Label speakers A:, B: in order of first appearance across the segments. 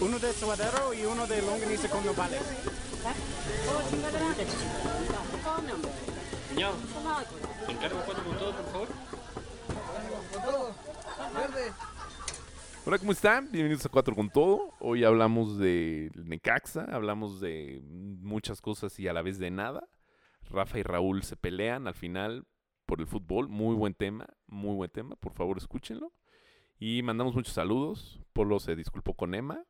A: uno de suadero y uno de longaniza con nopales.
B: Niño, te encargo cuatro con todo, por favor.
C: Hola, ¿cómo están? Bienvenidos a Cuatro con Todo. Hoy hablamos de Necaxa, hablamos de muchas cosas y a la vez de nada. Rafa y Raúl se pelean al final por el fútbol. Muy buen tema, muy buen tema. Por favor, escúchenlo. Y mandamos muchos saludos. Polo se disculpó con Emma.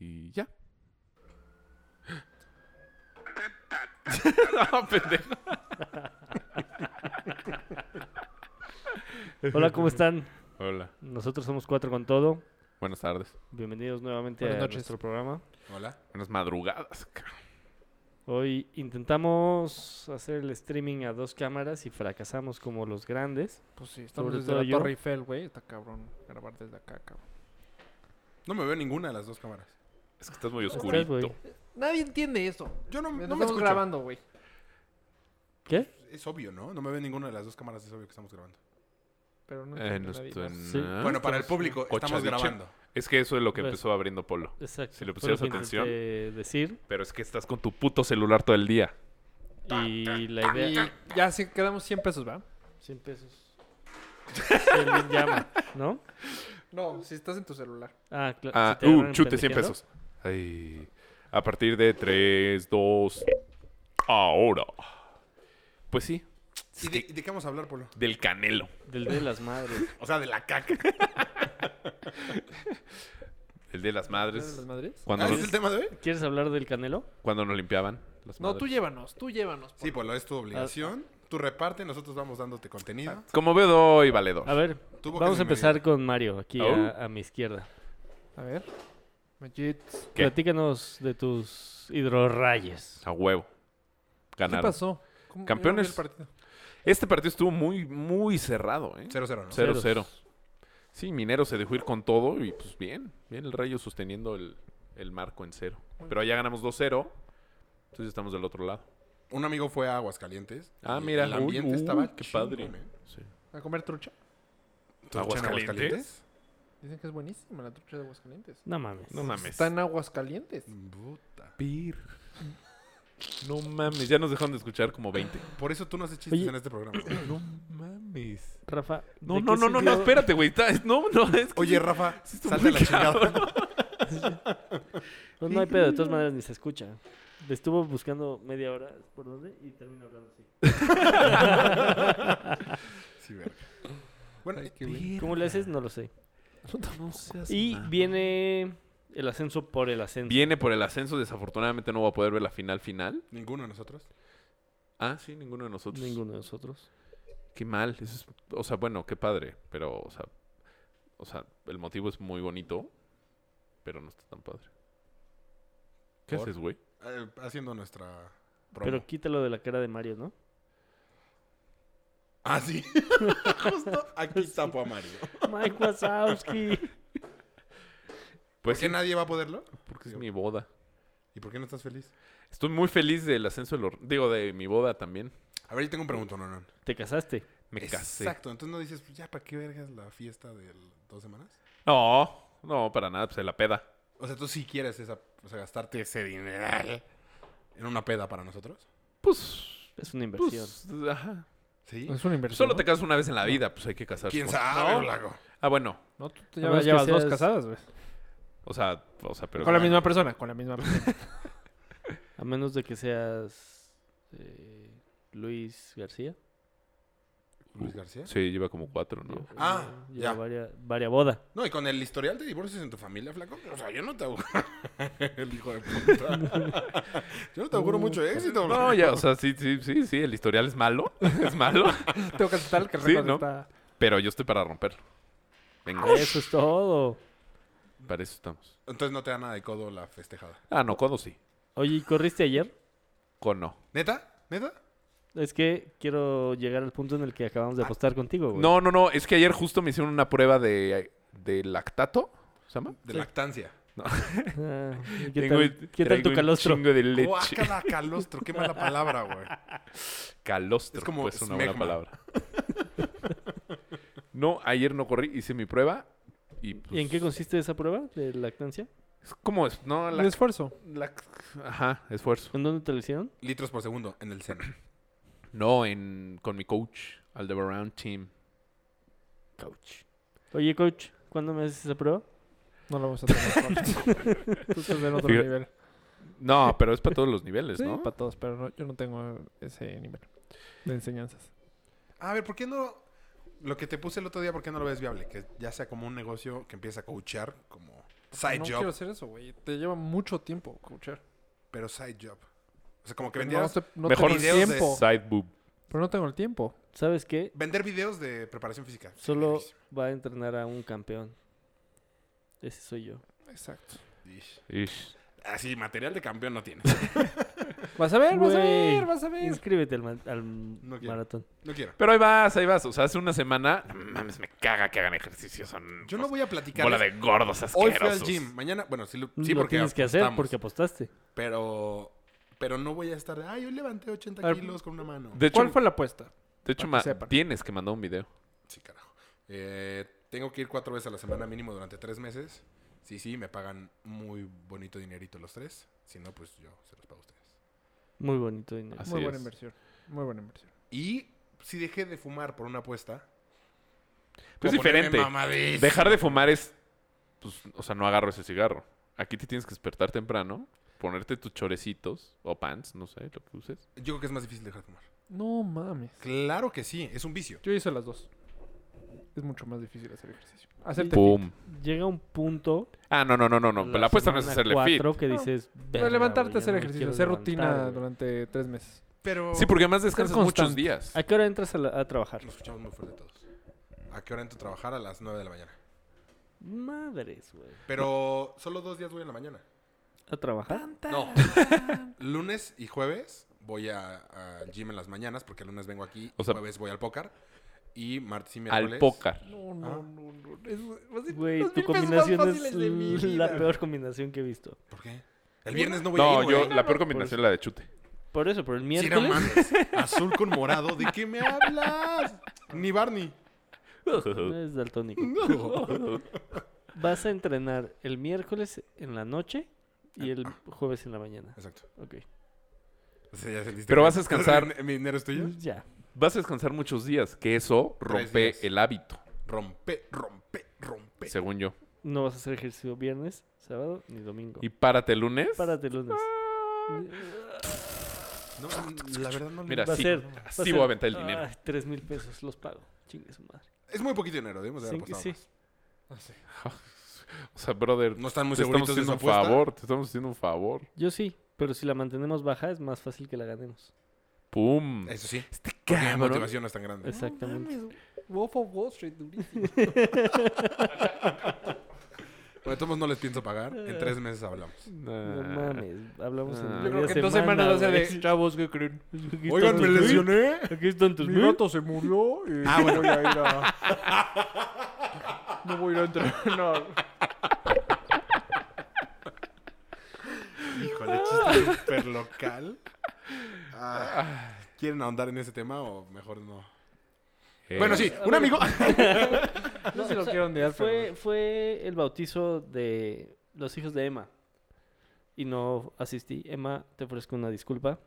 C: Y ya. no, pendejo.
D: Hola, ¿cómo están?
C: Hola.
D: Nosotros somos Cuatro con Todo.
C: Buenas tardes.
D: Bienvenidos nuevamente
E: Buenas
D: a
E: noches.
D: nuestro programa.
F: Hola.
C: Buenas madrugadas. cabrón.
D: Hoy intentamos hacer el streaming a dos cámaras y fracasamos como los grandes.
E: Pues sí, estamos
D: Sobre
E: desde
D: todo
E: la
D: yo.
E: Torre Eiffel, güey. Está cabrón grabar desde acá, cabrón.
F: No me veo ninguna de las dos cámaras.
C: Es que estás muy oscurito.
D: Ustedes, güey.
E: Nadie entiende eso.
F: Yo no,
E: Nos
F: no me
E: estamos
F: escucho.
E: grabando, güey.
D: ¿Qué?
F: Es obvio, ¿no? No me veo ninguna de las dos cámaras, es obvio que estamos grabando.
E: Pero no
C: Eh,
E: entiende
C: no
E: nadie.
C: estoy-
D: Sí.
C: no.
F: Bueno, para el
C: Estamos-
F: público, estamos
C: Ochadiche.
F: grabando.
C: Es que eso es lo que
D: Pues-
C: empezó abriendo Polo.
D: Exacto.
C: Si le
D: Fue
C: pusieras
D: lo que
C: atención.
D: intenté decir
C: Pero es que estás con tu puto celular todo el día.
D: y la idea...
E: Y ya sí, quedamos 100 pesos, ¿va?
D: 100 pesos. 100 bien llama, ¿no?
E: No, si estás en tu celular.
D: Ah, claro.
C: Ah,
D: si te
C: uh,
D: agarran
C: chute 100
D: pendejeando.
C: pesos. Ay. A partir de 3, 2, ahora. Pues sí,
F: ¿Y de, y de qué vamos a hablar, Polo?
C: del canelo.
D: Del de las madres.
F: O sea, de la caca.
C: El de las
E: ¿Sabes las
C: madres.
E: madres?
C: Cuando,
F: ¿Ah,
C: nos,
F: ¿Es el tema de hoy?
D: ¿Quieres hablar del canelo?
C: cuando nos limpiaban. las
E: No, tú
C: madres.
E: llévanos, tú llévanos.
F: Sí, Polo,
C: Ah,
F: es tu obligación. Tú reparte, nosotros vamos dándote contenido.
C: Como veo doy, valedor.
D: A ver,
F: Tuvo que
D: vamos a
F: ser
D: empezar con Mario, aquí
C: Oh.
D: a, a mi izquierda.
E: A ver. Majits.
C: ¿Qué?
D: Platícanos de tus hidrorrayes.
C: A huevo.
E: ¿Qué
C: Ganaron.
E: pasó? ¿Cómo-
C: Campeones.
E: yo no vi el partido.
C: Este partido estuvo muy, muy cerrado, ¿eh?
F: 0-0, ¿no?
C: Sí.
D: Ceros.
C: Cero, cero. Sí, Minero se dejó ir con todo y pues bien, bien el Rayo sosteniendo el, el marco en cero. Pero allá ganamos 2-0, entonces estamos del otro lado.
F: Un amigo fue a Aguascalientes.
C: Ah,
F: y
C: mira,
F: El ambiente
C: uy,
F: estaba
C: uy, qué padre.
F: chingón, ¿eh?
C: Sí.
E: ¿A comer trucha?
F: ¿Tú escuchas en
C: ¿Aguascalientes?
E: Dicen que es buenísima la trucha de Aguascalientes.
D: No mames.
C: No mames.
E: Está en Aguascalientes.
F: Puta.
C: No mames, ya nos dejaron de escuchar como 20.
F: Por eso tú no haces chistes
D: Oye.
F: en este programa. güey.
C: No mames.
D: Rafa.
C: No,
D: ¿de
C: no,
D: qué
C: no, no, no,
D: sirvió-
C: espérate, güey. está- es- No, no, es que-
F: Oye, Rafa,
C: estuvo
F: salte a
C: muy
F: la chingada.
D: No, no hay pedo, de todas maneras ni se escucha. Le estuvo buscando media hora por dónde y terminó hablando así.
F: Sí, verga. Bueno,
D: ¿Cómo le haces? No lo sé.
C: No seas
D: Y
C: mamón.
D: viene el ascenso por el ascenso.
C: Viene por el ascenso, desafortunadamente no va a poder ver la final final.
F: ninguno de nosotros.
C: Ah, sí, ninguno de nosotros.
D: Ninguno de nosotros.
C: Qué mal. eso es- o sea, bueno, qué padre. Pero, o sea, o sea, el motivo es muy bonito, pero no está tan padre. ¿Qué
F: ¿Por?
C: haces, güey?
F: Eh, haciendo nuestra promo.
D: Pero quítalo de la cara de Mario, ¿no?
F: Ah, sí. Justo aquí tapo a Mario.
D: Mike Wazowski.
F: ¿Por
C: Pues
F: qué
C: sí,
F: nadie va a poderlo?
C: porque es mi boda.
F: ¿Y por qué no estás feliz?
C: Estoy muy feliz del ascenso, de los- digo, de mi boda también.
F: A ver, yo tengo un pregunto, no, no.
D: Te casaste.
C: Me casé.
F: Exacto, entonces no dices, pues, ya, ¿para qué vergas la fiesta de dos semanas?
C: No, no, para nada, pues se la peda.
F: O sea, tú sí quieres esa, o sea, gastarte ese dineral en una peda para nosotros.
C: Pues,
D: Es una inversión.
C: pues, ajá.
F: ¿Sí?
E: Es una inversión.
C: Solo
E: ¿no?
C: te casas una vez en la vida, pues hay que casarse.
F: ¿Quién
C: con-
F: sabe,
C: ¿no?
F: Blanco?
C: Ah, bueno,
E: No, tú te
D: A menos
E: llevas,
D: que
E: llevas dos
D: seas-
E: casadas, güey.
C: o sea, o sea, pero
E: Con la misma persona, con la misma persona.
D: A menos de que seas eh, Luis García.
F: ¿Luis García?
C: Sí, lleva como cuatro, ¿no?
F: Ah,
D: Eh, Lleva
F: ya.
D: varia- varia boda.
F: No, y con el historial de divorcios en tu familia, flaco. O sea, yo no te auguro. el hijo de puta. yo no te auguro mucho éxito,
C: No, ya, o sea, sí, sí, sí, sí, el historial es malo, es malo,
E: Tengo que aceptar que el
C: Sí,
E: récord
C: ¿no?
E: está...
C: pero yo estoy para romperlo. Venga,
D: Eso es todo.
C: para eso estamos.
F: Entonces no te da nada de codo la festejada.
C: Ah, no, codo sí,
D: Oye, ¿y ¿corriste ayer?
C: con no.
F: ¿Neta? ¿Neta?
D: Es que quiero llegar al punto en el que acabamos de apostar contigo, güey.
C: Ah, No, no, no, es que ayer justo me hicieron una prueba de, de lactato, ¿se llama?
F: De lactancia.
D: Ah, ¿y ¿Qué
C: Tengo-
D: tal, qué tal
C: traigo
D: tu
C: un
D: calostro?
C: chingo de leche.
F: Guácala, calostro. Qué mala palabra, güey.
C: Calostro,
F: Es como
C: pues una buena
F: smegma.
C: palabra. no, ayer no corrí, hice mi prueba
D: ¿Y
C: y,
D: en
C: pues,
D: qué consiste esa prueba de lactancia?
C: Es como, es- no,
E: El
C: la,
E: esfuerzo.
C: la- Ajá, esfuerzo.
D: ¿En dónde te lo hicieron?
F: Litros por segundo en el seno.
C: No, en, con mi coach, Aldebaran Team.
D: Coach. Oye, coach, ¿cuándo me haces esa prueba?
E: No lo vamos a tener. Tú estás en otro
C: Fíjate.
E: nivel.
C: No, pero es para todos los
D: pues,
C: niveles,
E: Sí,
C: ¿no?
E: para todos, pero no- yo no tengo ese nivel de enseñanzas.
F: A ver, ¿por qué no? Lo que te puse el otro día, ¿por qué no lo ves viable? Que ya sea como un negocio que empieza a coachear, como side
E: no
F: job,
E: quiero hacer eso, güey. Te lleva mucho tiempo coachar.
F: pero side job. O sea, como que
E: No,
F: vendieras-
E: te- no
C: Mejor
E: tengo
F: videos
E: el
F: de
E: tiempo.
C: Side boob.
E: Pero no tengo el tiempo.
D: ¿Sabes qué?
F: vender videos de preparación física. Sí,
D: Solo
F: verguísima.
D: va a entrenar a un campeón. Ese soy yo.
E: Exacto.
F: Ish.
C: Ish.
F: Así, material de campeón no tiene.
E: Vas a ver, vas a
D: Güey.
E: ver, vas a ver.
D: Inscríbete al, ma- al
F: No quiero.
D: maratón.
F: No quiero.
C: Pero ahí vas, ahí vas. O sea, hace una semana. No mames, me caga que hagan ejercicio. Son
F: Yo no voy a platicar.
C: bola de gordos
F: Hoy
C: asquerosos.
F: fui al gym. Mañana, bueno, sí, lo- sí
D: lo
F: porque
D: tienes que hacer
F: apostamos,
D: porque apostaste.
F: Pero, pero no voy a estar. de, Ay, hoy levanté 80
E: A ver,
F: kilos con una mano.
C: De hecho,
E: ¿Cuál fue la apuesta?
C: de hecho
E: para que
C: ma-
E: sepan.
C: tienes que mandar un video.
F: Sí, carajo. Eh, tengo que ir cuatro veces a la semana mínimo durante tres meses. Sí, sí, me pagan muy bonito dinerito los tres. Si no, pues yo se los pago a ustedes.
D: Muy bonito dinero.
C: Así
E: Muy buena
C: es.
E: inversión. Muy buena inversión.
F: Y si dejé de fumar por una apuesta.
C: Pero es
F: voy a ponerme
C: diferente.
F: mamadísimo.
C: Dejar de fumar es. Pues, o sea, no agarro ese cigarro. Aquí te tienes que despertar temprano, ponerte tus chorecitos o pants, no sé, lo que uses.
F: Yo creo que es más difícil dejar de fumar.
E: No mames.
F: Claro que sí, es un vicio.
E: Yo hice las dos. Es mucho más difícil hacer ejercicio. Hacerte
C: ¡Pum!
D: Llega un punto.
C: Ah, no, no, no, no, no. La, apuesta no es
D: semana
C: hacerle fit.
D: cuatro que
E: No,
D: dices.
E: Pero
D: "Verga,
E: levantarte
D: güey,
E: a
D: ya
E: hacer
D: no me
E: ejercicio,
D: quiero
E: hacer
D: levantar,
E: rutina
D: güey".
E: durante tres meses.
F: Pero.
C: Sí, porque además descansas muchos
E: constante.
C: días.
D: ¿A qué hora entras a, la- a trabajar?
F: Nos escuchamos muy fuerte todos. ¿A qué hora entro a trabajar? A las 9 de la mañana.
D: Madres, güey.
F: Pero solo dos días voy en la mañana.
D: ¿A trabajar?
F: No. lunes y jueves voy a, a gym en las mañanas porque el lunes vengo aquí,
C: O sea-
F: jueves voy al póker y martes y miércoles.
C: Al pócar.
E: No,
D: Ah.
E: no, no, no. Es- va a ser
D: Güey,
E: las
D: tu
E: mil veces más
D: combinación es
E: fáciles de mi
D: la
E: vida.
D: peor combinación que he visto.
F: ¿Por qué? El viernes no voy a
C: No,
F: ir,
C: yo,
F: güey.
C: la peor combinación es la de chute.
D: Por eso, por el
F: Sí, no
D: miércoles.
F: mames. Azul con morado, ¿de qué me hablas? Ni Barney.
D: no es daltónico. Vas a entrenar el miércoles en la noche y el jueves en la mañana.
F: Exacto.
D: Ok.
F: O sea, ya sentiste
C: Pero
F: que-
C: vas a descansar.
F: ¿Mi dinero es tuyo?
D: Ya.
C: Vas a descansar muchos días, que eso rompe
F: días.
C: el hábito,
F: Rompe, rompe, rompe.
C: según yo.
D: No vas a hacer ejercicio viernes, sábado ni domingo.
C: Y párate el lunes.
D: Párate el lunes.
F: No, la verdad no lo-
C: Mira,
D: Va a
C: sí,
D: ser. va
C: sí
D: a
C: voy a aventar el dinero.
D: Ay, tres mil pesos los pago. Chingue su madre.
F: Es muy poquito dinero, debemos de haber
D: Sí,
F: apostado
D: sí.
F: más.
C: Ah. O sea, brother,
F: No están muy
C: te estamos
F: seguritos de
C: haciendo
F: esa
C: un
F: apuesta.
C: favor, te estamos haciendo un favor.
D: Yo sí, pero si la mantenemos baja es más fácil que la ganemos.
C: ¡Pum!
F: Eso sí.
C: Este
F: Porque mi
C: cabrón.
F: motivación no es tan grande.
D: Exactamente.
E: Wolf of Wall Street, durísimo.
F: Bueno, de todos modos no les pienso pagar. En tres meses hablamos.
D: No mames, hablamos en
C: Ah.
E: Yo creo
D: media
E: que en dos
D: semana,
E: semanas va a ser
D: güey.
E: de chavos que creen.
D: Aquí
F: Oigan,
D: están tus
F: me
D: mil,
F: lesioné.
D: Aquí están tus
E: Mi
D: mil.
E: gato se murió eh. y voy a ir a... No voy a ir a entrenar.
F: Híjole, chiste hiperlocal. Ah, ¿Quieren ahondar en ese tema o mejor no?
C: Eh,
F: Bueno, sí, un amigo.
E: No sé si
D: o
E: lo
D: sea,
E: quiero ondear,
D: Fue, fue el bautizo de los hijos de Emma. Y no asistí. Emma, te ofrezco una disculpa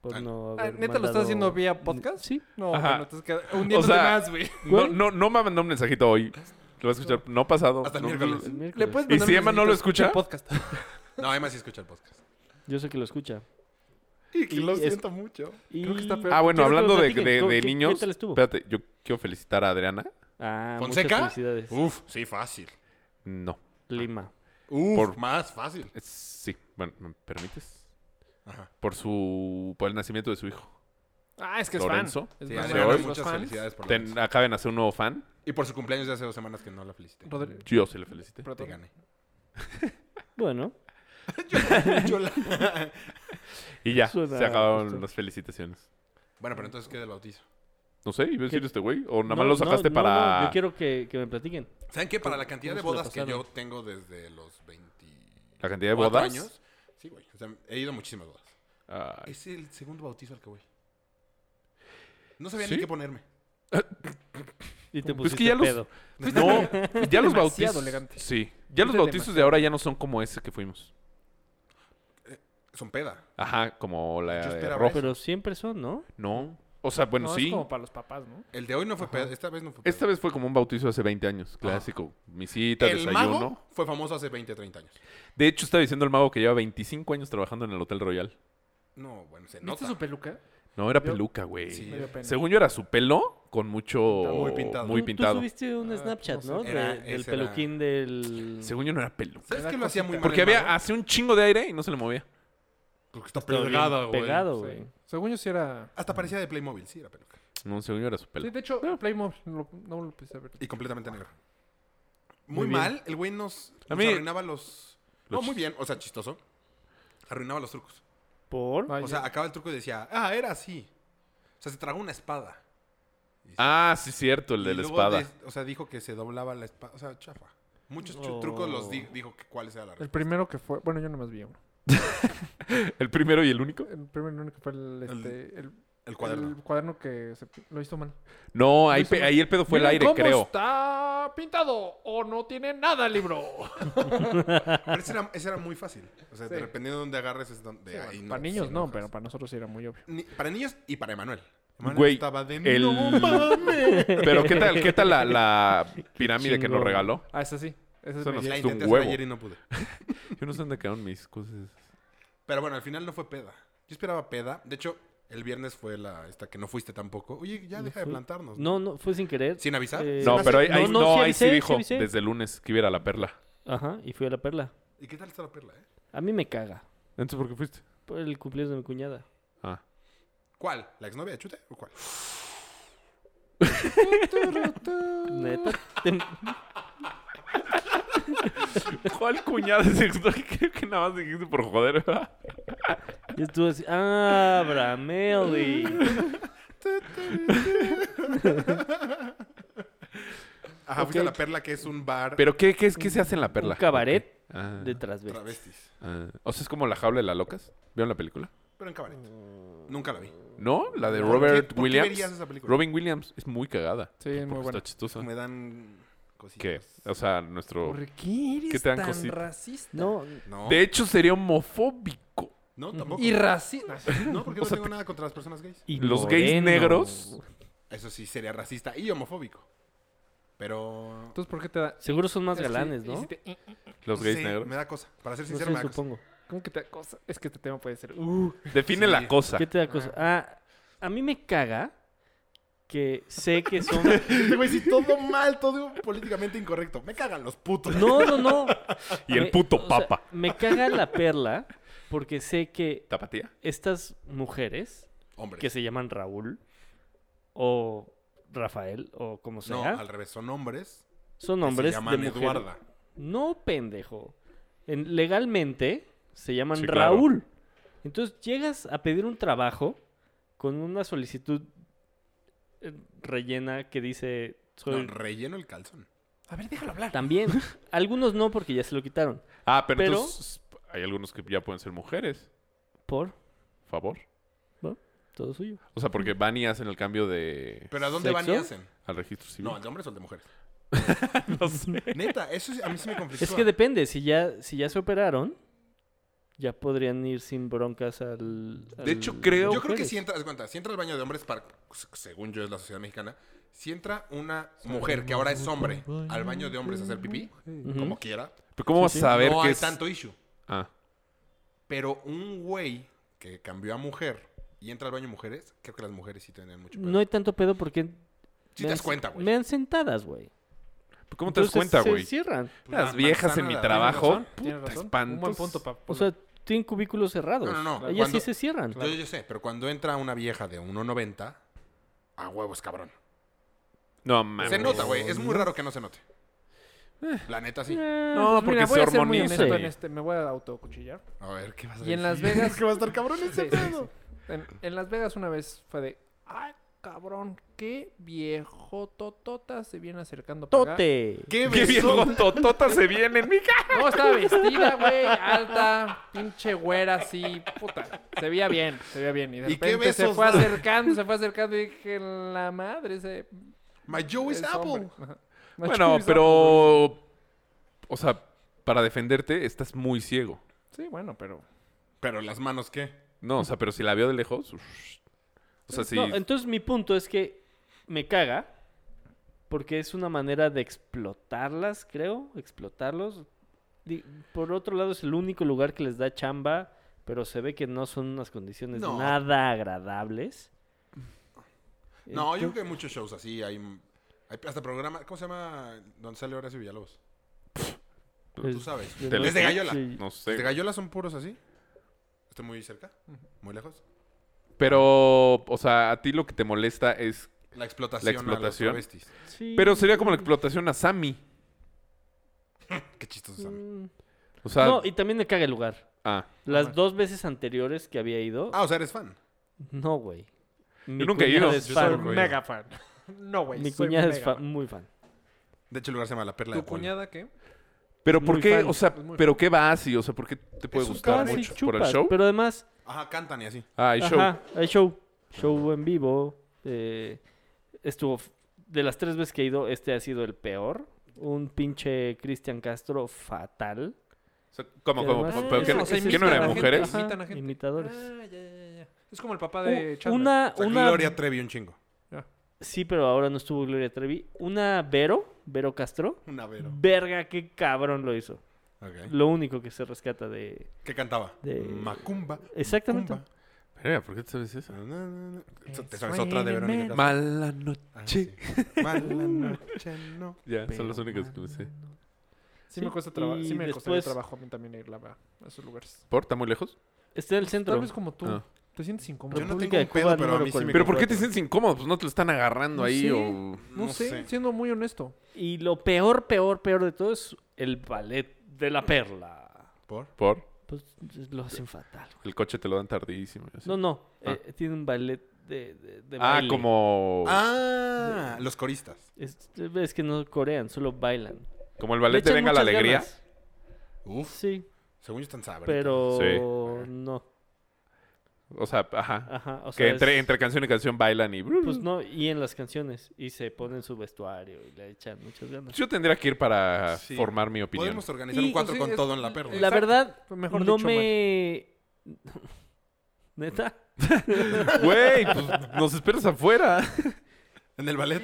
D: por
F: Ah,
D: no
E: Ah,
D: haber
E: ¿Neta lo
D: mandado-
E: estás haciendo vía podcast?
D: Sí.
E: No,
C: Ajá.
E: bueno, estás qued- hundiéndote
C: sea,
E: más, güey.
C: No, no, no me mandó un mensajito hoy. Lo vas a escuchar, no pasado.
F: Hasta el
C: no-
F: miércoles.
D: el
E: ¿Le
D: miércoles.
E: puedes
C: ¿Y
E: mandar
C: si Emma no lo
E: mensajitos
C: escucha?
E: de podcast.
F: No, además sí escucha el podcast.
D: Yo sé que lo escucha.
F: Y que lo
D: es-
F: siento mucho.
D: Y...
E: Creo que está peor.
C: Ah, bueno,
D: Quiero que
C: hablando
D: lo
C: de,
D: platiquen.
C: de-
D: ¿Cómo-
C: de
D: qué- qué
C: niños.
D: tal estuvo?
C: Espérate, yo quiero felicitar a Adriana.
D: Ah,
F: ¿Fonseca?
D: muchas felicidades.
C: Uh.
F: Uf, sí, fácil.
C: No.
D: Lima.
F: Uf,
C: Por-
F: más fácil.
C: Es- Sí, bueno, ¿me permites?
F: Ajá.
C: Por su por el nacimiento de su hijo.
E: Ah, es que es
C: Lorenzo.
E: fan. Es
F: Sí,
E: fan.
F: Adriana,
C: hoy?
F: muchas
E: Los fans.
F: felicidades por la
C: Ten-
F: noche.
C: acaba de nacer un nuevo fan.
F: Y por su cumpleaños de hace dos semanas que no la felicité.
E: Rodri-
C: Yo sí le felicité.
F: Te
E: Perdón.
F: gané.
D: Bueno,
F: Yo la-
C: Y ya,
D: Suena
C: se acabaron
D: justo.
C: las felicitaciones.
F: Bueno, pero entonces, ¿qué del bautizo?
C: No sé, iba a decir
D: ¿Qué?
C: este güey. O nada
D: No,
C: más lo
D: no,
C: sacaste
D: no,
C: para.
D: no, yo quiero que, que me platiquen.
F: ¿Saben qué? Para la cantidad de
D: ¿Cómo se la
F: bodas que yo
D: pasaron?
F: tengo desde los 20
C: La cantidad de bodas.
F: años. Sí, güey. O sea, he ido a muchísimas bodas.
C: Ah,
F: Es el segundo bautizo al que voy. No sabía
C: ¿Sí?
F: ni qué ponerme.
D: Y te
C: Pues
D: pusiste
C: que ya los-
D: pedo.
C: No, ya los
E: demasiado
C: bautizos.
E: elegante.
C: Sí. Ya los
E: Fuiste
C: bautizos de ahora ya no son como ese que fuimos.
F: Son peda.
C: Ajá, como la
F: Yo
C: de
F: esperaba
C: rojo.
F: eso.
D: Pero siempre son, ¿no?
C: No. O sea, bueno,
E: No,
C: sí.
E: Es como para los papás, ¿no?
F: El de hoy no fue peda. Esta vez no fue peda.
C: Esta vez fue como un bautizo hace 20 años. Clásico. Misita,
F: el
C: desayuno.
F: mago fue famoso hace 20, 30 años.
C: De hecho, estaba diciendo el mago que lleva 25 años trabajando en el Hotel Royal.
F: No, bueno, se
E: ¿Viste
F: nota.
E: su peluca?
C: No, era
E: Yo-
C: peluca, güey.
F: Sí.
E: Me dio pena.
C: Según yo, era su pelo con mucho...
F: Muy pintado.
C: muy
D: Tú-
C: pintado.
D: Tú subiste un
E: Ah,
D: Snapchat,
E: no
D: ¿no?
E: sé.
D: De-
F: Era-
D: del
F: ese era-
D: peluquín del...
C: Según yo, no era peluca.
F: ¿Sabes
E: Me
F: que
E: da
F: lo
E: cosita.
F: hacía muy mal?
C: Porque
F: el
C: había...
F: mago?
C: Hacía un chingo de aire y no se le movía.
F: Porque está
D: Todo bien
F: pegada, güey.
D: Pegado,
E: Sí.
D: güey.
E: Según yo sí era...
F: Hasta parecía de Playmobil, sí, era peluca.
C: No, según yo, era su pelo.
E: Sí, de hecho, Playmobil no, no lo pensé ver.
F: Y completamente negro.
E: Muy
F: Muy,
E: bien.
F: mal. El güey nos,
C: A
F: nos
C: mí-
F: arruinaba los... No,
C: los-
F: muy bien. O sea, chistoso. Arruinaba los trucos.
D: ¿Por?
E: Vaya.
F: O sea, acaba el truco y decía, ah, era así. O sea, se tragó una espada.
C: Ah, sí, cierto. El de
F: Y
C: la
F: luego
C: espada.
F: des- o sea, dijo que se doblaba la espada. O sea, chafa. Muchos chu-
D: Oh.
F: trucos los di- dijo que cuáles eran las
E: el
F: reglas.
E: primero que fue... Bueno, yo nomás vi uno.
C: El primero y el único.
E: El primero que fue el...
F: El-
E: Este, el,
F: El cuaderno.
E: el cuaderno que se pi- lo hizo mal.
C: No, ahí,
E: No hizo
C: pe-
E: mal.
C: ahí el pedo fue el
E: Miren
C: aire,
E: cómo
C: creo.
E: está pintado o no tiene nada el libro.
F: Pero ese era, ese era muy fácil. O sea,
E: Sí.
F: dependiendo de dónde agarres es donde...
E: Sí,
F: ahí
E: bueno, para niños
F: sí,
E: no, pues.
F: no,
E: pero para nosotros sí era muy obvio.
F: Ni- para niños y para Emanuel. Emanuel
C: Güey,
F: estaba de...
C: el-
F: "No mames".
C: Pero ¿qué tal, qué tal la, la pirámide que nos
D: chingón.
C: regaló?
E: Ah, esa sí. Esa es
C: Eso
E: mi-
C: no sé.
F: La
C: costó un
F: intenté hacer
C: huevo.
F: ayer y no pude.
C: Yo no sé dónde quedaron mis cosas.
F: Pero bueno, al final no fue peda. Yo esperaba peda. De hecho, el viernes fue la esta que no fuiste tampoco. Oye, ya deja de
D: fui.
F: plantarnos.
D: No, no, fue sin querer.
F: ¿Sin avisar?
D: Eh,
C: No,
F: me
C: pero ahí,
F: hace-
C: ahí-
D: no,
C: no,
D: no, sí
C: ahí sí
D: avisé, sí
C: dijo
D: avisé.
C: desde el lunes que hubiera la perla.
D: Ajá, y fui a la perla.
F: ¿Y qué tal está la perla, eh?
D: A mí me caga.
C: Entonces, ¿por qué fuiste?
D: Por el cumpleaños de mi cuñada.
C: Ah.
F: ¿Cuál? ¿La exnovia de Chute o cuál?
D: Neta. te-
C: ¿Cuál cuñada es esto? Creo que nada más dijiste por joder, ¿verdad?
D: Y estuvo así, ah, Brameli.
E: Ah,
F: Ajá, fuiste a la perla que es un bar
C: ¿Pero qué, qué, es, qué se hace en la perla?
D: Un cabaret
C: Ok. Ah,
D: de trasvesti.
F: travestis.
C: ah. O sea, es como la jaula de las locas. ¿Vieron la película?
F: Pero en cabaret. Nunca la vi.
C: ¿No? La Mm. de
F: ¿Por qué-
C: Robert
F: por qué
C: Williams.
F: verías esa película?
C: Robin Williams es muy cagada.
E: Sí, es muy
C: Porque
E: buena.
C: Está chistosa.
F: Me dan cositas.
C: ¿Qué? O sea, nuestro...
E: qué
C: ¿Qué te dan cosita?
E: racista?
D: No,
F: No,
C: De hecho, sería homofóbico.
F: no, tampoco. Ah,
E: Y racista.
F: No, porque no tengo nada contra las personas gays.
D: y
C: Los gays
D: moreno.
C: negros.
F: Eso sí sería racista y homofóbico. Pero...
E: Entonces, ¿por qué te da?
D: Seguro son más
E: Es que-
D: galanes,
E: y
D: ¿no?
E: si te-
C: Los
F: no
C: gays
F: sé,
C: negros.
F: Me da cosa. Para ser
D: No
F: sincero,
D: sé,
F: me da cosa.
D: supongo.
E: ¿Cómo que te da cosa? Es que este tema puede ser. Uh,
C: Define
F: Sí.
C: la cosa.
D: ¿Qué te da cosa? Ah, a mí me caga que sé que son...
F: Este güey sí, todo mal, todo políticamente incorrecto. Me cagan los putos.
D: No, no, no.
C: Y el
D: Me-
C: puto
D: o sea,
C: papa.
D: me caga la perla porque sé que
C: ¿Tapatía?
D: estas mujeres
F: Hombre.
D: que se llaman Raúl o Rafael o como
F: No,
D: sea,
F: al revés, son hombres.
D: son
F: que
D: hombres
F: se
D: de
F: llaman
D: mujer.
F: Eduarda.
D: No, pendejo. En- legalmente se llaman
C: Sí, claro.
D: Raúl. Entonces llegas a pedir un trabajo con una solicitud eh, rellena que dice soy
F: No, relleno el calzón.
E: a ver, déjalo hablar.
D: también. Algunos no porque ya se lo quitaron.
C: Ah, pero,
D: Pero-
C: entonces hay algunos que ya pueden ser mujeres.
D: Por
C: Favor.
D: todo suyo.
C: O sea, porque van y hacen el cambio de
F: ¿Pero a dónde van y
D: ¿Sexo?
F: hacen?
C: al registro civil.
F: No, ¿el de hombres o el de mujeres?
C: No sé.
F: Neta, eso sí- a mí sí me conflictúa.
D: Es que depende, si ya si ya se operaron ya podrían ir sin broncas al,
C: De hecho,
D: al-
C: creo-
F: Yo creo que
D: mujeres.
F: si entra, haz cuenta, si entra al baño de hombres, para, pues, según yo es la sociedad mexicana, si entra una mujer que ahora es hombre al baño de hombres a hacer pipí,
D: Ujú.
F: como quiera,
C: ¿Pero cómo vas a saber
F: no
C: qué
F: hay
C: es?
F: tanto issue.
C: Ah,
F: Pero un güey que cambió a mujer y entra al baño de mujeres, creo que las mujeres sí tienen mucho pedo.
D: No hay tanto pedo porque.
F: Sí
D: me
F: te das
D: han-
F: cuenta, güey.
D: Me han sentadas, güey.
C: ¿pero ¿cómo te
D: Entonces,
C: das cuenta,
D: se
C: güey?
D: cierran.
F: Pues
C: Las
F: la
C: viejas en
F: manzana,
C: mi
F: la-
C: trabajo.
E: Tienes
C: puta,
E: razón.
C: espantos.
E: Un buen punto, pues, papá.
F: Pues
D: O sea, tienen cubículos cerrados.
F: No, no, no.
D: Ellas
F: Cuando-
D: sí se cierran.
F: Yo, yo sé, pero cuando entra una vieja de 1.90, a huevos, cabrón.
C: No, mames.
F: Se nota, güey. Es muy raro que no se note. La neta, sí.
D: Eh,
C: No, porque
E: pues, mira,
C: se
E: voy a ser muy
C: hormoniza.
E: honesto en
D: Sí.
E: este, me voy a autocuchillar.
F: A ver, ¿qué vas a
E: Y en Las
F: decir?
E: Vegas-
F: que va a estar cabrón ese
E: Sí, sí,
F: pedo.
E: sí. En, en Las Vegas una vez fue de, ay, cabrón, qué viejo totota se viene acercando para acá".
D: ¡Tote!
F: ¿Qué,
C: Qué viejo totota se viene en mi casa.
E: No, estaba vestida, güey, alta, pinche güera así, puta. Se veía bien, se veía bien. Y de
F: ¿Y qué
E: repente se
F: besos
E: fue
F: da?
E: acercando, se fue acercando y dije, la madre, se...
F: My Joe is
E: Es
F: Apple.
E: hombre. Ajá.
C: Bueno,
E: Machismo.
C: pero. O sea, para defenderte, estás muy ciego.
E: Sí, bueno, pero.
F: Pero las manos, ¿qué?
C: No, o sea, pero si la veo de lejos. uff. o sea, sí.
D: No, entonces mi punto es que me caga porque es una manera de explotarlas, creo, explotarlos. Di- Por otro lado, es el único lugar que les da chamba, pero se ve que no son unas condiciones
F: No.
D: nada agradables.
F: No, yo creo
D: Entonces-
F: que hay muchos shows así. Hay, hay hasta programa. ¿Cómo se llama? Donde sale Horacio Villalobos. Tú sabes.
D: yo
C: Te
D: no
C: les
F: Desde
D: sé
F: Gallola.
D: si-
C: No
F: ¿Los de
C: sé.
F: Gallola son puros así? ¿Estoy muy cerca? ¿Muy lejos?
C: Pero, o sea, a ti lo que te molesta es.
F: La explotación.
C: La
F: A los
C: explotación.
F: travestis.
D: sí,
C: Pero sería como la explotación a Sammy.
F: Qué chistoso es a mí.
D: mm,
C: O sea.
D: No, y también me caga el lugar.
C: ah.
D: Las dos veces anteriores que había ido,
F: Ah, o sea, eres fan.
D: no, güey. Mi
C: nunca he
D: cuñada
C: ido.
D: es
F: Yo
D: fan,
F: soy
E: Soy
F: un
D: güey.
E: mega fan. No, güey.
D: Mi
E: soy
D: cuñada es
E: mega
D: fa-
E: fan.
D: muy fan.
F: De hecho, el lugar se llama La Perla
E: ¿Tu
F: de Puebla.
E: cuñada qué?
C: Pero
D: Muy
C: ¿por qué?
D: fan.
C: O sea,
E: muy
C: ¿pero qué va así? O sea, ¿por qué te puede
F: Es un
C: gustar
F: casi
C: mucho? ¿Por el
D: Chupas,
C: show?
D: Ah, Pero además,
F: Ajá, cantan y así.
C: Ah, el show.
D: Ajá, hay show. Show en vivo. eh, estuvo. f- De las tres veces que he ido, este ha sido el peor. Un pinche Cristian Castro fatal.
C: O sea, ¿Cómo,
D: Que
C: cómo?
D: además-
C: ¿Pero
D: Ah,
C: qué,
D: eso, o sea,
C: qué
D: imitan
C: no
D: a la
C: eran
D: gente,
C: mujeres?
D: ajá,
E: Imitan a gente.
D: Imitadores.
E: Ah, ya, ya, ya. Es como el papá
D: U-
E: de Chandler.
D: una,
F: O sea,
D: una-
F: Gloria Trevi un chingo.
D: Sí, pero ahora no estuvo Gloria Trevi. Una Vero, Vero Castro.
F: Una vero.
D: Verga, qué cabrón lo hizo.
F: Ok.
D: Lo único que se rescata de.
F: ¿Qué cantaba?
D: De-
F: Macumba.
D: Exactamente.
F: Macumba.
C: Espera, ¿por qué te sabes eso?
F: Na, na, na, na. Te sabes otra de Verónica Castro.
C: Mala noche.
F: Ah, sí. Mala noche, no.
C: Ya, son las únicas que me sé.
E: Sí, me
D: Sí,
E: cuesta trabajo. Sí
D: y
E: me costaría
D: después-
E: trabajo a mí también ir la verdad, a esos lugares.
C: ¿Por? ¿Está muy lejos?
D: Está en el centro.
E: Tal vez como tú.
C: Ah.
E: Te sientes
F: Yo
E: incómodo.
F: no tengo
D: República
F: un
D: de
F: pedo,
D: Cuba
F: pero a
D: número
F: mí sí
D: 40.
F: me
C: ¿Pero por qué te
F: incomoda.
C: sientes incómodo? Pues no te lo están agarrando
E: No
C: ahí
E: sé.
C: o...
E: No,
F: no
E: sé,
F: sé.
E: siendo muy honesto.
D: Y lo peor, peor, peor de todo es el ballet de la perla.
F: ¿Por?
C: ¿Por?
D: Pues lo hacen fatal. güey.
C: El coche te lo dan tardísimo. y así.
D: No, no.
C: Ah.
D: eh, tiene un ballet de, de, de
C: ah,
D: baile.
C: como...
F: Ah, los coristas.
D: Es, es que no corean, solo bailan.
C: Como el
D: Le
C: ballet de
D: echan
C: Venga la
D: muchas
C: Alegría.
D: ganas.
F: Uf,
D: Sí,
F: según yo están sabritos.
D: pero
C: Sí.
D: no.
C: O sea, ajá.
D: Ajá, Ah, o sea,
C: que entre,
D: es-
C: entre canción y canción bailan y...
D: Pues no, y en las canciones. Y se ponen su vestuario y le echan muchas ganas.
C: Yo tendría que ir para
F: Sí.
C: formar mi opinión.
F: Podemos organizar
E: Y-
F: un cuatro
E: sí,
F: con
E: es-
F: todo en la perla.
D: La
E: Exacto,
D: verdad,
E: fue mejor
D: no
E: dicho,
D: me... ¿Neta?
C: Güey, pues nos esperas afuera.
F: En el ballet.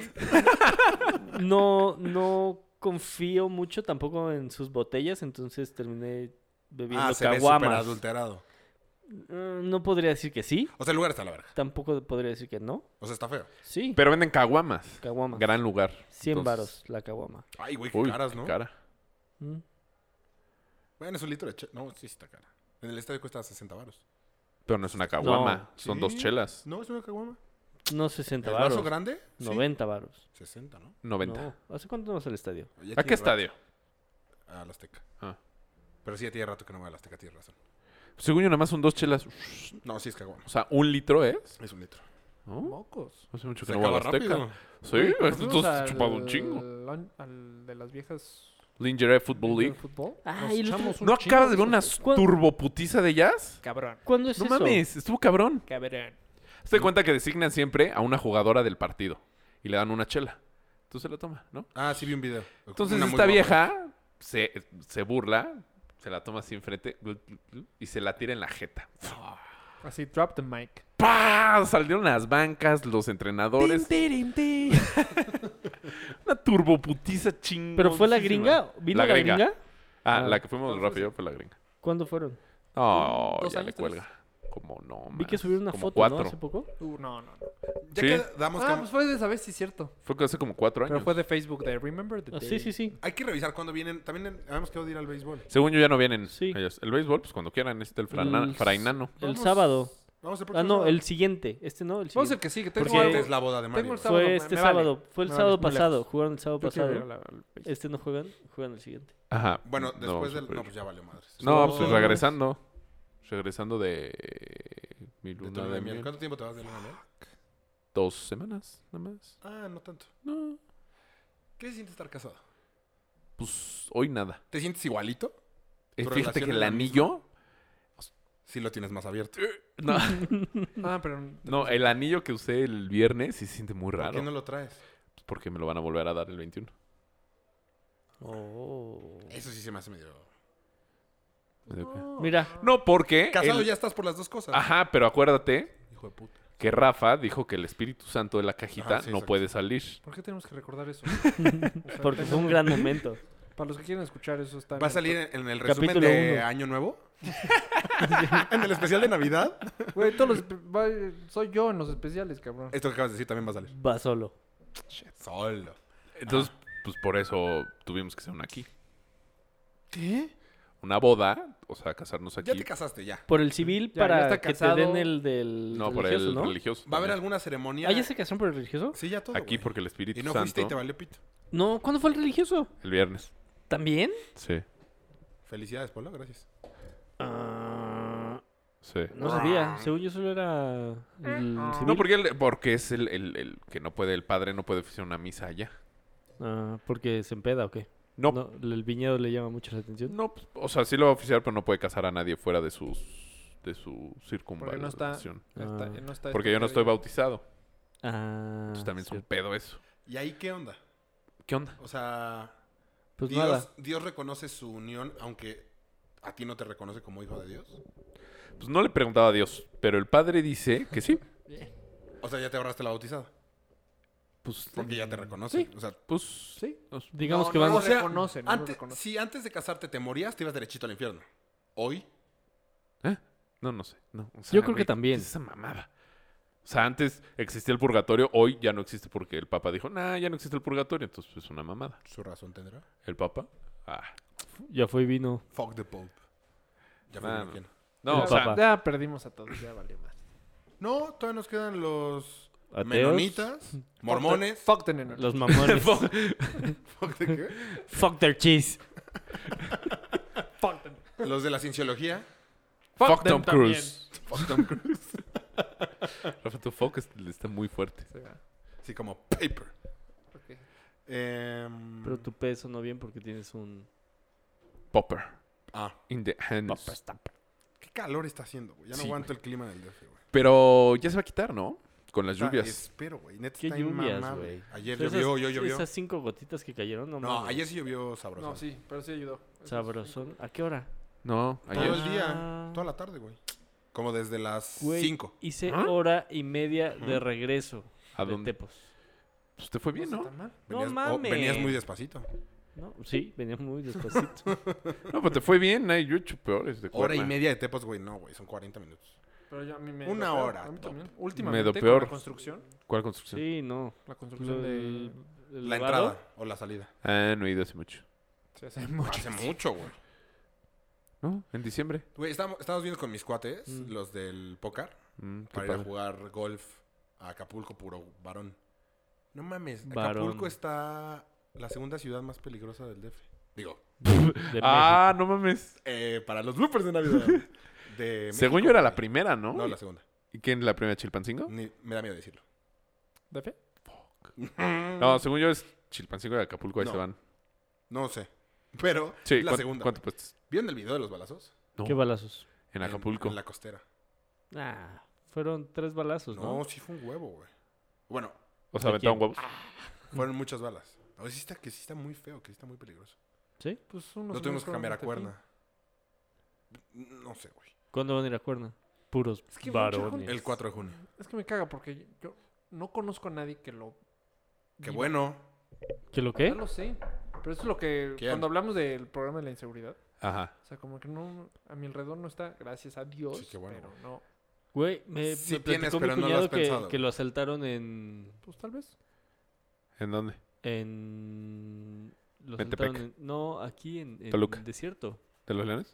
D: No, no confío mucho tampoco en sus botellas, entonces terminé bebiendo
F: Ah, se ve súper
D: caguamas.
F: adulterado.
D: Eh, No podría decir que sí,
F: O sea, el lugar está a la verga.
D: tampoco podría decir que no.
F: O sea, está feo.
D: Sí,
C: Pero venden caguamas.
D: caguama.
C: Gran lugar.
D: 100
C: Entonces-
D: varos la caguama.
F: Ay, güey, qué
C: Uy,
F: caras,
C: qué
F: ¿no?
C: cara.
D: Mm.
F: Bueno, es un litro de che- No, sí está cara. En el estadio cuesta 60 varos.
C: Pero no es una caguama.
D: No.
C: Son
F: Sí.
C: dos chelas.
F: No, es una caguama.
D: No 60
F: ¿El vaso
D: varos.
F: grande? Sí.
D: 90 varos.
F: 60, ¿no?
C: 90.
D: No. ¿Hace cuánto no vas al estadio?
C: ¿A
F: Ya tiene
C: qué estadio?
F: rato- A la Azteca.
C: Ah.
F: Pero sí, ya tiene rato que no voy a la Azteca, tienes razón.
C: Según yo, nada más son dos chelas.
F: No, sí es caguama.
C: O sea, un litro es.
F: Es un litro.
C: ¿No?
E: Mocos.
C: Hace mucho
F: Se
C: que Pues no voy a la
F: acaba
C: Azteca.
F: rápido.
C: Sí, este,
E: Nos fuimos
C: entonces
E: al-
C: chupado un chingo.
E: Al, al de las viejas.
C: Lingerie Football
E: del
C: League.
E: fútbol.
D: Ah,
E: Nos
D: y el otro-
E: echamos un
C: ¿No
E: chingo
C: acabas de ver
E: eso.
C: una
D: ¿Cuál?
C: turboputiza de jazz?
E: Cabrón.
D: ¿Cuándo es
C: No
D: eso?
C: mames, estuvo cabrón.
E: Cabrón.
C: Se da cuenta que designan siempre a una jugadora del partido y le dan una chela. Tú se la toma, ¿no?
F: Ah, sí vi un video.
C: Entonces
F: Una muy
C: esta
F: guapa.
C: vieja se, se burla, se la toma así enfrente y se la tira en la jeta.
E: Así, drop the mic.
C: ¡Pah! Salieron las bancas, los entrenadores. Una turboputiza chingona.
D: ¿Pero fue la gringa? ¿Vino la gringa?
C: Ah, la
D: Ah.
C: que fuimos rápido fue la gringa.
D: ¿Cuándo fueron?
C: No,
E: ¿Dos
C: ya
E: años,
C: le
E: tres?
C: cuelga. Como no,
D: Vi que
C: más,
D: subieron una
C: como
D: foto,
C: cuatro.
D: ¿no? Hace poco.
E: Uh, no, no, no.
F: Ya
C: Sí.
F: que damos
E: Ah,
F: cam-
E: pues fue de esa vez, sí, cierto.
C: Fue que hace como cuatro años.
E: Pero fue de Facebook, de Remember the
D: Ah,
E: Day.
D: sí, sí, sí.
F: Hay que revisar cuándo vienen. También en- habíamos quedado de ir al béisbol.
C: Según yo ya no vienen
D: Sí.
C: ellos. El béisbol, pues cuando quieran, este el, frana-
D: El-
C: frainano.
D: El
F: Vamos.
D: sábado.
F: Vamos a
D: Ah, no, el siguiente. Este no, el
E: Vamos al
D: siguiente.
E: que sigue. Tengo
F: Porque
E: algo.
F: es la boda de Mario.
E: tengo el
F: ¿no?
E: sábado,
D: Fue
E: me-
D: este
E: me vale.
D: sábado. Fue el
E: Me vale,
D: sábado
E: es muy
D: pasado.
E: lejos.
D: Jugaron el sábado
E: Yo quiero ir a
D: pasado.
E: la- al Facebook.
D: Este no juegan, juegan el siguiente.
C: Ajá.
F: Bueno,
C: no,
F: después del.
C: super-
F: No, pues ya valió madres.
C: No,
E: No,
C: pues
E: no.
C: regresando. Regresando de mi
F: De tu
C: luna pues,
F: luna
C: de
F: de miel.
C: miel.
F: ¿Cuánto tiempo te vas de luna de miel?
C: Dos semanas, nada más.
F: Ah, no tanto.
C: No.
F: ¿Qué se siente estar casado?
C: Pues hoy nada.
F: ¿Te sientes igualito?
C: Eh,
F: ¿Tu
C: fíjate
F: relación
C: que
F: es
C: el
F: la
C: anillo.
F: Sí lo tienes más abierto.
C: No,
E: Ah, pero.
C: no, el anillo que usé el viernes sí se siente muy
F: ¿Por
C: raro.
F: qué no lo traes?
C: Porque, porque me lo van a volver a dar el 21.
D: Oh.
F: Eso sí se me hace medio.
D: Mira,
C: No, porque...
F: Casado
C: el-
F: ya estás por las dos cosas.
C: Ajá, pero acuérdate
F: Hijo de puta.
C: que Rafa dijo que el Espíritu Santo de la cajita
F: Ajá, sí,
C: no
F: exacto.
C: puede salir.
E: ¿Por qué tenemos que recordar eso? O sea,
D: porque fue
E: tengo-
D: un gran momento.
E: Para los que quieren escuchar eso está
F: ¿Va a
E: bien.
F: salir en, en el resumen
D: Capítulo
F: de
D: uno.
F: Año Nuevo? ¿En el especial de Navidad?
E: Güey, todos los... va- soy yo en los especiales, cabrón.
F: Esto que acabas de decir también va a salir.
D: Va solo.
F: Solo.
C: Entonces, pues por eso tuvimos que hacer una aquí.
F: ¿Qué?
C: Una boda, o sea, casarnos aquí.
F: Ya te casaste, ya.
D: Por el civil
E: Ya, ya
D: para
E: está
D: que te
E: casado.
D: den el del
C: no, por
D: religioso,
C: el
D: ¿no?
C: religioso.
F: ¿Va a haber
C: también.
F: alguna ceremonia?
D: ¿Ah, ya se casaron por el religioso?
F: Sí, ya todo.
C: Aquí
F: güey.
C: porque el Espíritu
F: Y no
C: Santo...
F: fuiste y te valió pito.
D: No, ¿cuándo fue el religioso?
C: El viernes.
D: ¿También?
C: Sí,
F: Felicidades, Polo, gracias.
D: Ah,
C: sí.
D: no sabía. Según yo solo era el civil.
C: No, porque, el- porque es el, el- el que no puede, el padre no puede oficiar una misa allá.
D: Ah, porque se empeda o qué.
C: No, no,
D: No, el viñedo le llama mucho la atención.
C: pues, o sea, sí lo va a oficiar, pero no puede casar a nadie fuera de sus de su
E: Porque no está...
C: circunvalación.
E: ya está- ya no está
C: Porque yo no estoy
E: estudiado.
C: bautizado.
D: Ah,
C: Entonces Pues también es un
D: cierto.
C: pedo eso.
F: ¿Y ahí qué onda?
C: ¿Qué onda?
F: O sea,
D: Pues
F: Dios,
D: nada.
F: Dios reconoce su unión, aunque a ti no te reconoce como hijo de Dios.
C: Pues no le preguntaba a Dios, pero el padre dice que sí.
F: O sea, ya te ahorraste la bautizada.
C: Pues,
F: Porque ya te reconoce. O sea,
C: pues
E: Sí.
C: pues,
D: Digamos
E: No,
D: que
E: no,
D: van.
E: o sea, reconoce, no lo
F: antes,
E: reconoce.
F: Si antes de casarte te morías, te ibas derechito al infierno. Hoy,
C: ¿Eh? No, no sé. No. O
D: Yo creo que
C: güey,
D: también.
C: ¿qué es esa mamada. O sea, antes existía el purgatorio, hoy ya no existe porque el Papa dijo, nah, ya no existe el purgatorio, entonces pues, es una mamada.
F: su razón tendrá.
C: El Papa, ah.
D: Ya fue y vino.
F: Fuck the Pope. Ya fue
C: Ah,
F: lo que
C: no.
F: quiera.
C: No,
D: El
C: o sea,
D: Papa.
E: Ya perdimos a todos, ya valió más.
F: No, todavía nos quedan los
D: Ateos.
F: menonitas, mormones.
E: Fuck the neno.
D: Los mamones. Fuck,
F: Fuck the qué?
D: their cheese.
F: los de la cienciología.
C: fuck,
E: them
C: Tom Cruise.
F: Fuck Tom Cruise.
C: Rafa, tu fuck es- está muy fuerte.
E: Se va.
F: Así como paper.
E: Ok.
F: Em,
D: Pero tu peso no bien porque tienes un.
C: Popper.
F: Ah,
C: In the hands.
F: qué calor está haciendo, güey. Ya no
C: Sí,
F: aguanto el clima del DF, güey.
C: Pero ya se va a quitar, ¿no? Con las
F: Está-
C: lluvias.
F: Espero, güey. Neta
D: ¿Qué
F: está
D: lluvias,
F: inmamable.
D: güey?
F: Ayer
D: Esas-
F: llovió, yo llovió.
D: Esas cinco gotitas que cayeron, no,
F: No,
D: mames.
F: ayer sí llovió sabroso.
E: No, sí, pero sí ayudó. Eso
D: Sabrosón. ¿A qué hora?
C: No,
F: Todo
C: ayer.
F: el día,
D: Ah.
F: toda la tarde, güey. Como desde las
D: Güey,
F: 5.
D: Hice
C: ¿Ah?
D: hora y media de regreso
C: ¿A
D: de
C: dónde?
D: Tepos.
C: Usted fue bien,
E: está
C: ¿no?
E: tan mal.
D: No
F: Venías, oh,
D: mames.
F: venías muy despacito.
D: ¿No? Sí, venía muy despacito.
C: No, pero te fue bien. ay, Yo he hecho peores de
F: Hora y
C: cuerna.
F: media de tepos, güey. No, güey, son 40 minutos.
E: Pero yo a mí me
F: Una
E: dio peor,
F: hora,
E: A mí
F: top.
E: también. Últimamente con
C: peor.
E: la construcción,
C: ¿Cuál construcción?
D: sí, no.
E: la construcción de
D: el
F: la
D: elevado.
F: entrada o la salida.
C: Ah, no he ido hace mucho.
E: se hace mucho.
F: Hace mucho, güey.
C: ¿No? ¿En diciembre?
F: Güey, estábamos, estábamos viendo con mis cuates,
D: Mm.
F: los del póker,
C: Mm, qué
F: para ir a
C: padre.
F: jugar golf a Acapulco, puro varón. No mames,
D: Varón.
F: Acapulco está la segunda ciudad más peligrosa del DF. Digo,
D: de
C: Ah, no mames.
F: eh, para los bloopers de Navidad. De
C: Según
F: México,
C: yo era la
F: güey.
C: primera, ¿no?
F: No, la segunda.
C: ¿Y quién la primera Chilpancingo?
F: Ni- me da miedo decirlo.
E: ¿De fe?
C: No, según yo es Chilpancingo de Acapulco, ahí
F: Mm. No.
C: se van.
F: No sé. Pero
C: Sí,
F: la
C: ¿cuán-
F: segunda.
C: ¿Cuánto
F: güey.
C: cuesta?
F: ¿Vieron el video de los balazos?
C: No,
D: ¿Qué balazos?
C: en Acapulco.
F: En, la costera.
D: Ah, fueron tres
C: Pues
D: balazos,
F: No,
D: ¿no?
F: sí fue un huevo, güey. Bueno,
C: O sea,
D: ¿De
C: aventaron
D: quién?
C: huevos.
F: fueron muchas balas. No, sí está, que sí está muy feo, que sí está muy peligroso.
D: ¿Sí?
E: Pues unos
F: No tuvimos que cambiar a
E: probablemente
F: cuerda. No sé, güey.
D: ¿Cuándo van a ir a Cuerna? Puros
E: Es que mucha
D: varones.
E: gente-
F: El 4 de junio.
E: aquí. Es que me caga porque yo no conozco a nadie que lo.
F: Qué
E: viva.
F: bueno.
D: ¿Qué lo
E: Ya
D: qué?
E: lo sé. Pero eso es lo que.
F: ¿Quién?
E: Cuando hablamos del programa de la inseguridad.
C: Ajá.
E: O sea, como que no. A mi alrededor no está, gracias a Dios.
F: Sí, qué bueno,
E: Pero
F: güey.
E: no.
D: Güey, me,
F: Sí
D: me
F: tienes,
D: platicó mi
F: pero no lo
D: cuñado
F: has pensado.
D: que, que lo asaltaron en...
E: Pues tal vez.
C: ¿En dónde?
D: en lo
C: Metepec.
D: asaltaron en- no, aquí en, en
C: Toluca.
D: desierto.
C: ¿De los leones?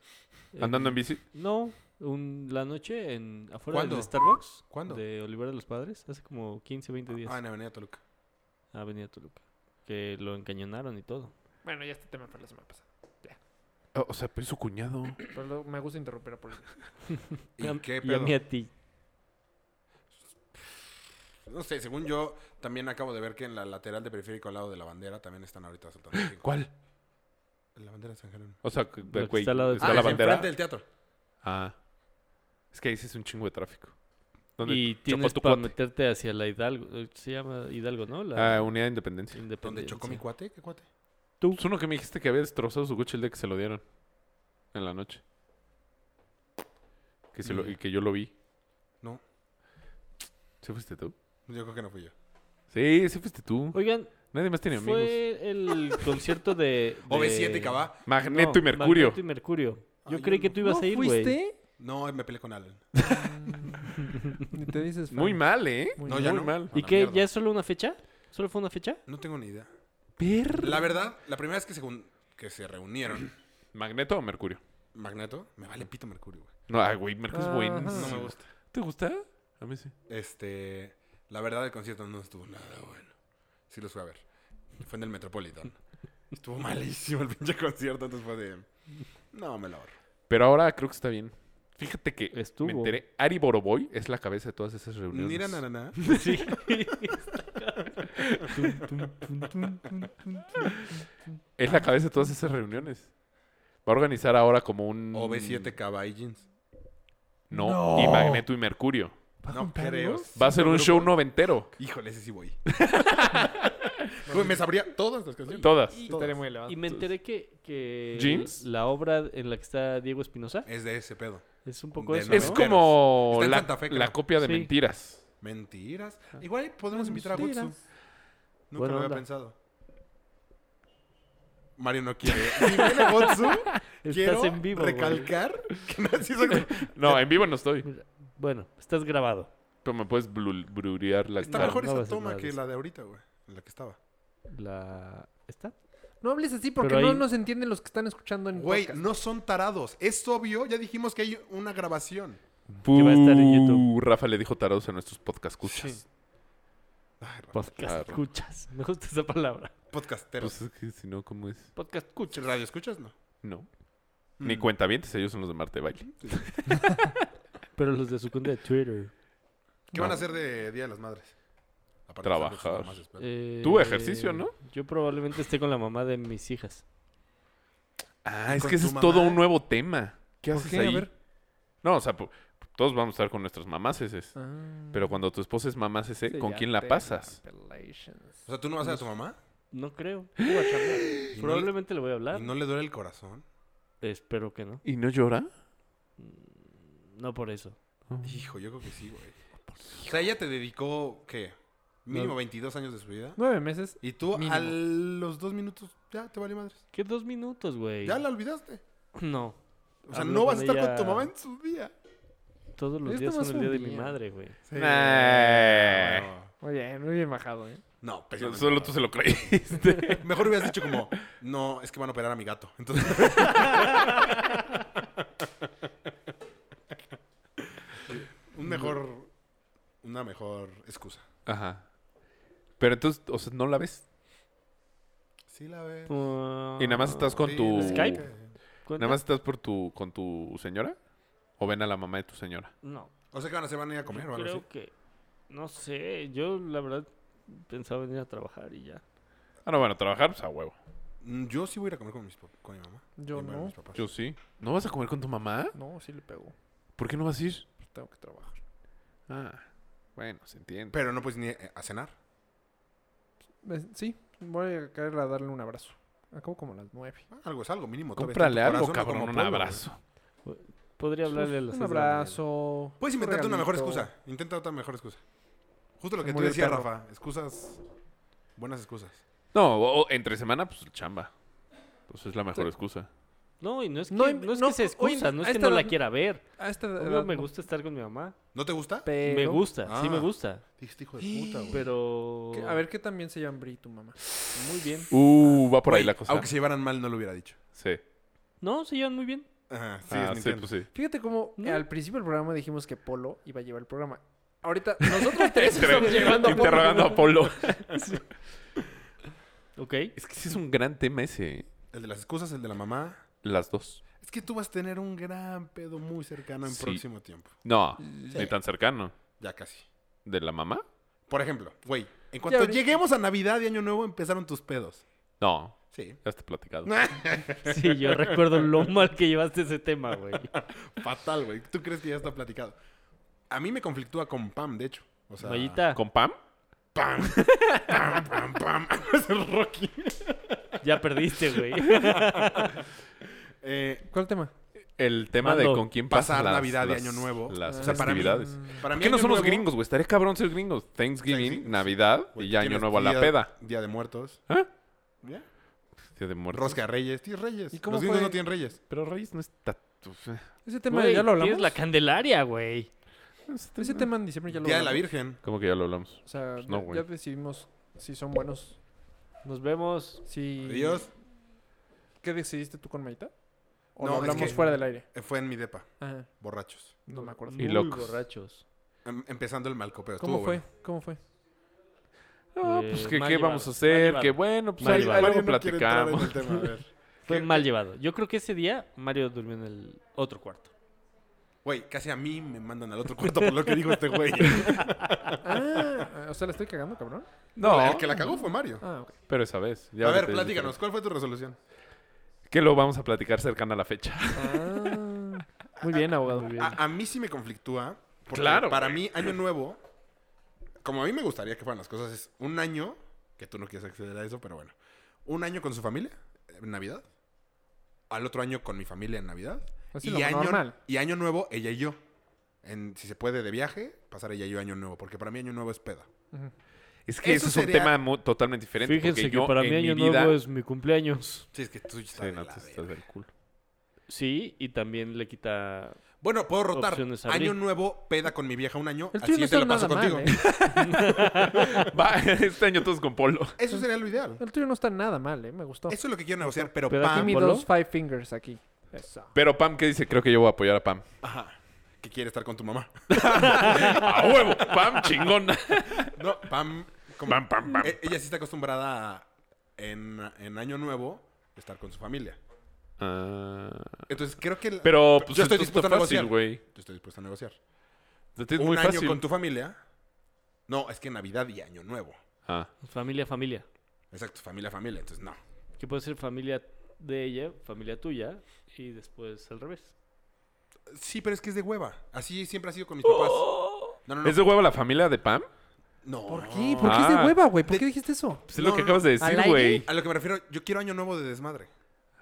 D: Eh,
C: ¿Andando en bici?
D: No, un- la noche en afuera
F: ¿Cuándo?
D: del Starbucks.
F: ¿Cuándo?
D: De Olivar de los Padres, hace como 15, 20 días.
F: Ah, en Avenida Toluca.
D: Avenida Toluca. Que lo encañonaron y todo.
E: Bueno, ya este tema fue la semana pasada.
C: Ah, o sea, pero es su cuñado.
E: Pero luego me gusta interrumpir a Paulina.
F: ¿Y
D: a-
F: qué
D: y a
F: pedo?
D: mí a ti.
F: No sé, según yo, también acabo de ver que en la lateral de periférico al lado de la bandera también están ahorita asaltando. gente.
C: ¿Cuál?
F: La bandera de San Jerónimo.
C: O sea,
D: que
C: que- güey,
D: está
C: está,
D: al lado de-
F: Ah,
C: la
F: es
C: bandera.
F: enfrente del teatro.
C: Ah. Es que ahí sí es un chingo de tráfico. ¿Dónde?
D: Y tienes
C: tu
D: para
C: cuate.
D: meterte hacia la Hidalgo. eh, Se llama Hidalgo, ¿no? La
C: Ah, Unidad de Independencia.
F: ¿Dónde
D: Independencia.
F: chocó mi cuate? ¿Qué cuate?
C: Es Pues uno que me dijiste que había destrozado su coche el día que se lo dieron. En la noche. Que, se lo,
F: Mira.
C: y que yo lo vi.
F: No,
C: ¿Sí fuiste tú?
F: yo creo que no fui yo.
C: Sí, sí fuiste tú.
D: Oigan,
C: Nadie más tiene amigos.
D: fue el concierto de... de-
F: OV7 Cabá.
C: Magneto
D: No,
C: y Mercurio.
D: Magneto y Mercurio.
F: Ah,
D: Yo
F: yo
D: creí que
F: no.
D: tú ibas a ir, güey.
E: fuiste?
F: No, me peleé con Alan.
E: Ni te dices fan.
C: Muy mal, ¿eh?
E: Muy
F: No,
E: mal.
F: ya
C: Muy
F: no.
C: mal.
F: A
D: ¿Y
F: la
D: qué?
F: mierda.
D: ¿Ya es solo una fecha? ¿Solo fue una fecha?
F: No tengo ni idea.
C: Perra.
F: La verdad, la primera vez que se, gun- que se reunieron
C: ¿Magneto o Mercurio?
F: Magneto, me vale pito Mercurio, güey.
C: No, ay, güey, Mercurio es
E: Ajá.
C: buenísimo.
F: No me gusta.
C: ¿Te gusta? A mí sí.
F: Este, la verdad, el concierto no estuvo nada bueno. Sí los fui a ver. Fue en el Metropolitan. Estuvo malísimo el pinche concierto, entonces fue de... No, me lo ahorro.
C: Pero ahora creo que está bien. Fíjate que
D: Estuvo.
C: me enteré. Ari Boroboy es la cabeza de todas esas reuniones.
F: Mira, na, na, na.
D: Sí.
C: Es la cabeza de todas esas reuniones. Va a organizar ahora como un...
F: OV7 Cabá y Jeans.
C: No,
E: No.
C: y Magneto y Mercurio.
F: No creo.
C: Va a ser un
F: Grupo.
C: show noventero.
F: Híjole, ese sí voy. Güey, me sabría todas las canciones.
C: Todas.
E: Sí, Estaría muy elevado.
D: Y me enteré que, que
C: ¿Jeans?
D: la obra en la que está Diego Espinosa
F: Es de ese pedo.
D: es un poco
F: De
D: eso,
F: no-
C: Es
D: ¿no?
F: Noventeros.
C: como
F: Está en
C: la,
F: Santa Fe, creo.
C: la copia de
D: Sí.
C: mentiras.
F: Mentiras. Igual podemos invitar a Gutsu.
E: Mentiras.
F: Nunca
D: Buena
F: lo había
D: onda.
F: pensado. Mario no quiere. Si viene Gutsu,
D: Estás
F: quiero
D: en vivo, güey.
F: recalcar que no sí soy-
C: No, en vivo no estoy.
D: Mira, Bueno, estás grabado.
C: Pero me puedes blul- brurear la
F: Está
C: cara.
F: mejor
D: no va a
F: esa
D: ser
F: toma
D: madre.
F: que la de ahorita, güey. En la que estaba.
D: La... ¿Está?
E: No hables así porque
D: Pero
E: no
D: ahí-
E: nos entienden los que están escuchando en
F: Güey,
E: podcast.
F: no son tarados. Es obvio. Ya dijimos que hay una grabación.
C: Que
D: va a estar en YouTube.
C: Rafa le dijo tarados a nuestros podcast escuchas.
F: Ay, ra-
D: Podcast
C: Claro.
D: escuchas. Me gusta esa palabra.
F: podcasteros.
C: Pues es que si no, ¿cómo es?
D: Podcast escuchas.
F: ¿Radio escuchas? No.
C: No.
F: Mm.
C: Ni cuentavientes, ellos son los de Marte Baile.
D: Pero los de su cuenta de Twitter.
F: ¿Qué van a hacer de Día de las Madres? Aparte de
C: Trabajar.
F: hacer cosas nomás, espero.
D: Eh,
C: Tú, ejercicio, ¿no?
D: Yo probablemente esté con la mamá de mis hijas.
C: Ah,
F: ¿Y
C: es
F: con
C: que ese
F: tu
C: es todo
F: mamá?
C: un nuevo tema. ¿Qué
E: ¿Por
C: haces
E: qué? A
C: ahí?
E: ver.
C: No, o sea, po- todos vamos a estar con nuestras mamás ese es.
E: Ah.
C: Pero cuando tu esposa es mamá ese,
E: Sí,
C: ¿con
E: ya
C: quién la
E: te-
C: pasas?
E: Appellations.
F: O sea, ¿tú no vas a ver a tu mamá?
D: No creo.
F: ¿Y no le-
D: pues, Probablemente le voy a hablar.
F: ¿Y no le duele el corazón?
D: Espero que no.
C: ¿Y no llora?
D: No por eso.
F: Hijo, yo creo que sí, güey.
D: Oh,
F: O sea, ella te dedicó, ¿qué? Mínimo 22 años de su vida.
E: Nueve meses.
F: Y tú
E: Mínimo.
F: a los dos minutos ya te vale madres.
D: ¿Qué dos minutos, güey?
F: Ya la olvidaste.
D: No.
F: O sea,
D: Hablo
F: no vas a
D: con
F: estar con
D: ella
F: tu mamá en su día.
D: Todos los
E: Es
D: días
E: nomás
D: son el día
E: un
D: de mi
E: día.
D: madre, güey.
C: Nah.
F: No,
E: Muy bien, muy bien bajado, ¿eh?
F: No,
C: So-
F: pésimamente
C: Solo
F: mal.
C: tú se lo crees.
F: Mejor hubieras dicho como, no, es que van a operar a mi gato. Entonces, un mejor, una mejor excusa.
C: Ajá. Pero entonces, o sea, no la ves.
F: Sí la ves.
C: Y nada más estás con tu.
D: Skype. ¿Cuenta?
C: Nada más estás por tu, con tu señora. ¿O ven a la mamá de tu señora?
D: No.
F: O sea, que van a se van a ir a comer
D: yo
F: o algo
D: creo
F: así.
D: que. No sé. Yo, la verdad, pensaba venir a trabajar y ya.
C: Ah, no, bueno, trabajar, pues a huevo.
F: Mm, Yo sí voy a ir a comer con, mis pap- con mi mamá.
E: Yo
F: Y bueno,
E: no.
F: mis papás.
C: Yo sí. ¿No vas a comer con tu mamá?
E: No, sí le pegó.
C: ¿Por qué no vas a ir?
F: Pues
E: Tengo que trabajar.
C: Ah, bueno, se entiende.
F: Pero no puedes ni eh, a cenar.
E: Eh, Sí, voy a caer a darle un abrazo. Acabo como a las nueve.
F: Ah, Algo es algo mínimo. todavía está en
C: Cómprale
F: tu
C: algo,
F: corazón, no
C: cabrón,
F: como
C: un
F: polvo, güey.
C: abrazo.
D: Podría hablarle a las
E: Pues, Un
D: seis de la mañana.
E: abrazo.
F: Puedes inventarte una mejor
E: regalito.
F: excusa. Intenta otra mejor excusa. Justo lo
E: Se
F: que tú
E: murió el
F: decías,
E: perro.
F: Rafa. Excusas. Buenas excusas.
C: No, o- o entre semana, pues chamba. Entonces es la mejor excusa.
D: No, y no es que,
E: No,
D: no,
E: y-
D: es
E: no,
D: que se
E: hoy-
D: excusa, no es
E: a
D: que
E: esta
D: no la
E: edad-
D: quiera ver.
E: A esta
D: Obvio,
E: edad
D: me
E: no,
D: gusta estar con mi mamá.
F: ¿No te gusta?
E: pero-
D: Me gusta, sí me
F: Ah.
D: gusta.
F: Dijiste, hijo de puta, güey.
D: Pero.
E: Que- A ver, ¿qué también se llama Bri tu mamá?
D: Muy bien.
C: Uh, va por ahí
F: Güey,
C: la cosa.
F: Aunque se llevaran mal, no lo hubiera dicho.
C: Sí.
D: No, se llevan muy bien.
F: Ajá, sí,
C: Ah,
F: es
C: sí,
F: Nintendo.
C: pues sí.
E: Fíjate cómo eh,
D: No.
E: al principio del programa dijimos que Polo iba a llevar el programa. Ahorita nosotros tres estamos
C: Entre-
E: llevando a Polo.
C: interrogando a Polo.
D: Ok.
C: Es que sí es un gran tema ese. ¿eh?
F: El de las excusas, el de la mamá.
C: Las dos.
F: Es que tú vas a tener un gran pedo muy cercano en
C: Sí.
F: próximo tiempo.
C: No, ni tan cercano.
F: Ya casi.
C: ¿De la mamá?
F: Por ejemplo, güey, en cuanto
E: ahorita-
F: lleguemos a Navidad y Año Nuevo, empezaron tus pedos.
C: No,
F: Sí.
C: ya está platicado.
D: Sí, yo recuerdo lo mal que llevaste ese tema, güey.
F: Fatal, güey. ¿Tú crees que ya está platicado? A mí me conflictúa con Pam, de hecho. O sea,
D: Mayita,
C: ¿Con Pam?
F: Pam, pam, pam, pam. Es el Rocky.
D: ya perdiste, güey.
F: Eh,
E: ¿Cuál tema?
C: El tema de
D: ¿Cuándo?
C: con quién pasas
F: Pasar
C: las-
F: Navidad y
C: las-
F: Año Nuevo.
C: Las
E: O
F: sea, para mí-
C: festividades.
F: para
C: ¿Por
F: mí
C: qué no
F: Año
C: somos
F: Nuevo-
C: gringos, güey? Estaría cabrón ser gringos. Thanksgiving,
F: Thanksgiving,
C: Navidad
F: Güey,
C: y ya año
F: tienes
C: nuevo a la
F: Día-
C: peda.
F: Día de Muertos.
C: ¿Ah?
F: ¿Ya?
C: Día de muertos.
F: Rosca de Reyes. Tienes Reyes.
E: ¿Y cómo
F: Los gringos
E: fue?
F: no tienen Reyes.
C: Pero Reyes no está...
E: Ese tema
D: Güey,
E: ya lo
D: Tienes
E: hablamos.
D: la Candelaria, güey.
E: Ese tema en diciembre ya lo
F: Día de la
E: hablamos.
F: Virgen. Pues
C: ¿Cómo que ya lo hablamos?
E: O sea,
C: no,
E: ya-
C: güey.
E: ya decidimos si son buenos.
D: Nos vemos.
E: Si...
F: Adiós.
E: ¿Qué decidiste tú con Maita? ¿O
F: No,
E: lo
F: es
E: hablamos
F: que-
E: fuera del aire?
F: Eh, Fue en mi depa.
E: Ajá,
F: Borrachos.
E: no me acuerdo.
C: Y
D: Muy
C: locos.
D: borrachos.
F: Em- Empezando el malcopeo.
E: ¿Cómo
F: Estuvo
E: fue?
F: bueno.
E: ¿Cómo fue?
C: No,
D: Eh,
C: pues que
D: mal
C: qué
D: llevado,
C: vamos a
D: mal
C: hacer,
D: llevado.
C: que bueno, pues
D: Mal
C: ahí,
D: llevado.
C: ahí luego
F: no quiere entrar
C: platicamos.
F: en el tema, a ver.
D: Fue
F: ¿Qué-
D: mal llevado. Yo creo que ese día Mario durmió en el otro cuarto.
F: Güey, casi a mí me mandan al otro cuarto por lo que dijo este güey.
E: Ah, o sea, la estoy cagando, cabrón.
C: No,
F: El que la cagó fue Mario.
E: Ah, ok.
C: pero esa vez. ya
F: a ver,
C: ahorita-
F: platícanos. ¿Cuál fue tu resolución?
C: Que lo vamos a platicar cercana a la fecha.
E: Ah, muy bien, abogado.
D: Muy bien.
F: A, a mí sí me conflictúa. Porque
C: Claro,
F: Para mí, año nuevo, como a mí me gustaría que fueran las cosas, es un año, que tú no quieres acceder a eso, pero bueno. Un año con su familia, en Navidad. Al otro año con mi familia en Navidad.
E: Así
F: Y
E: lo
F: año,
E: normal.
F: y año nuevo, ella y yo. En, si se puede de viaje, pasar ella y yo año nuevo. Porque para mí año nuevo es peda.
C: Es que
F: Eso
C: eso, es
F: sería-
C: un tema mu- totalmente diferente.
D: Fíjense
C: porque
D: que
C: yo
D: para
C: en
D: mí Año
C: mi vida...
D: Nuevo es mi cumpleaños.
F: Sí, es que tú
C: Sí, no, tú estás del culo.
D: Sí, y también le quita...
F: Bueno, puedo rotar.
D: Opciones a abrir.
F: Año nuevo, peda con mi vieja un año.
E: El
F: al
E: tuyo no
F: siguiente
E: está
F: la
E: nada
F: paso
E: mal,
F: contigo.
E: ¿eh?
C: Va, este año todos con polo.
F: Eso sería lo ideal.
E: El tuyo no está nada mal, ¿eh? Me gustó.
F: Eso es lo que quiero negociar, pero,
D: Pero
E: Aquí
F: Pam,
E: mi
D: ¿Polo?
E: dos five fingers aquí. Eso.
C: Pero Pam, ¿qué dice? Creo que yo voy a apoyar a Pam.
F: Ajá. Que quiere estar con tu mamá.
C: ¡A huevo! ¡Pam, chingona!
F: No, Pam. como-
C: ¡Pam, pam, pam!
F: e- Ella sí está acostumbrada a, en, en Año Nuevo estar con su familia.
C: Ah,
F: Entonces creo que. el-
C: pero, pues,
F: yo estoy
C: esto
F: dispuesto
C: está
F: a negociar.
C: fácil, güey.
F: Yo estoy dispuesto a negociar.
C: Esto Es
F: Un
C: muy
F: año
C: fácil.
F: con tu familia. No, es que Navidad y Año Nuevo.
C: Ah,
D: Familia, familia.
F: Exacto, familia, familia. Entonces, no.
D: Que puede ser familia de ella, familia tuya, y después al revés.
F: Sí, pero es que es de hueva. Así siempre ha sido con mis papás. No, no, no.
C: Oh. ¿Es de huevo la familia de Pam?
F: No.
E: ¿Por qué? ¿Por qué es
C: Ah.
E: de hueva, güey? ¿Por qué dijiste eso?
C: Pues es
F: No,
C: lo que
F: no,
C: acabas de
E: ¿Al
C: decir,
E: aire?
C: güey.
F: A lo que me refiero, yo quiero Año Nuevo de desmadre.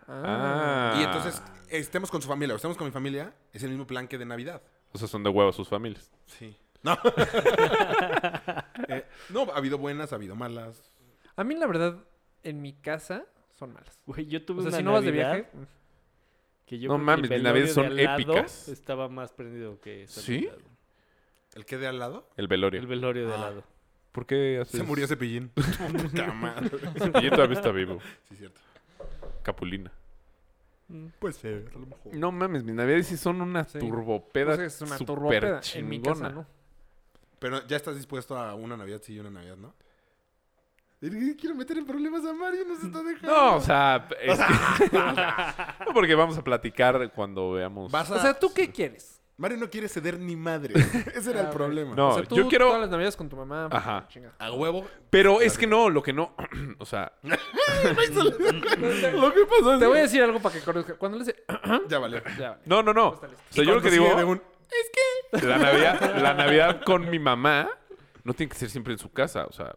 E: Ah.
C: Ah.
F: Y entonces, estemos con su familia o estemos con mi familia, es el mismo plan que de Navidad.
C: O sea, son de huevo sus familias.
F: Sí. No. Eh, no, ha habido buenas, ha habido malas.
E: A mí, la verdad, en mi casa son malas.
D: Güey, yo tuve
E: O sea,
D: una
E: si no vas de
D: Navidad
E: viaje... pues,
D: que yo
C: No
D: creo que el
C: mames, mis
D: velorio
C: navidades
D: de
C: son
D: al lado
C: épicas.
D: Estaba más prendido que esa
C: ¿Sí?
D: Navidad, güey.
F: ¿El que de al lado?
C: El velorio.
D: El velorio de al
F: Ah.
D: lado.
C: ¿Por qué haces?
F: Se murió Cepillín. Puta madre.
C: Y yo todavía está vivo.
F: Sí, cierto.
C: Capulina.
F: Pues eh, a lo mejor.
C: No mames, mis navidades sí son una
E: Sí.
C: turbopeda.
E: O sea,
F: Pues
E: es una turbopeda. En mi casa, ¿no?
F: Pero ya estás dispuesto a una Navidad sí y una Navidad no. Es que Quiero meter en problemas a Mario, nos está dejando.
C: No, o sea, es que- No, porque vamos a platicar cuando veamos.
F: Vas a...
E: O sea, ¿tú qué quieres?
F: Mario no quiere ceder ni madre. Ese era
E: Ah,
F: el problema.
C: No,
E: o sea, tú
C: yo quiero-
E: todas las navidades con tu mamá. pues,
C: Ajá.
E: Chinga.
F: A huevo.
C: Pero es que no, lo que no, o sea,
F: lo que pasó es
E: Te voy a decir algo para que conozca. Cuando le dice...
F: Ya valió.
E: Ya, vale.
C: no, no, no. O sea, yo lo que digo,
F: Cuando sigue de un-
C: la Navidad, la Navidad con mi mamá no tiene que ser siempre en su casa, o sea,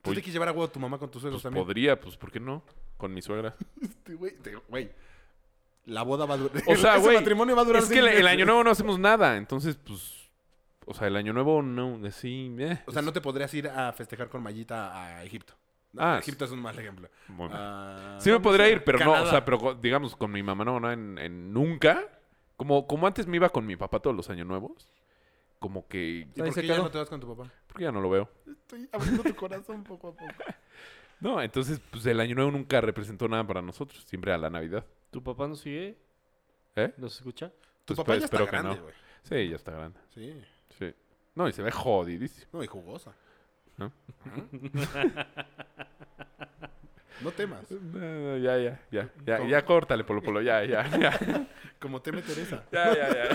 F: Tú
C: Oye.
F: tienes que llevar a huevo a tu mamá con tus suegros
C: pues
F: también.
C: podría, pues ¿por qué no? Con mi suegra.
F: Este güey, te- güey, La boda va a durar.
C: O sea, güey,
F: El matrimonio va a durar.
C: Es que
F: seis
C: el, el
F: meses.
C: año nuevo no hacemos nada, entonces pues o sea, el año nuevo no, así, eh.
F: O sea, no te podrías ir a festejar con Mayita a Egipto. No,
C: Ah,
F: Egipto es un mal ejemplo.
C: Bueno.
F: Ah,
C: Sí me podría ir, pero no, o
F: Canadá.
C: sea, pero co- digamos con mi mamá no, no en, en nunca. Como, como antes me iba con mi papá todos los años nuevos, como que
F: ¿Y por
E: Ahí se
F: qué ya
E: quedó.
F: no te vas con tu papá?
C: porque ya no lo veo.
F: Estoy abriendo tu corazón poco a poco.
C: No, entonces pues el año nuevo nunca representó nada para nosotros, siempre a la Navidad.
D: ¿Tu papá nos sigue?
C: ¿Eh?
D: ¿Nos escucha?
F: Tu
C: Entonces,
F: papá
C: pues,
F: ya está
C: espero que
F: grande,
C: no.
F: güey.
C: Sí, ya está grande.
F: Sí.
C: Sí. No, y se ve jodidísimo.
F: No, y jugosa.
C: ¿No?
F: No temas.
C: No, no, ya, ya, ya, ya,
F: ¿Cómo?
C: ya, córtale, Polo Polo, ya, ya, ya,
F: Como teme Teresa.
C: ya, ya, ya.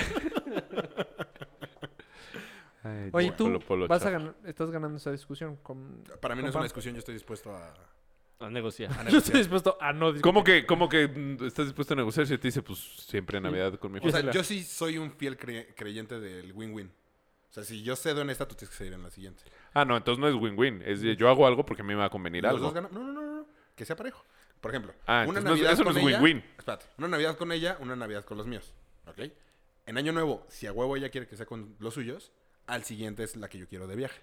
C: Ay,
E: Oye,
C: ya,
E: tú
C: Polo Polo,
E: vas a
C: chafa.
E: ganar, estás ganando esa discusión con...
F: Para mí no
E: con
F: es una
E: Pam.
F: discusión, yo estoy dispuesto a.
D: A negociar.
F: a
E: Yo estoy
F: negociar.
E: dispuesto a no discutir.
C: ¿Cómo que, cómo que mm, estás dispuesto a negociar si te dice, pues, siempre en Navidad con mi
F: O
C: familia?
F: sea, yo sí soy un fiel cre- creyente del win-win. O O sea, si yo cedo en esta, tú tienes que ceder en la siguiente.
C: Ah, no, entonces no es win-win. Es de, yo hago algo porque a mí me va a convenir
F: Los
C: algo.
F: dos ganan- No, no, no, no. Que sea parejo. Por ejemplo,
C: Ah,
F: una
C: entonces no es-
F: Navidad
C: eso no
F: con
C: es
F: ella-
C: win-win.
F: Espérate, una Navidad con ella, una Navidad con los míos. ¿Ok? En Año Nuevo, si a huevo ella quiere que sea con los suyos, al siguiente es la que yo quiero de viaje.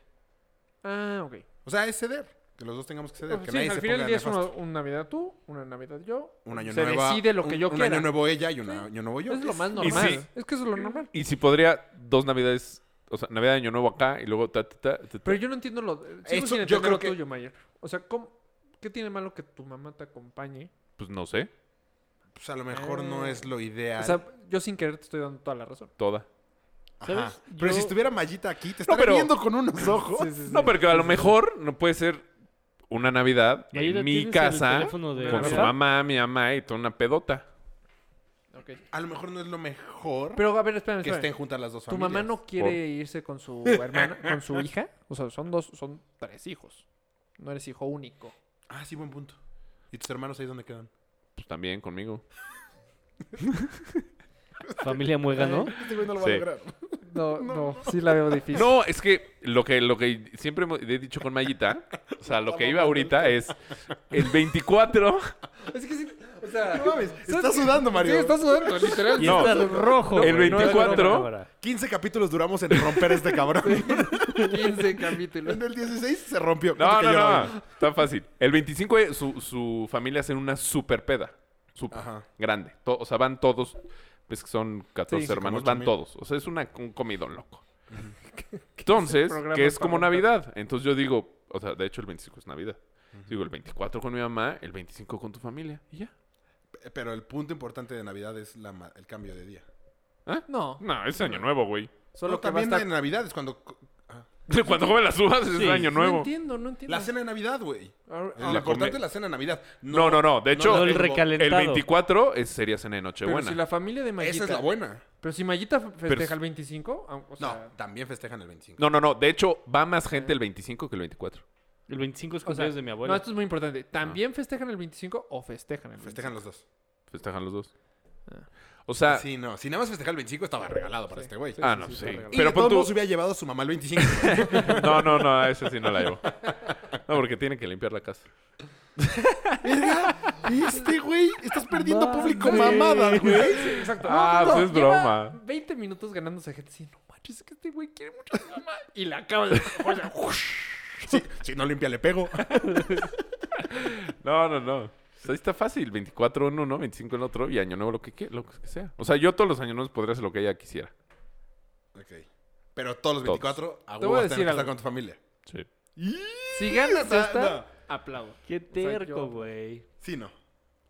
E: Ah, ok.
F: O sea, es ceder. Que los dos tengamos que ceder.
E: Pues
F: que
E: sí,
F: nadie
E: al
F: se
E: final
F: ponga
E: del día es una,
F: nefasto.
E: una Navidad tú, una Navidad yo.
F: un año
E: se
F: nuevo.
E: decide lo que
F: un-
E: yo
F: Un
E: quiera.
F: año nuevo ella y un año nuevo yo.
E: es lo más
C: Y
E: normal.
C: sí.
E: Es que eso es lo normal.
C: Y si podría, dos navidades, o sea, Navidad de Año Nuevo acá y luego ta, ta, ta, ta, ta.
E: Pero yo no entiendo lo. Sigo
F: Eso
E: sin
F: yo
E: entender
F: creo
E: lo
F: que-
E: tuyo, Mayer. O sea, ¿cómo- ¿qué tiene malo que tu mamá te acompañe?
C: Pues no sé,
F: Pues a lo mejor no es lo ideal.
E: Ah. O sea, yo sin querer te estoy dando toda la razón.
C: toda.
F: Ajá.
D: ¿sabes?
F: Pero
D: Yo-
F: si estuviera Mallita aquí, te estaría
C: pero-
F: viendo con unos ojos.
C: No, pero que a lo mejor no puede ser una Navidad
D: Y ahí
C: en
D: lo
C: mi
D: tienes, el
C: casa
D: teléfono de
C: con su
D: Navidad.
C: mamá, mi mamá y toda una pedota.
E: Ok.
F: A lo mejor no es lo mejor
E: Pero a ver, espérame,
F: que
E: espérame.
F: estén juntas las dos
E: ¿Tu
F: familias.
E: mamá no quiere irse con su hermana, con su hija? O sea, son dos, son tres hijos. No eres hijo único.
F: Ah, sí, buen punto. ¿Y tus hermanos ahí dónde quedan?
C: Pues también conmigo.
D: Familia muega, ¿no?
E: ¿Eh?
F: Este güey no lo
C: Sí.
E: No, no, sí la veo difícil.
C: No, es que lo que, lo que siempre hemos- he dicho con Mayita, o sea, lo que iba ahorita es el 24.
E: Es que sí, o sea...
F: No mames, está sudando, Mario.
E: Sí, está sudando, literal.
C: No.
D: Está rojo.
C: El
D: güey, no es
C: 24.
D: broma, cámara.
F: 15 capítulos duramos en romper este cabrón.
E: 15 capítulos.
F: en el 16 se
C: No,
F: rompió. Creo
C: no,
F: que yo
C: no. Está fácil. El 25 es- su, su familia hace una super peda. Super.
F: Ajá.
C: Grande. To- o sea, van todos. Ves que son 14
E: Sí, sí,
C: hermanos.
F: como
C: Van
F: 8,000.
C: todos. O sea, es una, un comidón loco. Entonces,
E: programa
C: que es como
E: para
C: Navidad. Entonces yo digo, o sea, de hecho el 25 es Navidad. Digo, el 24 con mi mamá, el 25 con tu familia. Y ya.
F: P- Pero el punto importante de Navidad es la ma- el cambio de día.
E: No,
C: No, es año nuevo, güey.
E: solo
F: No,
E: que va a
F: también
E: estar...
F: en Navidad es cuando... co- ah,
C: Cuando joven las uvas es
D: Sí.
C: año
E: No
C: nuevo.
E: entiendo, no entiendo.
F: La cena de Navidad, güey.
E: Ahora-
F: Lo
C: La
F: importante
C: come-
F: es la cena de Navidad.
C: No, no, no. De hecho,
D: No, el
F: el-
D: recalentado.
C: el 24 es, sería cena de
E: Pero
C: Nochebuena.
E: si la familia de Mayita...
F: Esa es la buena.
E: Pero si Mayita fe- festeja
C: si-
E: el 25, ah, o sea...
F: No, también festejan el 25.
C: No, no, no. De hecho, va más gente el 25 que el 24.
D: El 25 es
E: o sea,
D: cumpleaños de mi
E: No,
D: abuela.
E: esto es muy importante.
C: Ah.
E: ¿También festejan el 25 o festejan el 25?
F: Festejan los dos.
C: Festejan los dos. O sea,
F: Sí, no. Si nada más festeja el 25 estaba regalado para este güey.
C: ah, no,
E: Ah.
C: sí.
E: sí, está regalado.
F: Y
C: Pero
F: de todos
C: pon tú.
F: modos hubiera llevado a su mamá el 25.
C: No, no, no, a ese sí no la llevo. No, porque tienen que limpiar la casa.
F: este güey, estás perdiendo
D: Mames.
F: público mamada, güey.
E: Sí, exacto.
C: Ah, pues es
E: lleva
C: broma.
E: 20 minutos ganándose gente. Sí, no manches, es que este güey quiere mucho a su mamá. Y la acaba de. o sea,
F: Sí, si no limpia, le pego.
C: No, no, no. O sea, ahí está fácil. 24 en uno, 25 en otro y año nuevo lo que, que- lo que sea. O sea, yo todos los años nuevos podría hacer lo que ella quisiera.
F: Ok. Pero todos los 24, a
E: Te
F: huevo
E: voy a
F: vas a
E: decir
F: tener que estar
E: algo.
F: con tu familia.
C: Sí.
E: si ganas
F: Esa-
E: esta,
F: no.
E: aplaudo.
D: Qué
E: sea,
D: terco,
E: yo- pues,
D: güey.
F: Sí, no.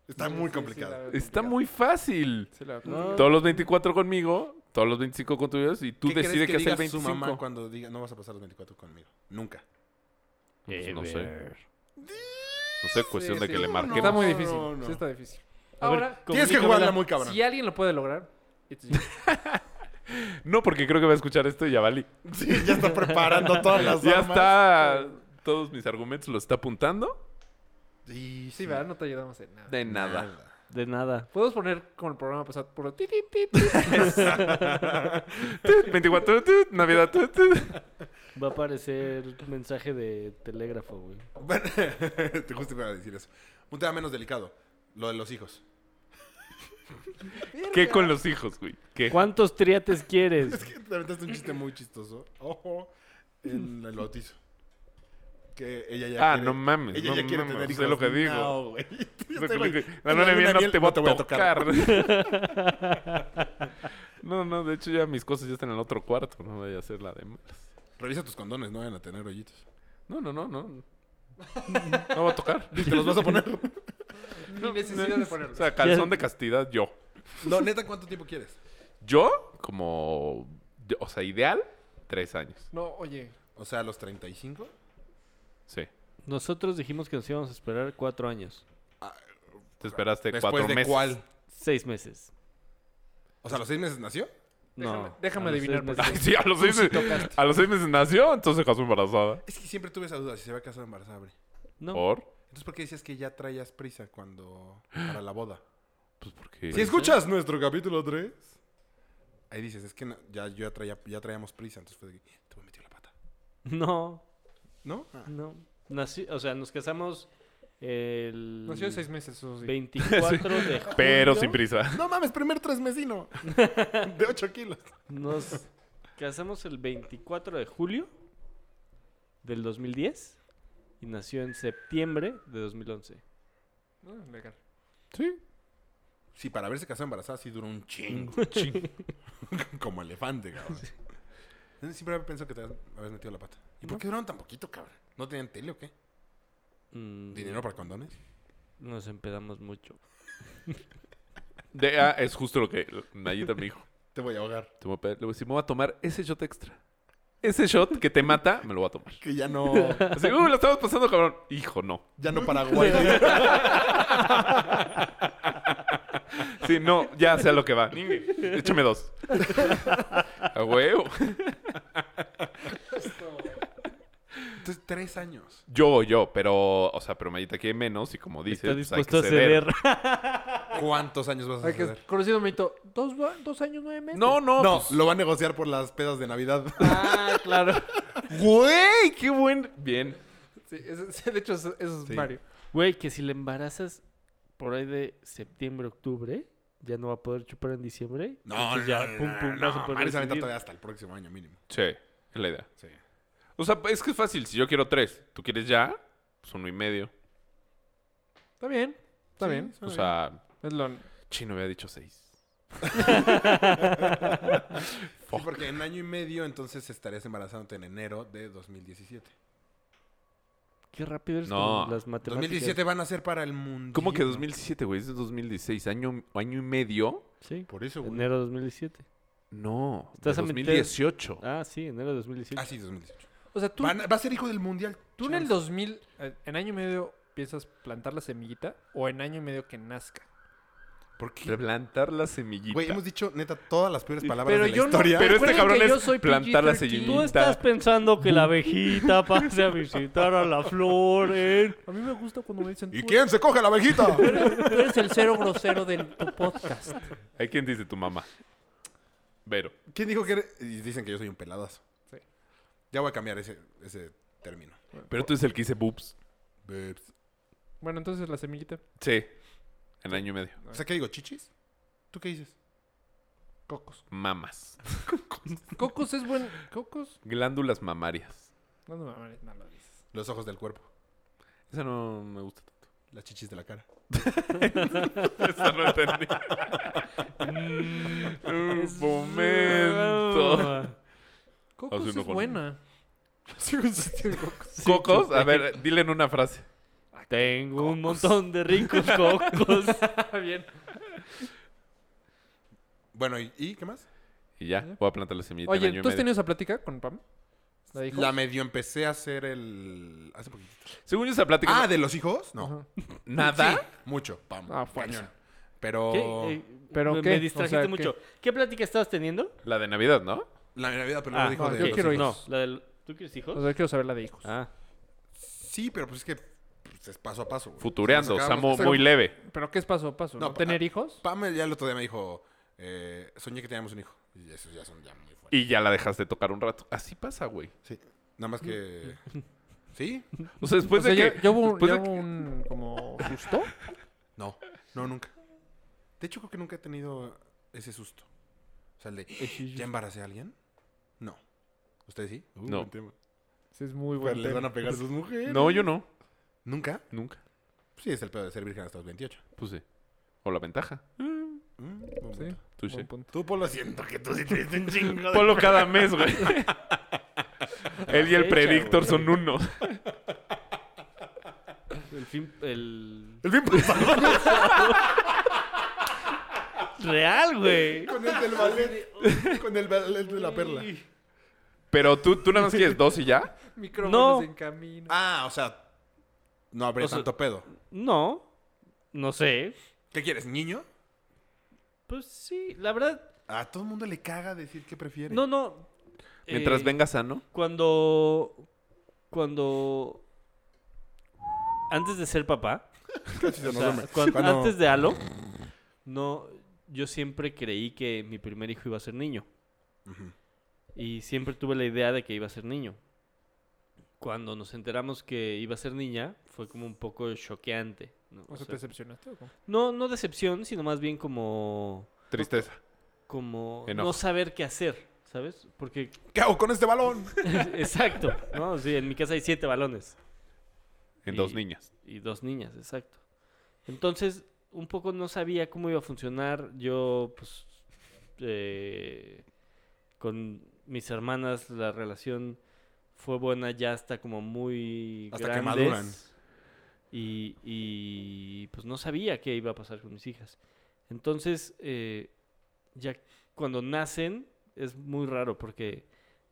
F: Está muy
E: Sí, sí, la
F: complicado.
E: veo
C: Está
E: complicada.
C: muy fácil.
E: Sí, la veo
D: No.
E: complicada.
C: Todos los 24 conmigo, todos los 25 con tuyos y tú
F: ¿Qué crees
C: decides qué hacer el
F: diga su
C: 25.
F: mamá cuando diga, no vas a pasar los 24 conmigo? Nunca.
C: Pues no sé.
D: Ever.
C: No sé, cuestión
E: Sí,
C: de
E: sí.
C: que le
E: No,
C: marquemos.
E: Está muy
F: No,
E: difícil.
F: no.
E: Sí, está difícil.
D: A ver,
E: Ahora,
F: Tienes que
D: comunícamela.
F: jugarla muy cabrón.
E: si alguien lo puede lograr, it's you.
C: No, porque creo que va a escuchar esto y ya valí.
F: Sí, ya está preparando todas las
C: Ya
F: armas.
C: está. Todos mis argumentos los está apuntando.
F: Sí,
E: sí, ¿verdad? No te ayudamos en nada.
C: De nada.
D: De nada.
E: Podemos poner como el programa pasado puro ti, ti, ti, ti.
C: 24, tut, Navidad. tut, tut.
D: Va a aparecer mensaje de telégrafo, güey.
F: Bueno, te justo iba a decir eso. Un tema menos delicado. Lo de los hijos.
C: ¿Qué con los hijos, güey? ¿Qué?
D: ¿Cuántos triates quieres?
F: Que Te aventaste un chiste muy chistoso. Ojo. En el bautizo. Que ella ya
C: Ah,
F: quiere-
C: no mames.
F: Ella
C: no
F: ya quiere
C: mames,
F: tener hijos.
C: sé lo que digo.
F: No, güey.
C: Sé
F: Este
C: que
F: güey,
C: dije,
F: en
C: "La luna de
F: la luna
C: miel
F: miel
C: no te voy a tocar. No, no, de hecho ya mis cosas ya están en el otro cuarto. No voy a hacer la de malas.
F: Revisa tus condones, no vayan a tener hoyitos.
C: No, no, no, no. No va a tocar.
F: ¿Te los vas a poner?
E: Ni necesidad de ponerlo.
C: O sea, calzón de castidad, yo.
F: No, neta, ¿cuánto tiempo quieres?
C: Yo, como. yo- O sea, ideal, tres años.
E: No, oye.
F: O sea, a los 35.
C: Sí.
D: Nosotros dijimos que nos íbamos a esperar cuatro años.
C: Te esperaste
F: ¿Después
C: cuatro
F: de
C: meses.
F: cuál?
D: Seis meses.
F: O sea, ¿a los seis meses nació?
D: No.
E: déjame
D: a los
E: adivinar
D: seis
E: por
C: Ay,
D: meses.
C: sí, a los seis, meses- a los seis meses nació, entonces se casó embarazada.
F: Es que siempre tuve esa duda si se había casado embarazada, Bri.
E: pues.
D: No.
F: Oh.
C: ¿Por?
F: Entonces, ¿por qué decías que ya traías prisa cuando... para la boda?
C: Pues porque.
F: Si escuchas nuestro capítulo 3, Ahí dices, es que no- ya, yo ya, traía, ya traíamos prisa, entonces fue de que te voy a meter la pata.
D: No,
F: ¿No? Ah.
D: no. Nací- o sea, nos casamos el
E: Nació de seis meses, eso sí.
D: 24 de julio.
C: Pero sin prisa.
F: No mames, primer tresmesino. de 8 kilos.
D: Nos casamos el 24 de julio del 2010 y nació en septiembre de 2011.
E: Ah, legal.
F: Sí, para verse casada embarazada sí duró un chingo. Como elefante, cabrón. Siempre había pensado que te habías metido la pata. ¿Y por qué duraron tan poquito, cabrón? ¿No tenían tele o qué?
D: Mm,
F: ¿Dinero para condones?
D: Nos empedamos mucho.
C: De- ah, es justo lo que Nayita me dijo.
F: Te voy a ahogar.
C: Te voy a pedir- le voy a decir, me voy a tomar ese shot extra. Ese shot que te mata, me lo voy a tomar.
F: Que ya no.
C: Así, uh, lo estamos pasando, cabrón. Hijo, no.
F: Ya no Paraguay.
C: Sí, no, ya sea lo que va. Ningue. Échame dos. A huevo.
F: Entonces, tres años.
C: Yo, yo, pero, o sea, pero Mayita quiere menos y como dice,
D: Está
C: pues, hay
D: dispuesto a
C: que
D: ceder.
F: ¿Cuántos años vas a
E: Hay que-
F: ceder?
E: Conocido mito, ¿dos, va- dos años, nueve meses.
C: No, no,
F: No,
C: pues,
F: lo va a negociar por las pedas de Navidad.
D: Ah, claro.
C: Güey, qué buen. Bien.
E: Sí, es- de hecho, eso, eso es
F: Sí.
E: Mario.
D: Güey, que si le embarazas por ahí de septiembre, octubre, ya no va a poder chupar en diciembre.
F: No, no,
D: entonces ya,
F: no,
D: pum, pum,
F: no,
D: vas a
F: no.
D: poder
F: Mario se avienta
D: decidir.
F: todavía hasta el próximo año mínimo.
C: Sí, es la idea.
F: Sí.
C: O sea, es que es fácil. Si yo quiero tres, tú quieres ya, pues uno y medio.
E: Está bien, está
F: Sí,
E: bien.
C: O sea,
E: Es lo...
C: chino había dicho seis.
F: Sí, porque en año y medio entonces estarías embarazándote en enero de 2017.
D: Qué rápido eres
C: No.
D: con las matemáticas.
F: 2017 van a ser para el mundo.
C: ¿Cómo que 2017, güey? Es de 2016. Año, año y medio.
D: Sí,
F: Por eso, güey.
D: enero de 2017.
C: No,
D: Estás
C: de
D: a mitad.
C: 2018.
D: Ah, sí, enero de 2017.
F: Ah, sí, 2018.
E: O sea, tú,
F: Van a- va a ser hijo del mundial.
E: tú en el
F: Chance.
E: 2000, eh, en año y medio, piensas plantar la semillita o en año y medio que nazca.
F: ¿Por qué?
C: Replantar la semillita.
F: Güey, hemos dicho, neta, todas las peores palabras
E: pero
F: de la
E: yo no-
F: historia.
C: Pero este
E: Recuerden
C: cabrón
E: que yo
C: es
E: soy
C: plantar la
E: PG-13.
C: semillita.
D: Tú estás pensando que la abejita pase a visitar a la flor, ¿eh?
E: A mí me gusta cuando me dicen,
F: ¿Y
E: tú,
F: quién se coge a la abejita?
E: tú eres el cero grosero de tu podcast.
C: Hay quien dice tu mamá. Vero.
F: ¿Quién dijo que eres? Y dicen que yo soy un peladazo.
E: Sí.
F: Ya voy a cambiar ese, ese término.
C: Pero tú es el que dice boobs.
F: Beps.
E: Bueno, entonces la semillita,
C: Sí. En año y medio.
F: O sea, ¿qué digo? ¿Chichis? ¿Tú qué dices?
E: cocos.
C: Mamas.
E: Cocos es buen... Cocos...
C: Glándulas mamarias.
E: No, no, no, no lo dices.
F: Los ojos del cuerpo.
C: Esa no me gusta tanto.
F: Las chichis de la cara.
C: Esa no entendí. Mm, Un momento.
E: Cocos
C: Así
E: es
C: no con-
E: buena.
C: Cocos, a ver, dile en una frase.
D: Tengo un montón de ricos cocos.
E: Bien.
F: Bueno, ¿y, y qué más?
C: Y ya, voy a plantar la semillita en
E: Oye,
C: año y
E: ¿tú has
C: medio.
E: tenido esa plática con Pam? La dijo.
F: La medio empecé a hacer el... Hace poquito.
C: Según yo esa plática,
F: Ah, ¿de los hijos? No.
E: Ajá.
C: nada.
F: Sí, mucho. Pam.
E: Ah, fuerza.
F: cañón.
C: Oh.
F: Pero
D: ¿Qué? Eh,
E: ¿Pero
D: me,
E: qué?
D: me
E: O
D: distrajiste
E: sea, ¿qué?
D: mucho. ¿Qué? plática estabas teniendo?
C: La de Navidad, ¿no?
F: la Navidad, pero
D: Ah,
F: no dijo
E: Eh, no,
F: de
E: yo
F: los
E: quiero
F: hijos.
D: No, la del... ¿Tú quieres hijos?
E: O sea, quiero saber la de hijos.
D: ah.
F: Sí, pero pues es que pues, es paso a paso. güey.
C: Futureando,
F: O
C: o
F: sea,
C: sea,
F: nos acabamos-
C: mo- muy leve.
E: ¿Pero qué es paso a paso?
F: No,
E: ¿No,
F: pa-
E: tener hijos?
F: Pam ya el otro día me dijo, eh, soñé que teníamos un hijo. Y esos ya son ya muy fuertes.
C: Y ya la dejaste tocar un rato. Así pasa, güey.
F: Sí. Nada más que... ¿Sí?
C: O sea, después Pues
E: o sea,
C: de
E: ya-
C: que...
E: ya hubo, un-
C: después
E: ya
C: de
E: hubo un como susto.
F: No. No, nunca. De hecho, creo que nunca he tenido ese susto. O sea, el de... ¿Ya embaracé a alguien? No. ¿Ustedes sí? Uh,
C: No.
F: buen tema.
E: Sí, es muy
F: Pero
E: bueno.
F: les van a pegar sus mujeres.
C: que- No, yo no.
F: ¿Nunca?
C: Nunca.
F: Pues sí, es el pedo de ser virgen hasta los 28.
C: Pues sí. O la ventaja.
F: Mm, buen
E: Sí,
F: punto.
C: Tú sí.
E: buen punto.
F: Tú, Polo, siento que tú sí te diste un chingo de-
C: Polo cada mes, güey. Él y el
D: Fecha,
C: predictor
D: güey.
C: son uno.
D: El fin... El...
F: El bien pasado
D: Real, güey.
F: con el del ballet. con el ballet de la perla.
C: Pero tú, tú nada más quieres dos y ya.
E: Micrófonos
D: No.
E: en camino.
F: Ah, o sea, no habría
D: O sea-
F: tanto pedo.
D: No. No sé.
F: ¿Qué quieres, niño?
D: Pues sí, la verdad...
F: A todo el mundo le caga decir que prefiere.
D: No, no.
C: Mientras
D: Eh,
C: venga sano.
D: Cuando. Cuando. Antes de ser papá.
F: Casi se
D: o
F: nos
D: sea,
F: duerme.
D: cuan-
F: Cuando-
D: Antes de Halo. No. yo siempre creí que mi primer hijo iba a ser niño.
F: Ujú.
D: Y siempre tuve la idea de que iba a ser niño. Cuando nos enteramos que iba a ser niña, fue como un poco choqueante. ¿no?
E: O
D: O
E: sea, te
D: sea,
E: decepcionaste. o cómo?
D: no, no decepción, sino más bien como,
C: Tristeza.
D: como
C: Enojo.
D: no saber qué hacer, ¿sabes? Porque,
F: ¿Qué hago con este balón?
D: exacto, ¿no? Sí, en mi casa hay siete balones.
C: En dos
D: Y-
C: niñas.
D: Y dos niñas, exacto. Entonces, un poco no sabía cómo iba a funcionar. Yo, pues, eh, con mis hermanas la relación fue buena ya hasta como muy
F: Hasta que
D: grandes.
F: maduran.
D: Y, y, pues no sabía qué iba a pasar con mis hijas. Entonces, eh, ya cuando nacen es muy raro porque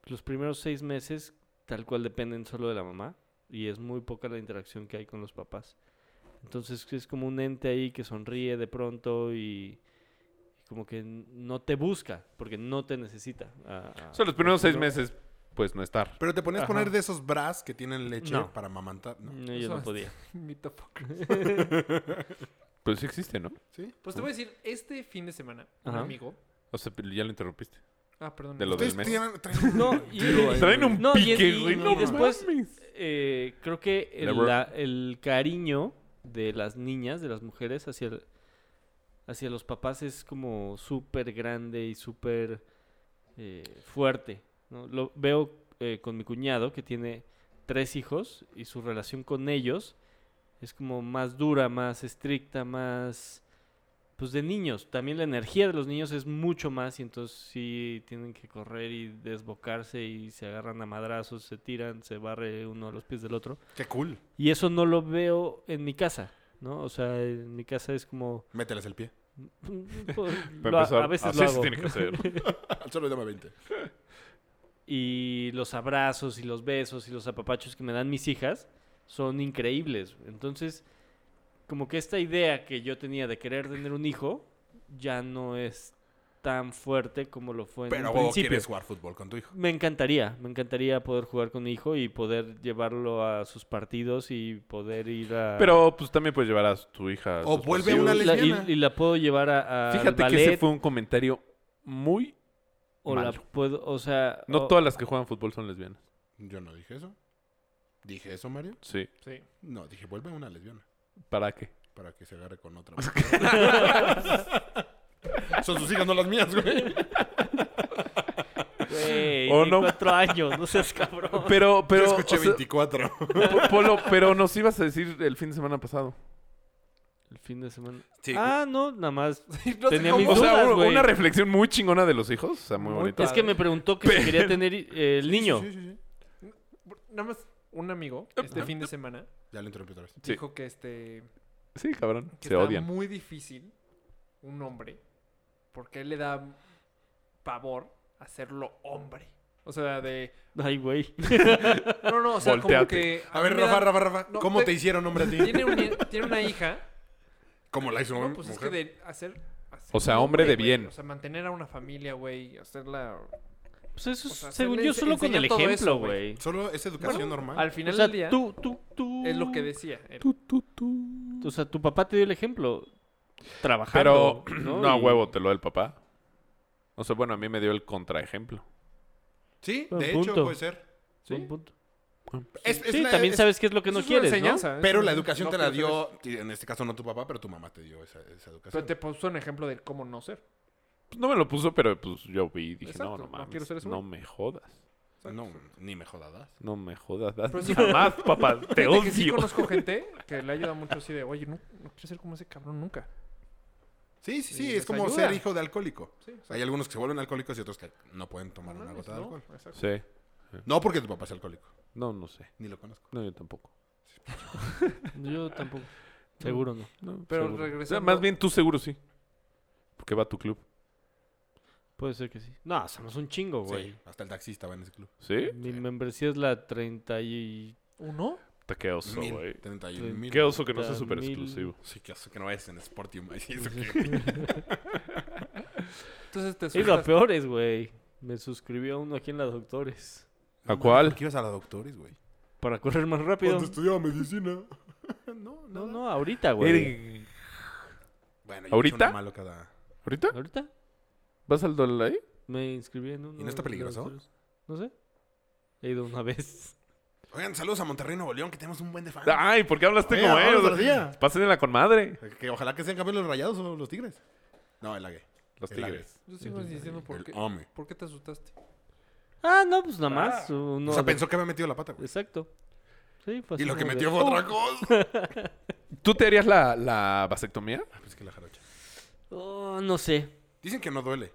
D: los primeros seis meses tal cual dependen solo de la mamá y es muy poca la interacción que hay con los papás. Entonces es como un ente ahí que sonríe de pronto y, y como que n- no te busca porque no te necesita. Ah, ah,
C: O sea, los primeros seis
D: no.
C: meses, pues no estar.
F: Pero te ponías a
D: Ajá.
F: poner de esos bras que tienen leche
D: No. Mm.
F: para amamantar. ¿no?
D: No, yo
E: Eso
D: no
E: es-
D: podía.
E: Meet the fuck.
C: Pues sí existe, ¿no?
F: ¿Sí?
E: Pues te voy a decir, este fin de semana, un
D: Ajá.
E: amigo.
C: O sea, pero ya lo interrumpiste.
E: Ah, perdón.
C: De lo
F: Ustedes
C: del mes.
F: tienen- traen-
D: No, y,
E: ¿eh?
C: Traen un
D: no, y-
C: pique,
D: y-
C: güey.
D: y
C: no
D: después
C: mames.
D: eh, creo que el,
C: Never.
D: la- el cariño de las niñas, de las mujeres hacia, el- hacia los papás es como súper grande y súper eh, fuerte. ¿no? Lo veo eh, con mi cuñado que tiene tres hijos y su relación con ellos es como más dura, más estricta, más... Pues de niños, también la energía de los niños es mucho más y entonces sí tienen que correr y desbocarse y se agarran a madrazos, se tiran, se barre uno a los pies del otro.
F: Qué cool.
D: Y eso no lo veo en mi casa, ¿no? O sea, en mi casa es como...
F: Mételes el pie.
D: pues,
C: Para
D: lo ha-
C: empezar,
D: a veces
C: así
D: lo
C: se
D: hago.
C: tiene que hacer.
F: Solo dame 20.
D: y los abrazos y los besos y los apapachos que me dan mis hijas son increíbles. Entonces, como que esta idea que yo tenía de querer tener un hijo ya no es tan fuerte como lo fue Pues, en
F: Pero
D: un
F: vos
D: principio.
F: quieres jugar fútbol con tu hijo.
D: Me encantaría, me encantaría poder jugar con mi hijo y poder llevarlo a sus partidos y poder ir a...
C: Pero pues también puedes llevar a tu hija. a
F: O
C: sus
F: vuelve
C: paseos.
F: una
D: y la, y-
F: lesbiana.
D: y la puedo llevar a... a
C: Fíjate que ese fue un comentario muy...
D: o la
C: malo.
D: puedo, o sea...
C: No
E: Oh.
D: o-
C: todas las que juegan fútbol son lesbianas.
F: Yo no dije eso. ¿Dije eso, Mario?
C: Sí.
E: Sí.
F: No, dije, vuelve una lesbiana.
C: ¿Para qué?
F: Para que se agarre con otra. Son sus hijas, no las mías, güey.
D: Güey,
C: O
D: ni
C: no.
D: cuatro años, no seas cabrón.
C: Pero, pero...
F: Oh. Yo escuché
C: o sea,
F: 24.
C: Po- Polo, pero nos ibas a decir el fin de semana pasado.
D: El fin de semana.
F: Sí.
D: Ah, no, nada más.
E: No sé
D: Tenía
E: cómo-
D: mis
C: O sea,
D: dudas,
C: un-
D: güey.
C: una reflexión muy chingona de los hijos. O sea, muy,
E: Muy
C: bonita.
D: Es que me preguntó que si quería tener eh, el niño.
F: Sí, sí, sí, sí.
E: Nada más un amigo este fin de semana
F: Ya lo interrumpí otra vez.
C: Sí.
E: dijo que este
C: Sí, cabrón.
E: que
C: Se
E: está
C: odian.
E: muy difícil un hombre porque él le da pavor hacerlo hombre. O sea, de
D: Ay, güey.
E: no, no, o sea,
C: Volteate.
E: como que
F: A ver,
E: mí me
F: Rafa,
E: da-
F: Rafa, Rafa.
E: Ah, no,
F: ¿Cómo
E: te-
F: te hicieron, hombre, a ti?
E: Tiene, un- tiene una hija,
F: ¿Cómo la hizo
E: no,
F: una
E: pues
F: mujer?
E: es que de hacer, hacer
C: O sea, hombre de
E: güey,
C: bien.
E: o sea, mantener a una familia, güey, hacerla
D: Pues eso
E: O
D: es,
E: sea,
D: según
E: hacerle-
D: yo, solo con
E: enseñar
D: el
E: todo eso,
D: ejemplo,
E: güey.
D: güey.
F: Solo es educación normal.
E: al
D: O
E: final
D: sea,
E: del día
D: tú, tú, tú.
E: es lo que decía. él.
C: Tú, tú, tú.
D: O sea, tu papá te dio el ejemplo. Trabajando.
C: Pero, no, a
D: Y-
C: huevo, te lo da el papá. O sea, bueno, a mí me dio el contraejemplo.
F: Sí,
D: Buen
F: de
D: punto.
F: hecho, puede ser.
D: Buen punto.
F: Es- es
D: Sí,
F: la-
D: también
F: es-
D: sabes qué es lo que
E: Eso
D: no
E: es una
D: quieres,
E: enseñanza,
D: ¿no?
E: es
F: Pero
E: un-
F: la educación
E: no
F: te la
E: quiero hacer
F: dio,
E: eso.
F: y en este caso no tu papá, pero tu mamá te dio esa, esa educación.
E: Pero te puso un ejemplo de cómo no ser.
C: Pues no me lo puso, pero pues yo vi y dije,
E: Exacto,
C: no, no
E: no
C: mames.
E: quiero ser ese
C: No
E: güey.
C: me jodas.
F: No, ni me jodadas.
C: No me jodas. das-
E: Pero Pues sí-
C: Jamás, papá. Te
E: Fíjate que sí
C: odio.
E: conozco gente que le ayuda mucho así de, oye, no, no quiero ser como ese cabrón nunca.
F: Sí, sí,
E: Y
F: sí,
E: les
F: es como
E: ayuda.
F: ser hijo de alcohólico.
E: Sí, o sea,
F: Hay algunos que se vuelven alcohólicos y otros que no pueden tomar
E: no
F: una
E: mames,
F: gota de
E: no,
F: alcohol.
E: exacto.
C: Sí.
F: No porque tu papá sea alcohólico,
C: No, no sé.
F: ni lo conozco.
C: No, yo tampoco.
D: Yo tampoco. Seguro no.
C: No,
E: Pero
C: seguro. O sea,
E: regresando-
C: más bien tú seguro sí. Porque va a tu club.
D: Puede ser que sí. No, somos un chingo, güey.
F: Sí, hasta el taxista va en ese club.
C: ¿Sí?
D: Mi membresía es la 30 y...
E: ¿Uno?
C: Está qué oso,
F: Mil,
C: güey.
F: 31
D: Tre-
F: mil.
C: Qué oso que no sea
D: Treinta
C: súper
D: mil.
C: exclusivo.
F: Sí, qué oso que no vayas en Sportium. ahí sí, eso que-
E: Entonces te
D: Es lo
E: sueltas.
D: peor es, güey. Me suscribió uno aquí en la Doctores.
C: ¿A cuál?
F: ¿Por qué ibas a la doctores, güey?
D: Para correr más rápido.
F: Cuando estudiaba medicina. no,
D: No,
F: no,
D: no, ahorita, güey.
F: Bueno, yo
C: ¿Ahorita?
F: echo una malo cada...
C: ¿Ahorita?
D: ¿Ahorita?
C: ¿Vas al dólar ahí?
D: Me inscribí en un...
F: ¿Y no está peligroso?
D: No sé. He ido una vez.
F: Oigan, saludos a Monterrey Nuevo León, que tenemos un buen de fans.
C: Ay, ¿por qué hablaste
F: Oye,
C: como
F: ahora
C: él?
F: otro día.
C: Pásenla con madre.
F: Que ojalá que sean campeones los rayados o los tigres. No, el ague.
C: Los
F: El
C: tigres.
E: Yo sigo insistiendo por
F: El
E: qué.
F: AME.
E: ¿Por qué te asustaste?
D: Ah, no, pues nada más. uno
F: o sea,
D: de-
F: pensó que había metido la pata, güey.
D: Exacto. Sí, fue
F: Y
D: así
F: lo que
D: como de-
F: metió fue otra cosa.
C: ¿Tú te harías la, la vasectomía?
F: Ah, pues que la jarocha.
D: Oh, no sé.
F: Dicen que no duele.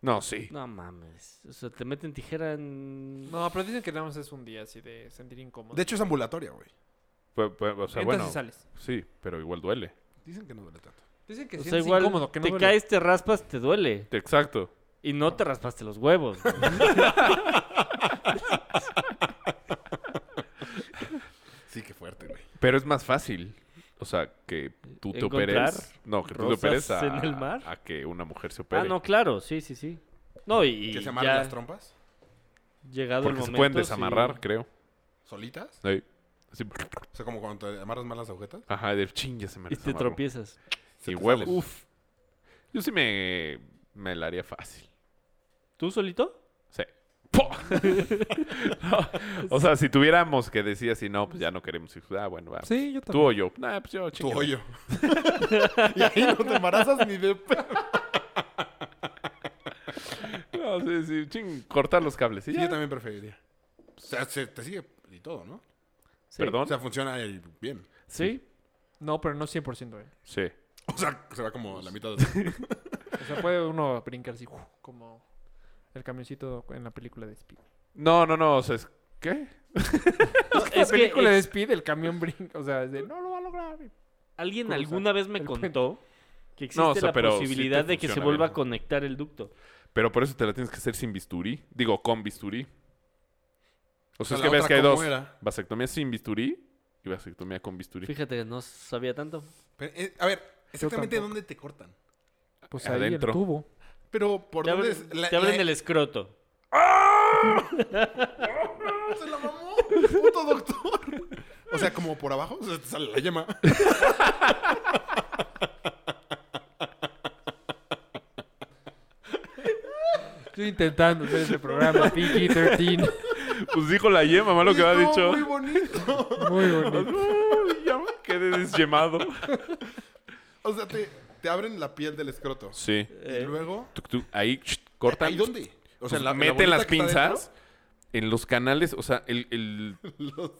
C: No, sí.
D: No mames. O sea, te meten tijera en...
E: No, pero dicen que nada más es un día así de sentir incómodo.
F: De hecho, es ambulatoria, güey.
C: Fue- fue- o sea,
E: Entras
C: bueno,
E: y sales.
C: sí, pero igual duele.
F: Dicen que no duele tanto.
E: Dicen que
D: O sea,
E: sientes
D: igual
E: incómodo, que no
D: te
E: duele.
D: caes, te raspas, te duele.
C: Exacto.
D: Y no te raspaste los huevos.
F: Sí, qué fuerte, güey.
C: Pero es más fácil. O sea, que tú te
D: ¿Encontrar
C: operes. No, que tú te operes
D: rosas
C: a,
D: en el mar?
C: a que una mujer se opere.
D: ah, no, claro. Sí, sí, sí. No, y,
F: ¿Que se amarran
D: ya
F: las trompas?
D: llegado el
C: Porque
D: momento...
C: se pueden
D: sí.
C: desamarrar, creo.
F: ¿Solitas?
C: Sí. Así,
F: O sea, como cuando te amarras mal las agujetas.
C: ajá, de ching, ya se me
D: Y te
C: desamarró.
D: tropiezas.
F: se
C: Y
F: te
C: huevos.
F: salen.
C: Uf. Yo sí me, me la haría fácil.
D: ¿Tú solito?
C: Sí. ¡Po! No, o sea, si tuviéramos que decir así, no, pues ya no queremos hijos. Ah, bueno, va.
E: Sí, yo
C: Tú
E: también.
C: o yo. Nah, pues yo,
F: Tu
C: chingue.
F: hoyo. y ahí no te embarazas ni de pe-
C: No, sí, sí, ching, cortar los cables. ¿sí?
F: Sí, yo también preferiría. O sea, se te sigue y todo, ¿no?
D: Sí.
C: ¿Perdón?
F: O sea, funciona ahí bien.
D: Sí.
E: No, pero no 100%. ¿eh?
C: Sí.
F: O sea, se va como a la mitad de...
E: O sea, puede uno brincar así, uf, como el camioncito en la película de Speed.
C: No, no, no, o sea, es... ¿qué?
D: No,
E: En la
D: es que
E: película de
D: ex-
E: Speed, el camión brinca. O sea, es de, no lo va a lograr.
D: alguien
E: cruzar
D: alguna vez me
E: el
D: contó que existe
C: No, o sea,
D: la
C: pero sí te
D: posibilidad de que se
C: funciona
D: vuelva
C: bien.
D: a conectar el ducto.
C: Pero por eso te la tienes que hacer sin bisturí. Digo, con bisturí. O sea,
F: O sea,
C: es
F: la
C: que ves
F: otra
C: que hay
F: ¿cómo
C: dos.
F: era?
C: Vasectomía sin bisturí y vasectomía con bisturí.
D: Fíjate que no sabía tanto.
F: Pero, eh, a ver, exactamente dónde te cortan.
E: Pues ahí
C: Adentro.
E: el tubo.
F: Pero por
D: Te
F: dónde
D: abren,
F: es la-
D: te abren
F: la-
D: el escroto.
F: ¡Se la mamó! ¡Puto doctor! O sea, como por abajo, o sea, te sale la llama.
E: Estoy intentando hacer este programa PG-13.
C: Pues dijo la yema, malo que había
F: Estuvo
C: dicho.
F: Muy bonito.
E: Muy bonito.
C: Ay, ya me quedé desyemado.
F: O sea, te, te abren la piel del escroto.
C: Sí.
F: Y luego.
C: Tuc, tuc, ahí ch, Eh. cortan.
F: ¿Ahí dónde? O sea,
C: Pues
F: la- la
C: meten
F: bolita
C: las
F: que está
C: pinzas en los canales. O sea, el, el,
F: dentro, los-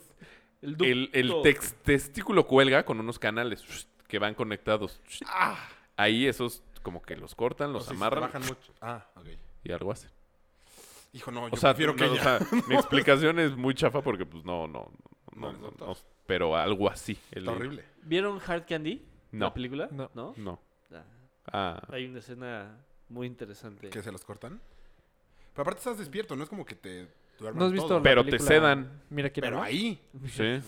D: El ducto.
C: el, el tex- testículo cuelga con unos canales ch, que van conectados. Ch. Ahí esos como que los cortan,
F: o
C: los
F: sea, si
C: amarran
F: Ah. trabajan mucho. Ah, ok.
C: y algo hacen.
F: Hijo, no, yo
C: O sea,
F: prefiero
C: no,
F: que
C: o
F: ella.
C: sea, mi explicación es muy chafa porque pues no, no, no,
F: No,
C: no,
F: no,
C: no, pero algo así. El-
F: Está horrible.
D: ¿Vieron Hard Candy?
C: No.
D: ¿La película?
E: No.
C: No.
D: Ah,
C: Ah,
D: Hay una escena muy interesante.
F: ¿Que se los cortan? Pero aparte estás despierto, no es como que te duerman
E: ¿No has visto
F: todo.
E: la
C: Pero te
E: película
C: sedan.
E: Mira quién
F: Pero
E: habla?
F: ahí.
C: sí.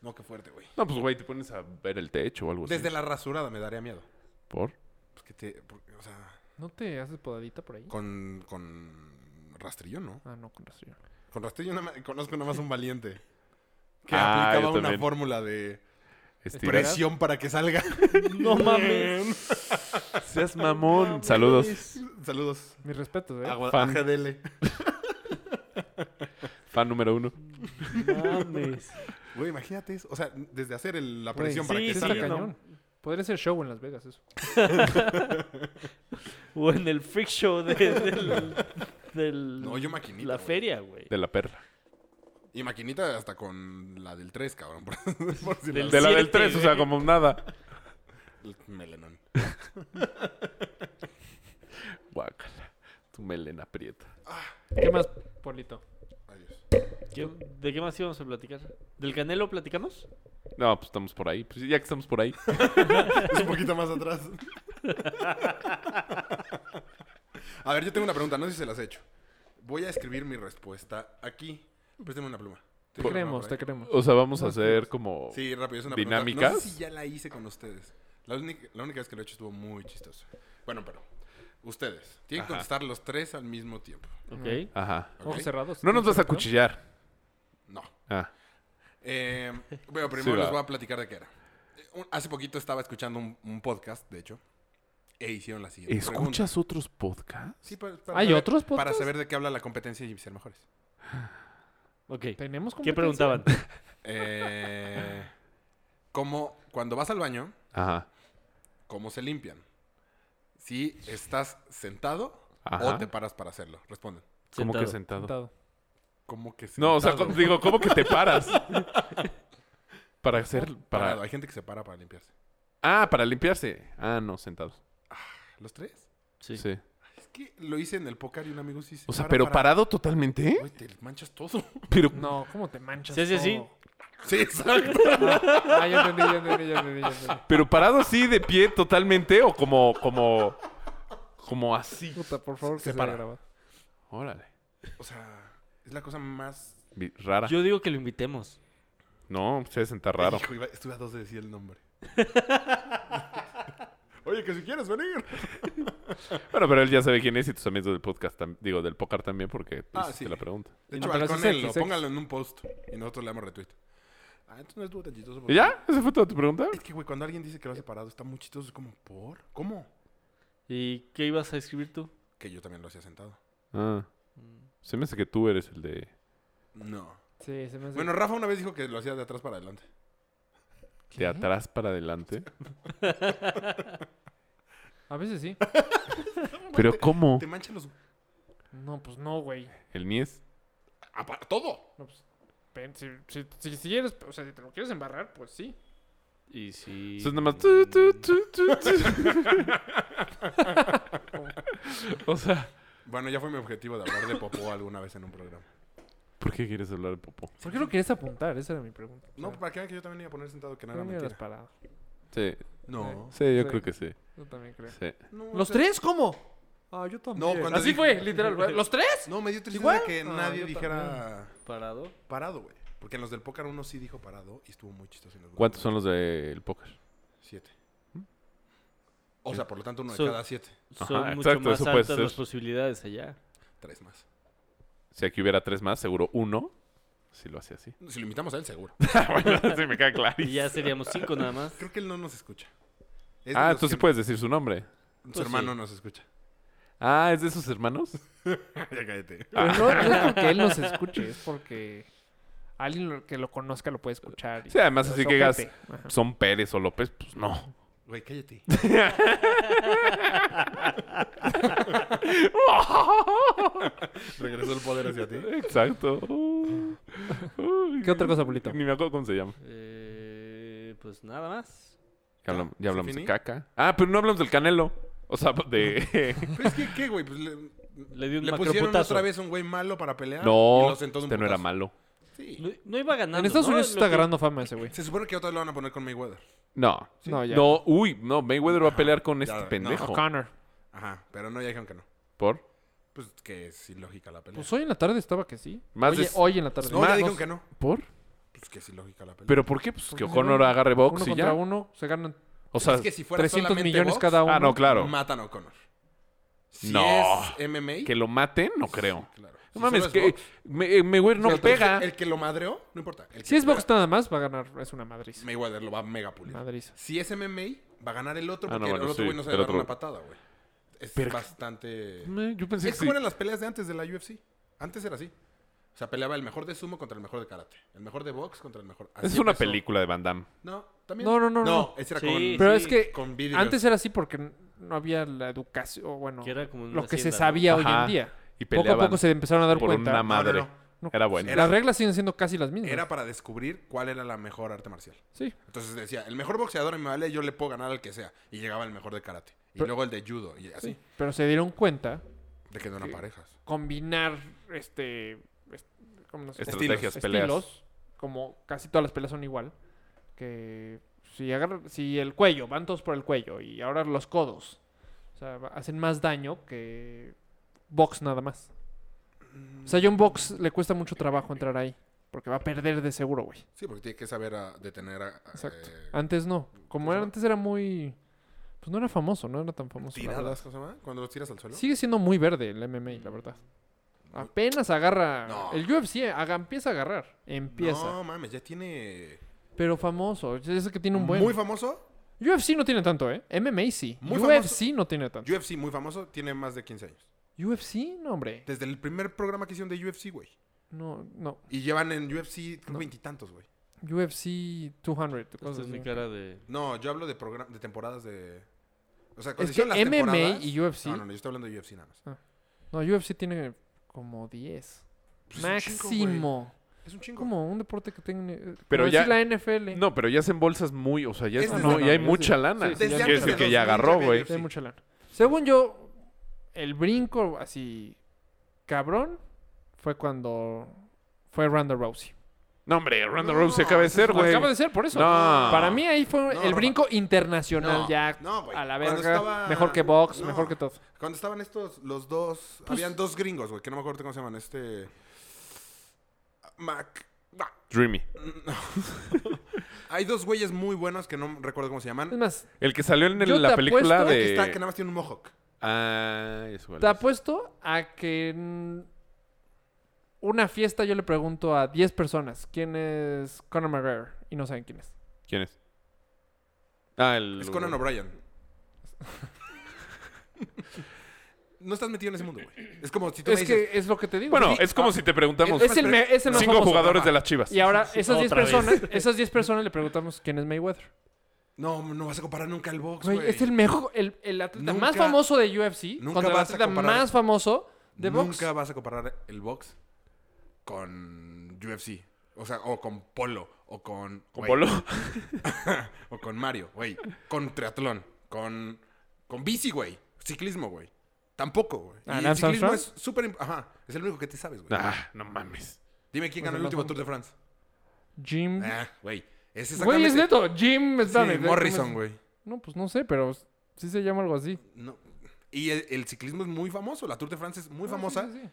F: No, qué fuerte, güey.
C: No, pues güey, te pones a ver el techo o algo así.
F: Desde la rasurada me daría miedo.
C: ¿Por?
F: Pues que te. porque, o sea,
E: ¿No te haces podadita por ahí?
F: con. con rastrillo, ¿no?
E: Ah, no, con razón.
F: Con rastrillo nada más- conozco nada más un valiente. Que
C: Ah, yo
F: aplicaba una
C: también.
F: fórmula de
C: Estirar.
F: presión para que salga.
D: No mames.
C: Seas mamón. Saludos.
F: Pues. Saludos.
E: Mis respetos, ¿eh?
F: Agua,
C: Fan.
F: AGDL.
C: Fan número uno.
D: mames.
F: Güey, imagínate eso. O sea, desde hacer el- la
E: Güey,
F: presión
E: sí,
F: para que
E: sí,
F: salga.
E: está
D: no.
E: cañón. Podría ser show en Las Vegas, eso.
D: O en el freak show de- del, del-
F: No, yo maquinita,
D: La
F: güey.
D: feria, güey.
C: De la perla.
F: Y maquinita hasta con la del 3, cabrón. Por, por si
D: Del
F: la-
C: De la del
D: siete,
C: 3, o
D: güey.
C: sea, como nada.
F: el melenón.
C: Guácala. Tu melena aprieta.
E: ¿Qué más, Polito?
F: Adiós.
D: ¿Qué- ¿De qué más íbamos a platicar? ¿Del Canelo platicamos?
C: No, pues estamos por ahí. Pues ya que estamos por ahí.
F: Es un poquito más atrás. A ver, yo tengo una pregunta. No sé si se las he hecho. Voy a escribir mi respuesta aquí. Préstame una pluma.
E: Te
F: ¿Tienes una
E: creemos,
F: por ahí?
E: te creemos.
C: O sea, vamos a hacer como...
F: Sí, rápido, es una
C: ¿Dinámicas?
F: pregunta. No sé si ya la hice con ustedes. La única, la única vez que lo he hecho estuvo muy chistoso. Bueno, pero ustedes tienen que
C: Ajá.
F: contestar los tres al mismo tiempo.
D: Ok.
C: Ajá.
F: ¿ok?
E: Ojos cerrados.
C: No nos vas a cuchillar.
F: No.
C: Ah.
F: Eh, bueno, primero
C: Sí, va.
F: les voy a platicar de qué era. Eh, un- hace poquito estaba escuchando un, un podcast, de hecho, E hicieron la siguiente. pregunta.
C: ¿Escuchas otros podcasts?
F: Sí, para- para
E: ¿Hay
F: saber-
E: otros
F: Para
E: podcasts?
F: saber de qué habla la competencia y ser mejores.
D: Ok.
E: ¿Tenemos
D: ¿Qué
E: competencia?
D: preguntaban?
F: Eh, ¿Cómo, cuando vas al baño,
C: Ajá.
F: cómo se limpian? Si estás sentado
C: Ajá.
F: o te paras para hacerlo. Responden.
C: ¿Cómo que
D: Sentado.
C: sentado?
E: Sentado.
F: ¿Cómo que se
C: No, o sea, co- digo, ¿cómo que te paras? para hacer...
F: Parado.
C: Para...
F: Hay gente que se para para limpiarse.
C: Ah, para limpiarse. Ah, no, sentados.
F: ¿Los tres?
D: Sí.
C: Sí.
F: Es que lo hice en el póker y un amigo sí se
C: O sea,
F: para
C: pero
F: para-
C: parado totalmente.
F: Güey, te manchas todo.
C: Pero
E: No, ¿cómo te manchas?
D: ¿Se hace así?
E: todo?
F: sí, exacto.
E: Ah, ya entendí, ya entendí, ya entendí, ya entendí.
C: Pero parado así de pie totalmente o como como como así.
E: Puta, por favor, que
F: Se
E: se, se
F: para.
E: grabado.
C: Órale.
F: O sea, es la cosa más...
C: Vi- Rara.
D: Yo digo que lo invitemos.
C: No, se sienta raro.
F: Hijo, iba- estuve a dos de decir el nombre. Oye, que si quieres venir.
C: Bueno, pero él ya sabe quién es y tus amigos del podcast, tam- digo, del pócar también porque
F: Ah,
C: pues,
F: sí.
C: te la pregunta.
F: De
E: No,
F: hecho,
E: pero sí es
F: balconéenlo,
E: X, X.
F: pónganlo en un post y nosotros le damos retweet. Ah, entonces no estuvo tan chistoso.
C: ¿Y
F: porque-
C: ya? ¿Esa fue toda tu pregunta?
F: Es que, güey, cuando alguien dice que lo hace parado, está muy chistoso. Es como, ¿por? ¿Cómo?
D: ¿Y qué ibas a escribir tú?
F: Que yo también lo hacía sentado.
C: Ah. Se me hace que tú eres el de
F: No.
E: Sí, se me hace.
F: Bueno, Rafa una vez dijo que lo hacía de atrás para adelante.
C: de atrás para adelante.
E: A veces sí.
C: Pero ¿cómo?
F: Te manchan los...
E: No, pues no, güey.
C: El Mies.
F: Ah, pa- Todo.
E: No, pues, ven, si, si, si, si eres, o sea, si te lo quieres embarrar, pues sí.
D: Y si...
C: Eso es nada más tu, tu, tu, tu, tu. O sea,
F: Bueno, ya fue mi objetivo de hablar de popó alguna vez en un programa.
C: ¿por qué quieres hablar de popó?
E: ¿Por qué lo querías apuntar? Esa era mi pregunta.
F: No, para que vean que yo también iba a poner sentado que no era
E: no
F: mentira.
E: las paradas.
C: Sí,
F: No.
C: sí, yo
E: Sí.
C: creo que sí.
E: Yo también creo.
C: Sí.
F: No,
E: ¿Los
F: o sea,
E: tres? ¿Cómo? Ah, yo también.
F: No, cuando
E: Así
F: dije-
E: fue, literal. güey. ¿Los tres?
F: No, me dio tristeza
E: Igual.
F: que
E: Ah,
F: nadie
E: yo
F: dijera
D: Parado.
F: parado, güey. Porque en los del póker uno sí dijo parado y estuvo muy chistoso. en el grupo.
C: ¿Cuántos son los del póker?
F: Siete. O sea, por lo tanto, uno de
D: So-
F: cada siete.
D: Son
C: Ajá,
D: mucho
C: exacto,
D: más
C: eso puede
D: altas
C: ser.
D: las posibilidades allá.
F: Tres más.
C: Si aquí hubiera tres más, seguro uno. Si lo hacía así.
F: Si lo invitamos a él, seguro.
C: bueno, se me queda claro.
D: Y ya seríamos cinco nada más.
F: Creo que él no nos escucha. Es de
C: Ah,
F: los
C: tú sí
F: que
C: puedes decir su nombre.
F: Su
D: Pues
F: hermano
D: sí.
F: nos escucha.
C: Ah, ¿es de sus hermanos?
F: ya cállate.
E: Pero no, no es porque él nos escuche, es porque alguien lo- que lo conozca lo puede escuchar. y-
C: Sí, además
E: Pero
C: así
E: es
C: que digas,
E: ojete. Ajá.
C: son Pérez o López, pues no.
F: Güey, cállate. Regresó el poder hacia ti.
C: Exacto. Uy,
E: ¿Qué otra cosa, Polito?
C: Ni me acuerdo cómo se llama.
D: Eh, pues nada más.
C: Ya hablamos, ya hablamos de
F: ¿Fini?
C: caca. Ah, pero no hablamos del canelo. O sea, de...
F: Pero es que, ¿qué, güey? Pues le,
D: Le dio un
F: le pusieron
D: macroputazo.
F: otra vez a un güey malo para pelear. y
C: no,
F: lo sentó de un
C: este no era
F: putazo.
C: malo.
F: Sí.
D: No, no iba ganando.
E: En Estados
D: ¿no?
E: Unidos
D: Lo
E: está
D: que-
E: agarrando fama ese güey.
F: Se supone que otra lo van a poner con Mayweather.
C: No.
E: No, ya.
C: No, uy, no, Mayweather va a pelear con
F: Ya,
C: este
F: no.
C: pendejo.
E: O'Connor.
F: Ajá, pero no, ya dijeron que no.
C: ¿Por?
F: Pues que es ilógica la pelea.
E: Pues hoy en la tarde estaba que sí.
C: Más
E: Oye,
C: de-
E: hoy en la tarde.
F: no, ya
E: Más-
F: dijeron que no.
C: ¿Por?
F: Pues que es ilógica la pelea.
C: ¿Pero por qué? Pues
E: Porque
C: que
E: se
C: O'Connor
E: van
C: agarre box
E: Uno
C: y
E: contra
C: ya.
E: uno se ganan
C: O sea,
F: es que si fuera
E: 300
F: solamente
E: millones
F: box,
E: cada uno.
C: ah, no, claro.
F: matan a O'Connor. Si
C: No.
F: es MMA,
C: Que lo maten, no creo.
F: claro. Si
C: No mames,
F: solo es
C: que
F: box,
C: me- Mayweather no
F: el que-
C: pega.
F: El que lo madreó, no importa. El
E: Si
F: que
E: es box
F: pega,
E: nada más, va a ganar. Es una madriz.
F: Mayweather lo va a mega pulir.
E: Madriz.
F: Si es MMA, va a ganar el otro
C: Ah, no,
F: porque
C: bueno,
F: el
C: sí,
F: otro güey no sabe
C: el
F: dar
C: otro-
F: una patada, güey. Es
C: Pero-
F: bastante...
C: Me- Yo pensé que
F: es
C: sí.
F: como eran las peleas de antes de la UFC. Antes era así. O sea, peleaba el mejor de sumo contra el mejor de karate. El mejor de box contra el mejor... Así
C: Es una
F: empezó.
C: película de Van Damme.
F: No, también.
E: No, no, no, no.
F: ese era
D: Sí,
F: con...
E: Pero
D: sí,
E: es que
F: con Bidiger.
E: antes era así porque n- no había la educación, o bueno,
D: Que era como en
E: lo
D: una
E: que se
D: hacienda, ¿no?
E: sabía hoy
C: Ajá,
E: en día.
C: Y
E: Poco a
C: peleaban
E: poco se empezaron a dar
C: por
E: cuenta. Ah,
C: una
F: No, no,
C: madre.
F: no.
E: No,
C: Era bueno.
F: Era-
E: Las reglas siguen siendo casi las mismas.
F: Era para descubrir cuál era la mejor arte marcial.
E: Sí.
F: Entonces decía, el mejor boxeador me vale, yo le puedo ganar al que sea. Y llegaba el mejor de karate. Y
E: Pero-
F: luego el de judo. Y así.
E: sí. Pero se dieron cuenta
F: De que no eran
E: Sí.
F: parejas.
E: combinar este, est-
D: Este
E: ¿cómo no sé?
C: Estrategias,
E: estilos,
C: peleas.
E: como casi todas las peleas son igual, que si agarra- si el cuello, van todos por el cuello y ahora los codos, o sea, va- hacen más daño que box nada más. O sea, yo en box le cuesta mucho trabajo entrar ahí, porque va a perder de seguro, güey.
F: Sí, porque tiene que saber a- detener a. a-
E: Exacto.
F: eh,
E: Antes no, como
F: pues
E: era-
F: no.
E: antes era muy, pues no era famoso, no era tan famoso. la verdad.
F: tiradas, ¿cómo se llama? Cuando los tiras al suelo.
E: Sigue siendo muy verde el MMA, la verdad. Apenas agarra.
F: No.
E: El UFC aga- empieza a agarrar. Empieza.
F: No mames, ya tiene.
E: Pero famoso. Es el que tiene un buen.
F: Muy famoso.
E: UFC no tiene tanto, ¿eh? MMA sí.
F: Muy
E: UFC no tiene tanto.
F: UFC, muy famoso, tiene más de 15 años.
E: UFC, no, hombre.
F: Desde el primer programa que hicieron de UFC, güey.
E: No, no.
F: Y llevan en UFC creo,
E: No.
F: veintitantos, güey.
E: UFC 200. cosas
B: Esta es mi
E: así.
B: cara de.
F: No, yo hablo de, progra- de temporadas de... O sea, cuando
E: Es que
F: hicieron las
E: MMA
F: temporadas-
E: y UFC.
F: No, no,
E: No,
F: no, yo estoy hablando de UFC nada más.
E: UFC tiene como 10.
F: Pues es un chingo, güey.
E: Máximo.
F: Es un chingo.
E: como un deporte que tiene. eh,
C: Pero
E: como
C: ya-
E: decir la NFL.
C: No, pero ya se embolsas muy, o sea, ya, es-
F: Este
C: no,
F: es-
C: ya hay
E: no,
C: mucha
E: sí.
C: lana.
E: Sí, sí,
F: Desde
E: ya
C: Quiere
F: antes
C: decir
F: de
C: que ya
F: 2000
C: agarró,
F: había
C: güey.
F: UFC.
E: Tiene mucha lana. Según yo, el brinco así cabrón fue cuando fue Ronda Rousey.
C: No, hombre, Ronda
F: No,
C: Rousey acaba de
F: eso
C: ser, güey.
E: Acaba de ser por eso.
C: No.
E: Para mí ahí fue
F: Ah. No,
E: el
F: no,
E: brinco internacional
F: No,
E: ya
F: no, güey.
E: a la
F: Cuando
E: verga.
F: estaba-
E: Mejor que box,
F: no.
E: mejor que todo. Pues
F: Cuando estaban estos, los dos... Habían dos gringos, güey, que no me acuerdo cómo se llaman. Este... Mac... Mac-
C: Dreamy.
F: Hay dos güeyes muy buenos que no recuerdo cómo se
E: Es
F: llaman.
E: más,
C: El que salió en el-
E: Yo
C: la
E: te
C: película
E: apuesto
F: Que,
C: de...
F: está, que nada más tiene un mohawk.
C: Ah, es igual.
E: te apuesto a que en una fiesta yo le pregunto a 10 personas quién es Conor McGregor y no saben quién es.
C: ¿Quién es? Ah, el...
F: Es Conan O'Brien. no estás metido en ese mundo, güey. Es como si tú me
E: Es
F: dices...
E: que es lo que te digo.
C: Bueno,
E: Sí.
C: es como si te preguntamos
F: es-
E: es el, me- es el más
C: cinco
E: famoso.
C: jugadores de las chivas.
E: Y ahora, esas 10
D: Otra vez.
E: personas, esas 10 personas le preguntamos quién es Mayweather.
F: No, no vas a comparar nunca el box,
E: Güey,
F: Pues, güey.
E: es el mejor, el, el atleta
F: Nunca-
E: más famoso de UFC
F: nunca
E: contra el
F: vas a
E: atleta
F: comparar-
E: más famoso de box.
F: Nunca vas a comparar el box con UFC. O sea, o con Polo, o con...
C: ¿Con
F: güey,
C: Polo?
F: o con Mario, güey. Con triatlón, con... Con bici, güey. Ciclismo, güey. Tampoco, güey.
E: Ah,
F: y el
E: Lance
F: ciclismo es
E: Armstrong.
F: súper... imp- Ajá. Es el único que te sabes, güey.
C: Ah, no mames.
F: Dime quién
E: Pues
F: ganó
E: el
F: el último
E: Lance
F: Tour de France.
E: Jim.
F: Ah, güey. Es
E: Güey,
F: exactamente...
E: es neto. Jim. espérame, ¿cómo
F: Sí,
E: es?
F: Morrison, güey.
E: No, pues no sé, pero sí se llama algo así.
F: No. Y el, el ciclismo es muy famoso. La Tour de France es muy
E: Ah,
F: famosa.
E: sí, sí, sí.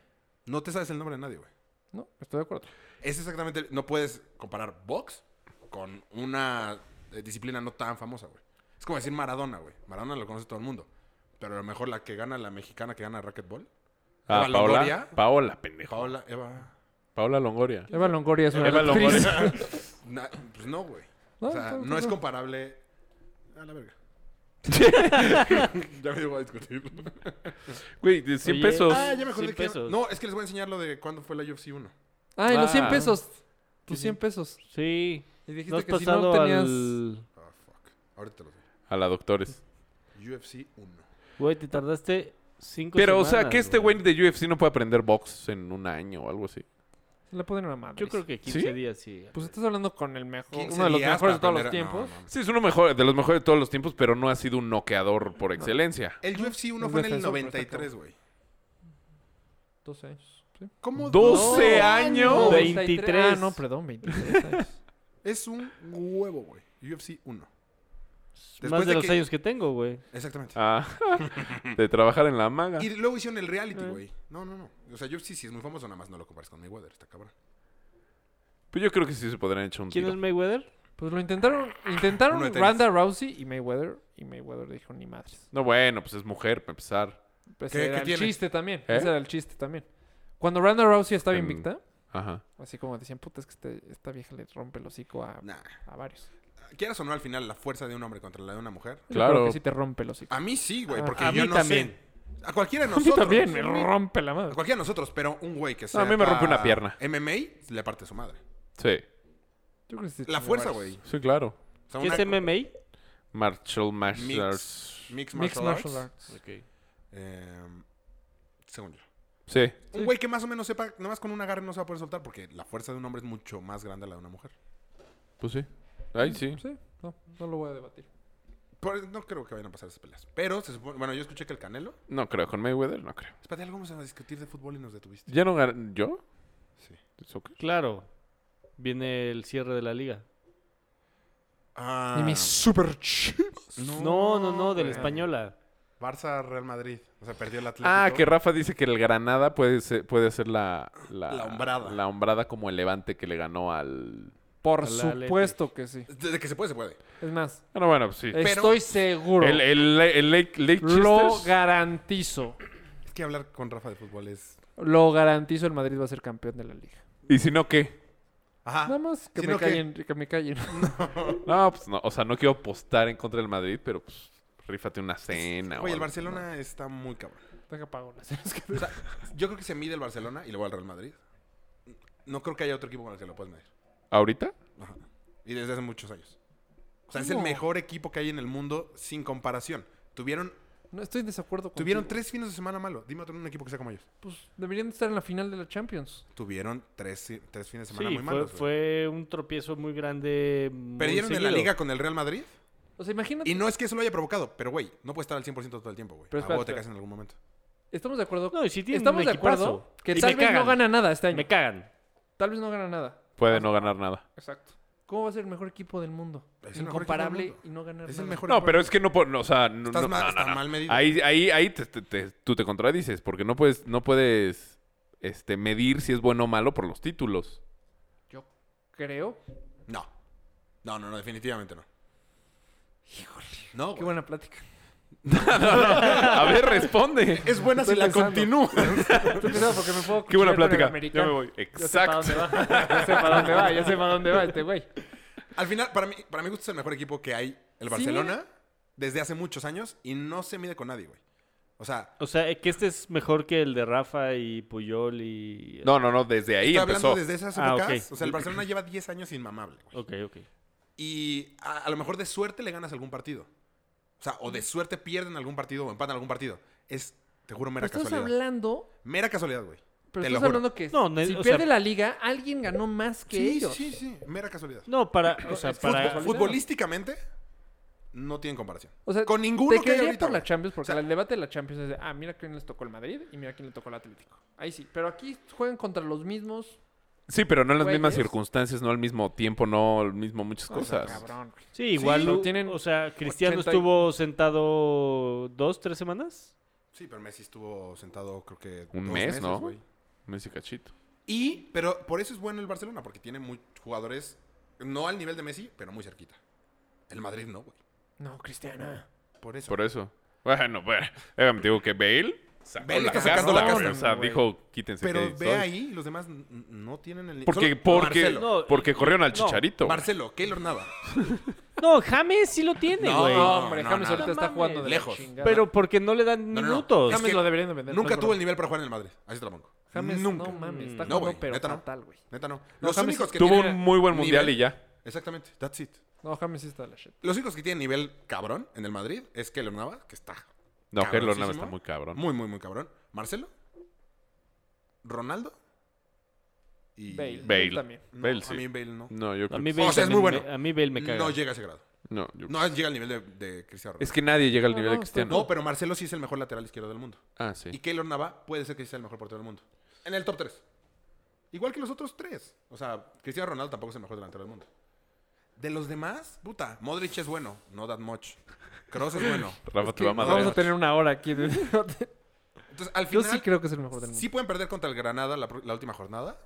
F: No te sabes el nombre de nadie, güey.
E: No, estoy de acuerdo.
F: Es exactamente... No puedes comparar box con una eh, disciplina no tan famosa, güey. Es como decir Maradona, güey. Maradona lo conoce todo el mundo. Pero a lo mejor la que gana, la mexicana que gana racquetball.
C: Ah,
F: Eva
C: Paola.
F: Longoria.
C: Paola, pendejo.
F: Paola, Eva...
C: Paola Longoria.
E: Eva Longoria es una
C: Eva
E: actriz.
C: Longoria.
F: na- pues no, güey.
E: No,
F: o sea,
E: está-
F: no es
E: está-
F: comparable... A la verga. ya me llevo a discutirlo.
C: Güey, de 100
D: Oye.
C: pesos.
F: Ah, ya me acordé
D: 100
F: que...
D: pesos.
F: No, es que les voy a enseñar lo de cuándo fue la UFC 1.
E: Ah, y los 100
D: Ah.
E: pesos. Tus
D: sí.
E: 100 pesos.
D: Sí.
E: Y dijiste
D: ¿No has
E: que si no
D: pasado
E: tenías...
D: al.
F: Ah, fuck. Ahorita te los doy.
C: A la doctores.
F: UFC 1.
E: Oh,
D: Güey, te tardaste cinco
C: Pero, o
D: semanas.
C: sea, que este güey de UFC no puede aprender box en un año o algo así.
E: Le ponen una madre.
D: Yo creo que 15
C: ¿Sí?
D: días sí.
E: Pues estás hablando con el mejor,
F: 15
E: uno de los
F: días
E: mejores de
F: para
E: todos los
F: aprender a- no,
E: tiempos.
F: no, no.
C: Sí, es uno mejor, de los mejores de todos los tiempos, pero no ha sido un noqueador por excelencia.
F: El UFC 1
E: Un
F: fue en el
E: defensor, pero está
F: 93, güey.
E: 12 años. ¿sí?
F: ¿Cómo?
C: 12
F: no?
C: años.
E: No,
D: 23.
E: Ah, no, perdón, 23 años.
F: Es un huevo, güey. UFC 1.
D: Más
F: Después
D: de,
F: de
D: los
F: que-
D: años que tengo, güey.
F: Exactamente.
C: Ah, de trabajar en la maga.
F: Y luego hicieron el reality, güey. No, no, no. O sea, UFC sí es muy famoso, nada más no lo compares con Mayweather, está cabrón.
C: Pues yo creo que sí se podrían echar un
D: ¿Quién es
C: tiro.
D: Mayweather?
E: Pues lo intentaron,
F: Uno de
E: intentaron
F: tenis.
E: Ronda Rousey y Mayweather, y Mayweather dijo ni madres.
C: No, bueno, pues es mujer, para empezar.
E: Ese
F: ¿Qué-
E: era
F: qué
E: el
F: tiene?
E: chiste también,
C: ¿Eh?
E: ese era el chiste también. Cuando Ronda Rousey estaba
D: Em.
C: En-
E: invicta,
C: Ajá.
E: así como decían, puta, es que este- esta vieja le rompe el hocico a,
F: Nah.
E: a varios.
F: Quieras o no, al final, la fuerza de un hombre contra la de una mujer.
E: Yo creo
C: Claro.
E: que sí te rompe el hocico.
F: A mí sí, güey,
E: Ah,
F: porque
E: a
F: yo
D: mí
F: no
D: también.
F: sé. A cualquiera de
E: A mí
F: nosotros.
E: también me rompe la
F: A
E: madre.
F: cualquiera de nosotros, pero un güey que sea.
C: No, a mí me rompe una pierna.
F: MMA le parte su madre.
C: Sí,
E: Yo creo que sí te
F: La
E: chingó
F: fuerza,
E: varios.
F: güey.
C: sí, claro.
F: O sea,
D: ¿Qué
F: una-
D: es MMA?
C: Martial martial
F: Mix.
C: arts.
F: Mixed
E: Mixed
F: martial,
E: martial
F: arts.
E: arts.
D: Ok.
F: Eh, según yo.
C: Sí.
F: Un güey que más o menos sepa, nada más con un agarre no se va a poder soltar porque la fuerza de un hombre es mucho más grande a la de una mujer.
C: Pues sí. Ay, sí.
E: Sí, no, no lo voy a debatir.
F: Por- no creo que vayan a pasar esas peleas. Pero se supone, bueno, yo escuché que el Canelo.
C: No creo, con Mayweather no creo.
F: Espérate, algo vamos a discutir de fútbol y nos detuviste.
C: ¿Ya no ganan? ¿Yo?
F: Sí.
C: ¿De soccer?
D: Claro. Viene el cierre de la liga.
F: Ah,
E: Y mi super chivas.
F: no,
D: No, no, no, de la
F: güey.
D: española.
F: Barça Real Madrid. O sea, perdió el Atlético.
C: Ah, que Rafa dice que el Granada puede ser, puede hacer la, la,
F: La hombrada.
C: La hombrada como el levante que le ganó al.
E: Por
D: Al Athletic.
E: supuesto que sí.
F: Desde que se puede, se puede.
E: Es más,
C: Bueno, bueno, pues sí.
E: estoy seguro.
C: El, el, el Lake, Lake
E: Lo
C: Chesters-
E: garantizo.
F: Es que hablar con Rafa de fútbol es.
E: Lo garantizo, el Madrid va a ser campeón de la liga.
C: ¿Y si no qué?
F: Ajá.
E: Nada más que
F: Ah, Sino
E: me
F: que-
E: callen, que me callen.
C: No, pues no, o sea, no quiero apostar en contra del Madrid, pero pues rífate una cena. o
F: Oye, el
C: algo,
F: Barcelona está muy cabrón.
E: Deja pago las cenas que-
F: O sea, yo creo que se mide el Barcelona y luego al Real Madrid. No creo que haya otro equipo con el que lo puedas medir.
C: ¿no? ¿Ahorita?
F: Ajá. Y desde hace muchos años. O sea, es el
E: ¿Cómo?
F: mejor equipo que hay en el mundo sin comparación. Tuvieron,
E: No estoy en desacuerdo con
F: tuvieron tres fines de semana malo. Dime otro un equipo que sea como ellos.
E: Pues deberían de estar en la final de la Champions.
F: Tuvieron tres, tres fines de semana
D: Sí, fue,
F: muy malos. güey.
D: fue un tropiezo muy grande. muy
F: Perdieron en la
D: seguido.
F: liga con el Real Madrid.
E: O sea, imagínate.
F: Y no es que eso lo haya provocado, pero güey, no puede estar al 100% todo el tiempo, güey.
E: Pero
F: A huevo
E: espera,
F: te
E: espera.
F: caes en algún momento.
E: Estamos de acuerdo.
D: No, y sí tienen
E: Estamos
D: un
E: de acuerdo
D: equipazo.
E: que
D: Y
E: tal
D: me
E: vez no
D: cagan.
E: gana nada este año.
D: Me cagan.
E: Tal vez no gana nada.
C: Puede no ganar nada.
E: Exacto. ¿Cómo va a ser el mejor equipo del mundo?
F: Es el mejor equipo del
E: Incomparable
F: mundo.
E: y no ganar
F: Es
E: nada.
F: el mejor.
C: No,
F: equipo
C: pero es que no, po- no, o sea, no,
F: Estás
C: no,
F: mal-
C: no, no,
F: está
C: no.
F: mal medido.
C: Ahí, ahí, ahí te- te- te- tú te contradices, porque no puedes, no puedes este, medir si es bueno o malo por los títulos.
E: Yo creo.
F: No. No, no, no, definitivamente no. Híjole. No,
E: Qué
F: güey.
E: buena plática.
C: A ver, responde.
F: Es buena
E: Estoy
F: si la
E: pensando.
F: continúa.
E: Estoy pensando porque me puedo
C: Qué buena
E: cuchillar con el
C: plática.
E: americano.
C: Exacto.
E: Ya sé para dónde va. Ya sé para dónde va. Ya sé para dónde va este güey.
F: Al final, para mí, para mí gusto es el mejor equipo que hay el Barcelona desde hace muchos años y no se mide con nadie, güey. O sea,
D: O sea, que este es mejor que el de Rafa y Puyol y.
C: No, no, no, desde ahí
F: estoy
C: empezó.
F: hablando desde esas
D: Ah,
F: épocas.
D: ok.
F: O sea, el Barcelona lleva 10 años inmamable, güey.
D: Ok, ok.
F: Y a, a lo mejor de suerte le ganas algún partido. O sea, o de suerte pierden algún partido o empatan algún partido. Es, te juro,
E: Pero
F: mera
E: estás
F: casualidad.
E: hablando.
F: Mera casualidad, güey.
E: Pues Pero
F: Te lo
E: estás
F: juro.
E: hablando que
D: No, ne-
E: si
D: o
E: pierde
D: sea-
E: la liga, alguien ganó más que
F: Sí,
E: ellos.
F: sí, sí. Mera casualidad.
D: No, para. O sea,
E: Fútbol-
D: para.
E: casualidad.
F: Futbolísticamente, no tienen comparación.
E: O sea,
F: con ninguno
E: te
F: que haya
E: quería
F: ahorita,
E: por la
F: güey.
E: Champions porque
F: O sea-
E: el debate de la Champions es de, ah, mira quién les tocó el Madrid y mira quién le tocó el Atlético. Ahí sí, pero aquí juegan contra los mismos.
C: Sí, pero no en las
E: Güey,
C: mismas
E: es-
C: circunstancias, no al mismo tiempo, no al mismo muchas cosas.
E: Cabrón. güey.
D: Sí, igual.
E: pero
D: u-
E: tienen
D: o sea, Cristiano
E: 80 y-
D: estuvo sentado dos, tres semanas.
F: Sí, pero Messi estuvo sentado, creo que.
C: Un
F: dos
C: mes,
F: meses,
C: ¿no?
F: güey.
C: Messi cachito.
F: Y, pero por eso es bueno el Barcelona, porque tiene muy, jugadores, no al nivel de Messi, pero muy cerquita. El Madrid no, güey.
E: No, Cristiana.
F: Por eso.
C: Por eso. Bueno, bueno. Déjame, te digo que Bale sacó
F: Bale
C: la
F: está
C: casta,
F: sacando la
C: güey.
F: casta,
C: O sea,
E: güey.
C: dijo, quítense
F: pero
C: que
F: ve
C: soy.
F: ahí, los demás n- n- no tienen el.
C: Porque,
F: solo-
C: porque,
F: Marcelo.
D: No,
C: porque
D: y-
C: corrieron al
D: no,
C: chicharito. güey.
F: Marcelo, Keylor Nava.
D: No, James sí lo tiene,
F: No,
D: güey.
E: No, hombre,
F: no,
E: James
F: no,
E: ahorita
D: no
E: está
D: mames.
E: jugando de la
F: Lejos.
E: chingada.
D: Pero porque no le dan
F: No, no, no.
D: minutos.
F: Jam-
E: James
F: Es que
E: lo deberían de vender. no
F: Nunca
E: es
F: tuvo
E: broma.
F: el nivel para jugar en el Madrid. Así te la pongo.
E: James,
F: Nunca.
E: no mames, está
F: No,
E: jugando
F: güey,
E: pero
F: neta no.
E: fatal, güey.
F: Neta no.
E: No,
F: Los
E: James
F: únicos que
C: Tuvo
F: tienen.
C: un muy buen
F: nivel-
C: mundial y ya.
F: Exactamente, that's it.
E: No, James sí está de la shit.
F: Los únicos que tienen nivel cabrón en el Madrid es Keylor Nava, que está
C: No, Keylor Nava
F: Cabroncísimo.
C: está muy cabrón.
F: Muy, muy, muy cabrón. Marcelo. Ronaldo. Y
E: Bale.
C: Bale.
E: Yo también.
F: No,
C: Bale,
F: A
C: sí.
F: mí Bale no.
C: No, yo
D: A
C: creo
D: mí
C: que...
D: Bale,
F: O sea, es
D: también
F: muy bueno.
D: me- a mí Bale me caga.
F: No llega a ese grado.
C: No, yo-
F: No llega al nivel de, de Cristiano
C: Es
F: Ronaldo.
C: que nadie llega al
E: No,
C: nivel de
E: no,
C: Cristiano.
F: No, pero Marcelo sí es el mejor lateral izquierdo del mundo.
C: Ah, sí.
F: Y Keylor Nava puede ser que sea el mejor portero del mundo. En el top 3. Igual que los otros tres. O sea, Cristiano Ronaldo tampoco es el mejor delantero del mundo. De los demás, puta, Modric es bueno. No that much. Kroos es bueno.
C: Rafa te va a
E: Vamos a
C: madrear.
E: tener una hora aquí. de-
F: Entonces, al
E: Yo
F: final...
E: sí creo que es el mejor del mundo.
F: Sí pueden perder contra el Granada la, pro- la última jornada,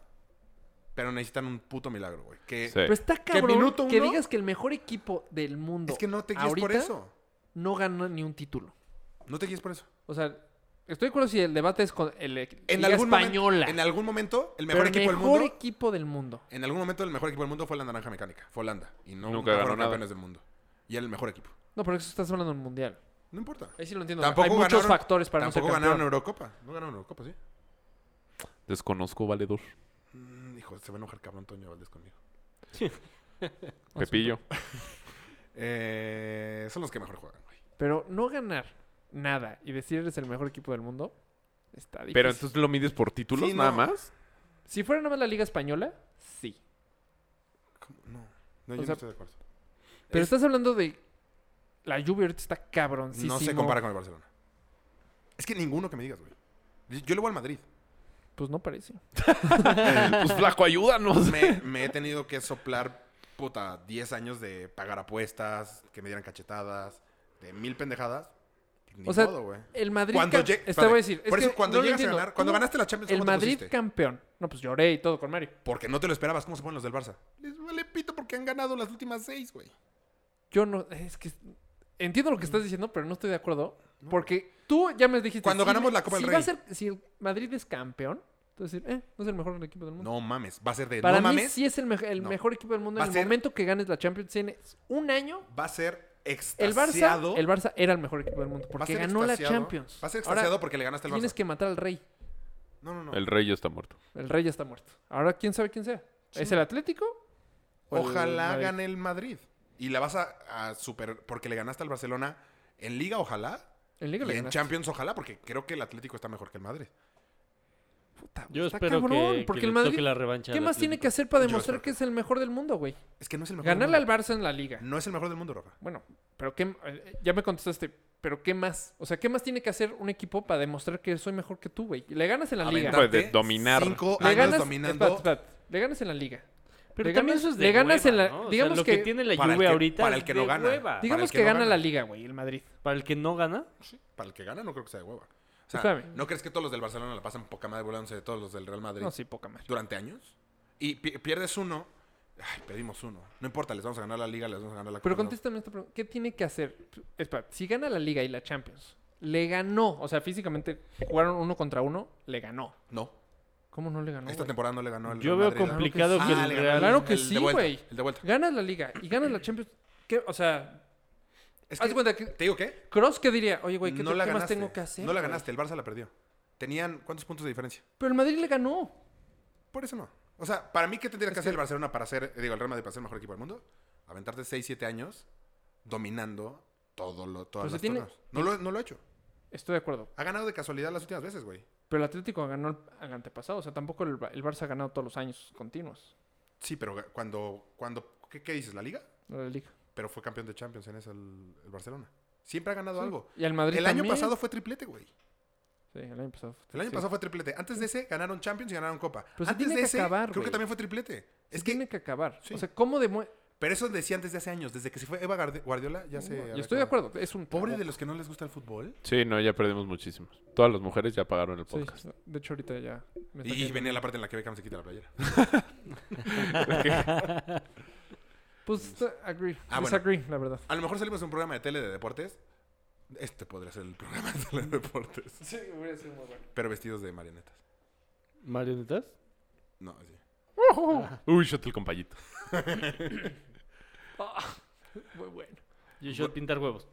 F: pero necesitan un puto milagro, güey. Que
C: Sí.
E: Pero está cabrón que,
F: minuto uno-
E: digas que el mejor equipo del mundo
F: es que no te guíes
E: ahorita
F: por eso.
E: no ganó ni un título.
F: No te guíes por eso.
E: O sea, estoy de acuerdo si el debate es con el e-
F: En
E: Liga
F: algún, momen-
E: española.
F: en algún momento, el
E: pero
F: mejor
E: el
F: equipo del
E: mejor
F: mundo.
E: equipo del mundo.
F: En algún momento, el mejor equipo del mundo fue la Naranja Mecánica. Fue Holanda. Y no,
C: Nunca
F: nunca
C: ganó
F: fueron
C: nada.
F: campeones del mundo. Y era el mejor equipo.
E: No, pero eso estás hablando del mundial.
F: No importa.
E: Ahí sí lo entiendo.
F: Tampoco
E: Hay muchos
F: ganaron-
E: factores para no ser
F: Tampoco
E: campeón.
F: ganaron Eurocopa. No ganaron Eurocopa, sí.
C: Desconozco valedor.
F: Mm, hijo, se va a enojar cabrón Toño Valdés conmigo.
C: Pepillo.
F: Eh, son los que mejor juegan, güey.
E: Pero no ganar nada y decir eres el mejor equipo del mundo está difícil.
C: Pero entonces lo mides por títulos
F: Sí,
C: nada
F: no.
C: más.
E: Si fuera nada más la Liga Española, sí.
F: ¿Cómo? No. No,
E: O
F: yo no
E: sea,
F: estoy de acuerdo.
E: Pero
F: Es-
E: estás hablando de... La lluvia ahorita está cabroncísimo.
F: no se compara con el Barcelona. Es que ninguno que me digas, güey. Yo- Yo le voy al Madrid.
E: Pues no parece.
C: Pues flaco, ayúdanos.
F: Me, me he tenido que soplar, puta, 10 años de pagar apuestas, que me dieran cachetadas, de mil pendejadas. Ni
E: O sea,
F: modo, güey.
E: El Madrid...
F: Cuando
E: cam-
F: lleg-
E: Este
F: espérate,
E: voy a decir... es
F: Por eso,
E: que
F: cuando
E: no lo
F: llegas a
E: entiendo.
F: ganar, cuando
E: ¿Cómo
F: ganaste la Champions,
E: El
F: ¿cómo te
E: Madrid
F: pusiste?
E: campeón. No, pues lloré y todo con Mario.
F: Porque no te lo esperabas. ¿Cómo se ponen los del Barça? Les vale pito porque han ganado las últimas seis, güey.
E: Yo no... Es que... Entiendo lo que estás diciendo, pero no estoy de acuerdo. Porque tú ya me dijiste...
F: Mm. Cuando ganamos la Copa
E: si
F: del Rey.
E: va a ser- si el Madrid es campeón, Entonces, eh, no es el mejor equipo del mundo.
F: No mames, va a ser de
E: Para
F: Este, no
E: mí
F: mames.
E: sí es el, mej- el
F: No.
E: mejor equipo del mundo.
F: Va
E: En
F: a
E: el
F: ser-
E: momento que ganes la Champions tienes un año.
F: Va a ser
E: El Barça,
F: extasiado.
E: el Barça era el mejor equipo del mundo
F: va a
E: porque
F: ser
E: ganó la
F: extasiado.
E: Champions.
F: Va a ser
E: Ahora
F: extasiado porque le ganaste al
E: tienes
F: Barça.
E: que matar al rey.
F: No, no, no.
C: El rey ya está muerto.
E: El rey ya está muerto. Ahora quién sabe quién sea. ¿Es el Atlético? o el
F: Ojalá
E: Madrid?
F: gane el Madrid. Y la vas a, a super... Porque le ganaste al Barcelona en Liga, ojalá.
E: En
F: Y
E: Liga le
F: en
E: ganaste.
F: Champions, ojalá. Porque creo que el Atlético está mejor que el Madrid.
E: Puta,
B: Yo
E: está
B: espero
E: cabrón,
B: que, que
E: porque
B: le
E: el Madrid
B: toque la revancha.
E: ¿Qué
B: al
E: más tiene
B: Atlético.
E: que hacer para
F: Yo
E: demostrar
F: espero.
E: que es el mejor del mundo, güey?
F: Es que no es el mejor
E: Ganarle
F: del
E: al
F: mundo.
E: Barça en la liga.
F: No es el mejor del mundo, Rafa.
E: Bueno, pero qué eh, ya me contestaste, pero qué más? O sea, ¿qué más tiene que hacer un equipo para demostrar que soy mejor que tú, güey? Le ganas en la liga.
C: Aventarte. Pues de dominar.
F: Cinco
E: Le
F: años
E: ganas
F: dominando. Ah,
E: espérate, espérate. Le ganas en la liga.
D: Pero
E: Le
D: también
E: ganas-
D: eso es de
E: le ganas en
D: hueva,
E: la-
D: ¿no? O sea,
E: digamos
D: lo
E: que
D: que, tiene la
F: para el
D: Juve
F: que-
D: ahorita
F: para
D: es
F: el que
D: de
F: no gana.
D: hueva.
F: Diga-
E: Digamos
F: el que
E: que,
F: no
E: gana,
F: gana.
E: la liga, güey, el Madrid.
D: Para el que no gana,
F: Sí, para el que gana no creo que sea de hueva. O sea,
E: Espérame.
F: ¿no crees que todos los del Barcelona la pasan poca madre volándose de todos los del Real Madrid
E: No, sí, poca madre.
F: durante años? Y pi- pierdes uno. Ay, pedimos uno. No importa, les vamos a ganar la Liga, les vamos a ganar la
E: Pero
F: Copa.
E: contéstame esta pregunta. ¿Qué tiene que hacer? Espera, si gana la liga y la Champions, le ganó. O sea, físicamente jugaron uno contra uno, le ganó.
F: No,
E: ¿Cómo no le ganó?
F: esta
E: güey?
F: temporada no le ganó el
D: yo
F: Real
D: veo
F: Madrid.
D: complicado
F: Ah,
D: que
F: le
D: el
F: ganó
D: Real...
E: Claro que
F: El
E: sí,
F: de vuelta,
E: güey.
F: El de vuelta.
E: Ganas la liga y ganas la Champions. ¿Qué? O sea,
F: Es
E: haz
F: que-
E: de cuenta que
F: ¿Te digo qué?
E: Cross que diría, oye, güey, ¿qué, te- qué más
F: ganaste.
E: tengo que hacer?
F: No la
E: güey?
F: ganaste, el Barça la perdió. Tenían, ¿cuántos puntos de diferencia?
E: Pero el Madrid le ganó.
F: Por eso no. O sea, para mí, ¿qué tendría que hacer el Barcelona para ser, digo, el Real Madrid para ser el mejor equipo del mundo? Aventarte 6, 7 años dominando todo lo,
E: Pero
F: todas
E: se
F: las
E: Pues tiene-
F: turnos. No lo, no lo ha hecho.
E: Estoy de acuerdo.
F: Ha ganado de casualidad las últimas veces, güey.
E: Pero el Atlético ganó el, al antepasado. O sea, tampoco el, Ba- el Barça ha ganado todos los años continuos.
F: Sí, pero ga- cuando, cuando ¿qué, qué dices? ¿La Liga?
E: de La Liga.
F: Pero fue campeón de Champions en ese el, el Barcelona. Siempre ha ganado
E: Sí.
F: algo.
E: Y el Madrid
F: El año
E: también.
F: pasado fue triplete, güey.
E: Sí, el año pasado. fue-
F: El año
E: sí.
F: pasado fue triplete. Antes de ese ganaron Champions y ganaron Copa.
E: Pero se
F: antes
E: tiene
F: de
E: que
F: ese
E: acabar,
F: creo que
E: güey.
F: también fue triplete.
E: Se
F: Es que
E: Tiene que acabar.
F: Sí.
E: O sea, ¿cómo demuestra...?
F: pero eso decían desde hace años, desde que se fue Eva Garde- Guardiola ya se
E: Yo
F: había
E: estoy de
F: acabado.
E: acuerdo. Es un...
F: Pobre de
E: trabajo.
F: los que no les gusta el fútbol.
C: Sí, no, ya perdimos muchísimos. Todas las mujeres ya pagaron el podcast.
E: Sí, de hecho, ahorita ya... me está
F: Y
E: cayendo.
F: venía la parte en la que Beckham se quita la playera.
E: Pues, eh, agree.
F: Ah, bueno.
E: Disagree, la verdad.
F: A lo mejor salimos de un programa de tele de deportes. Este podría ser el programa de tele de deportes.
E: Sí, hubiera sido muy bueno.
F: Pero vestidos de marionetas.
D: ¿Marionetas?
F: No, sí.
C: Uy, shot el compañito.
E: Muy bueno.
D: Yo, yo pintar huevos.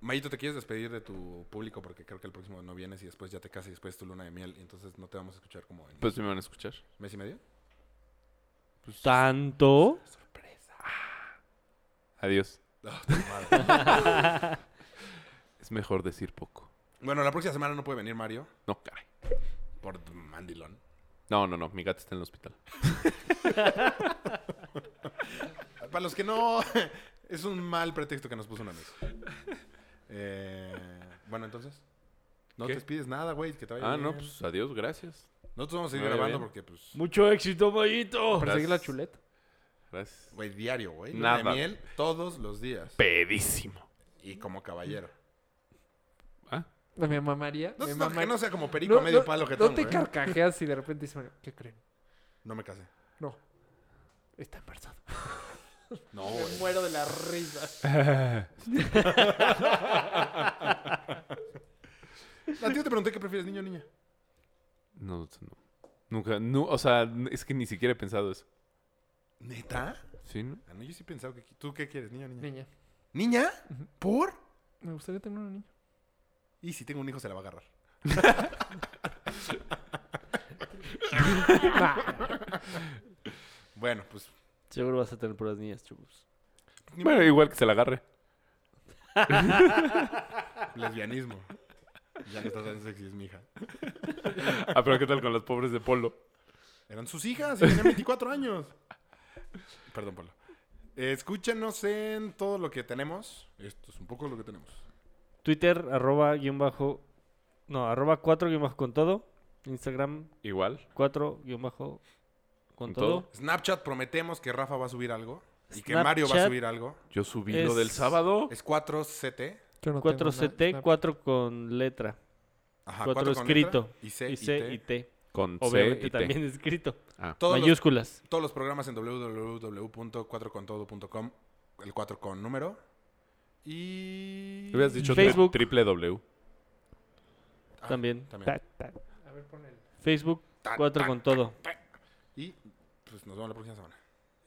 F: Mayito, te quieres despedir de tu público porque creo que el próximo no vienes y después ya te casas y después es tu luna de miel y entonces no te vamos a escuchar como en
C: Pues sí me van a escuchar. pues,
F: mes y medio.
D: ¿Tanto?
C: Adiós.
F: Ah, tu madre.
C: Es mejor decir poco.
F: bueno, la próxima semana no puede venir Mario
C: No, caray.
F: por mandilón.
C: No, no, no. Mi gato está en el hospital.
F: Para los que no, es un mal pretexto que nos puso un amigo. Eh, bueno, entonces. No
C: ¿Qué?
F: te despides nada, güey, que te vaya
C: Ah,
F: bien.
C: no, pues adiós, gracias.
F: Nosotros vamos a seguir
C: Me vaya
F: grabando
C: bien.
F: porque, pues,
D: Mucho éxito, Mayito.
E: Para seguir la
C: Gracias.
E: chuleta.
C: Gracias.
F: güey, diario, güey. Luna de
C: Nada.
F: miel todos los días.
C: Pedísimo.
F: Y como caballero.
C: ¿Ah?
E: Me mamaría.
F: No,
E: me
F: no, que
E: mamaría.
F: no sea como perico a medio palo que
E: no
F: tengo.
E: te
F: ¿eh?
E: carcajeas si de repente dices, "Bueno, ¿qué creen?
F: No me casé.
E: No. Está embarazada.
F: No, güey.
E: Muero de la risa.
F: A ti yo te pregunté qué prefieres, niño o niña.
C: No, no. Nunca, no, o sea, n- es que ni siquiera he pensado eso.
F: ¿Neta?
C: ¿Sí? no?
F: Ah, no, yo sí he pensado que... qui- ¿Tú qué quieres, niño o niña?
E: Niña,
F: ¿Niña? ¿Por?
E: me gustaría tener una niña.
F: Y si tengo un hijo se la va a agarrar. Bueno, pues...
D: Seguro vas a tener puras niñas, chubus.
F: ni
C: Bueno, igual que se la agarre.
F: Lesbianismo. Ya no estás tan sexy, es mi hija.
C: Ah, pero ¿qué tal con las pobres de polo?
F: Eran sus hijas, y tenían 24 años. Perdón, Pablo. Eh, Escúchenos en todo lo que tenemos. Esto es un poco lo que tenemos.
D: Twitter, arroba, guión bajo... No, arroba 4, guión bajo con todo. Instagram,
C: Igual.
D: 4, guión bajo con
C: ¿Con
D: todo.
C: todo?
F: Snapchat, prometemos que Rafa va a subir algo. Y que
D: Snapchat.
F: Mario va a subir algo.
C: Yo subí
D: Es-
C: lo del sábado.
F: Es 4CT.
E: Yo no
D: 4CT, 4 con letra.
F: Ajá,
D: Cuatro
F: cuatro con letra,
D: escrito.
F: y C
D: y
F: y,
D: C
F: T.
D: y T.
C: Con
D: Obviamente
C: C y T.
D: también escrito.
C: Ah.
F: Todos, los,
D: Mayúsculas.
F: todos los programas en www.4contodo.com. El 4 con número. Y...
C: Le Hubieras dicho
D: Facebook.
C: Facebook. triple W.
F: Ah,
D: También.
F: también.
E: A ver, pon el...
D: Facebook,
F: ta,
D: Cuatro
F: ta,
D: con todo.
F: Y pues nos vemos la próxima semana.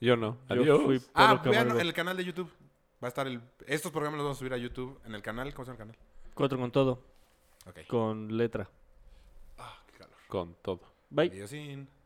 C: Yo no. Adiós.
D: Yo fui Pedro
F: ah, vean
D: Camargo.
F: el canal de YouTube. Va a estar el. Estos programas los vamos a subir a YouTube en el canal. ¿Cómo se llama el canal?
D: Cuatro con todo.
F: Ok.
D: Con letra.
F: Ah, qué calor.
C: Con todo.
D: Bye.
F: Adiósín.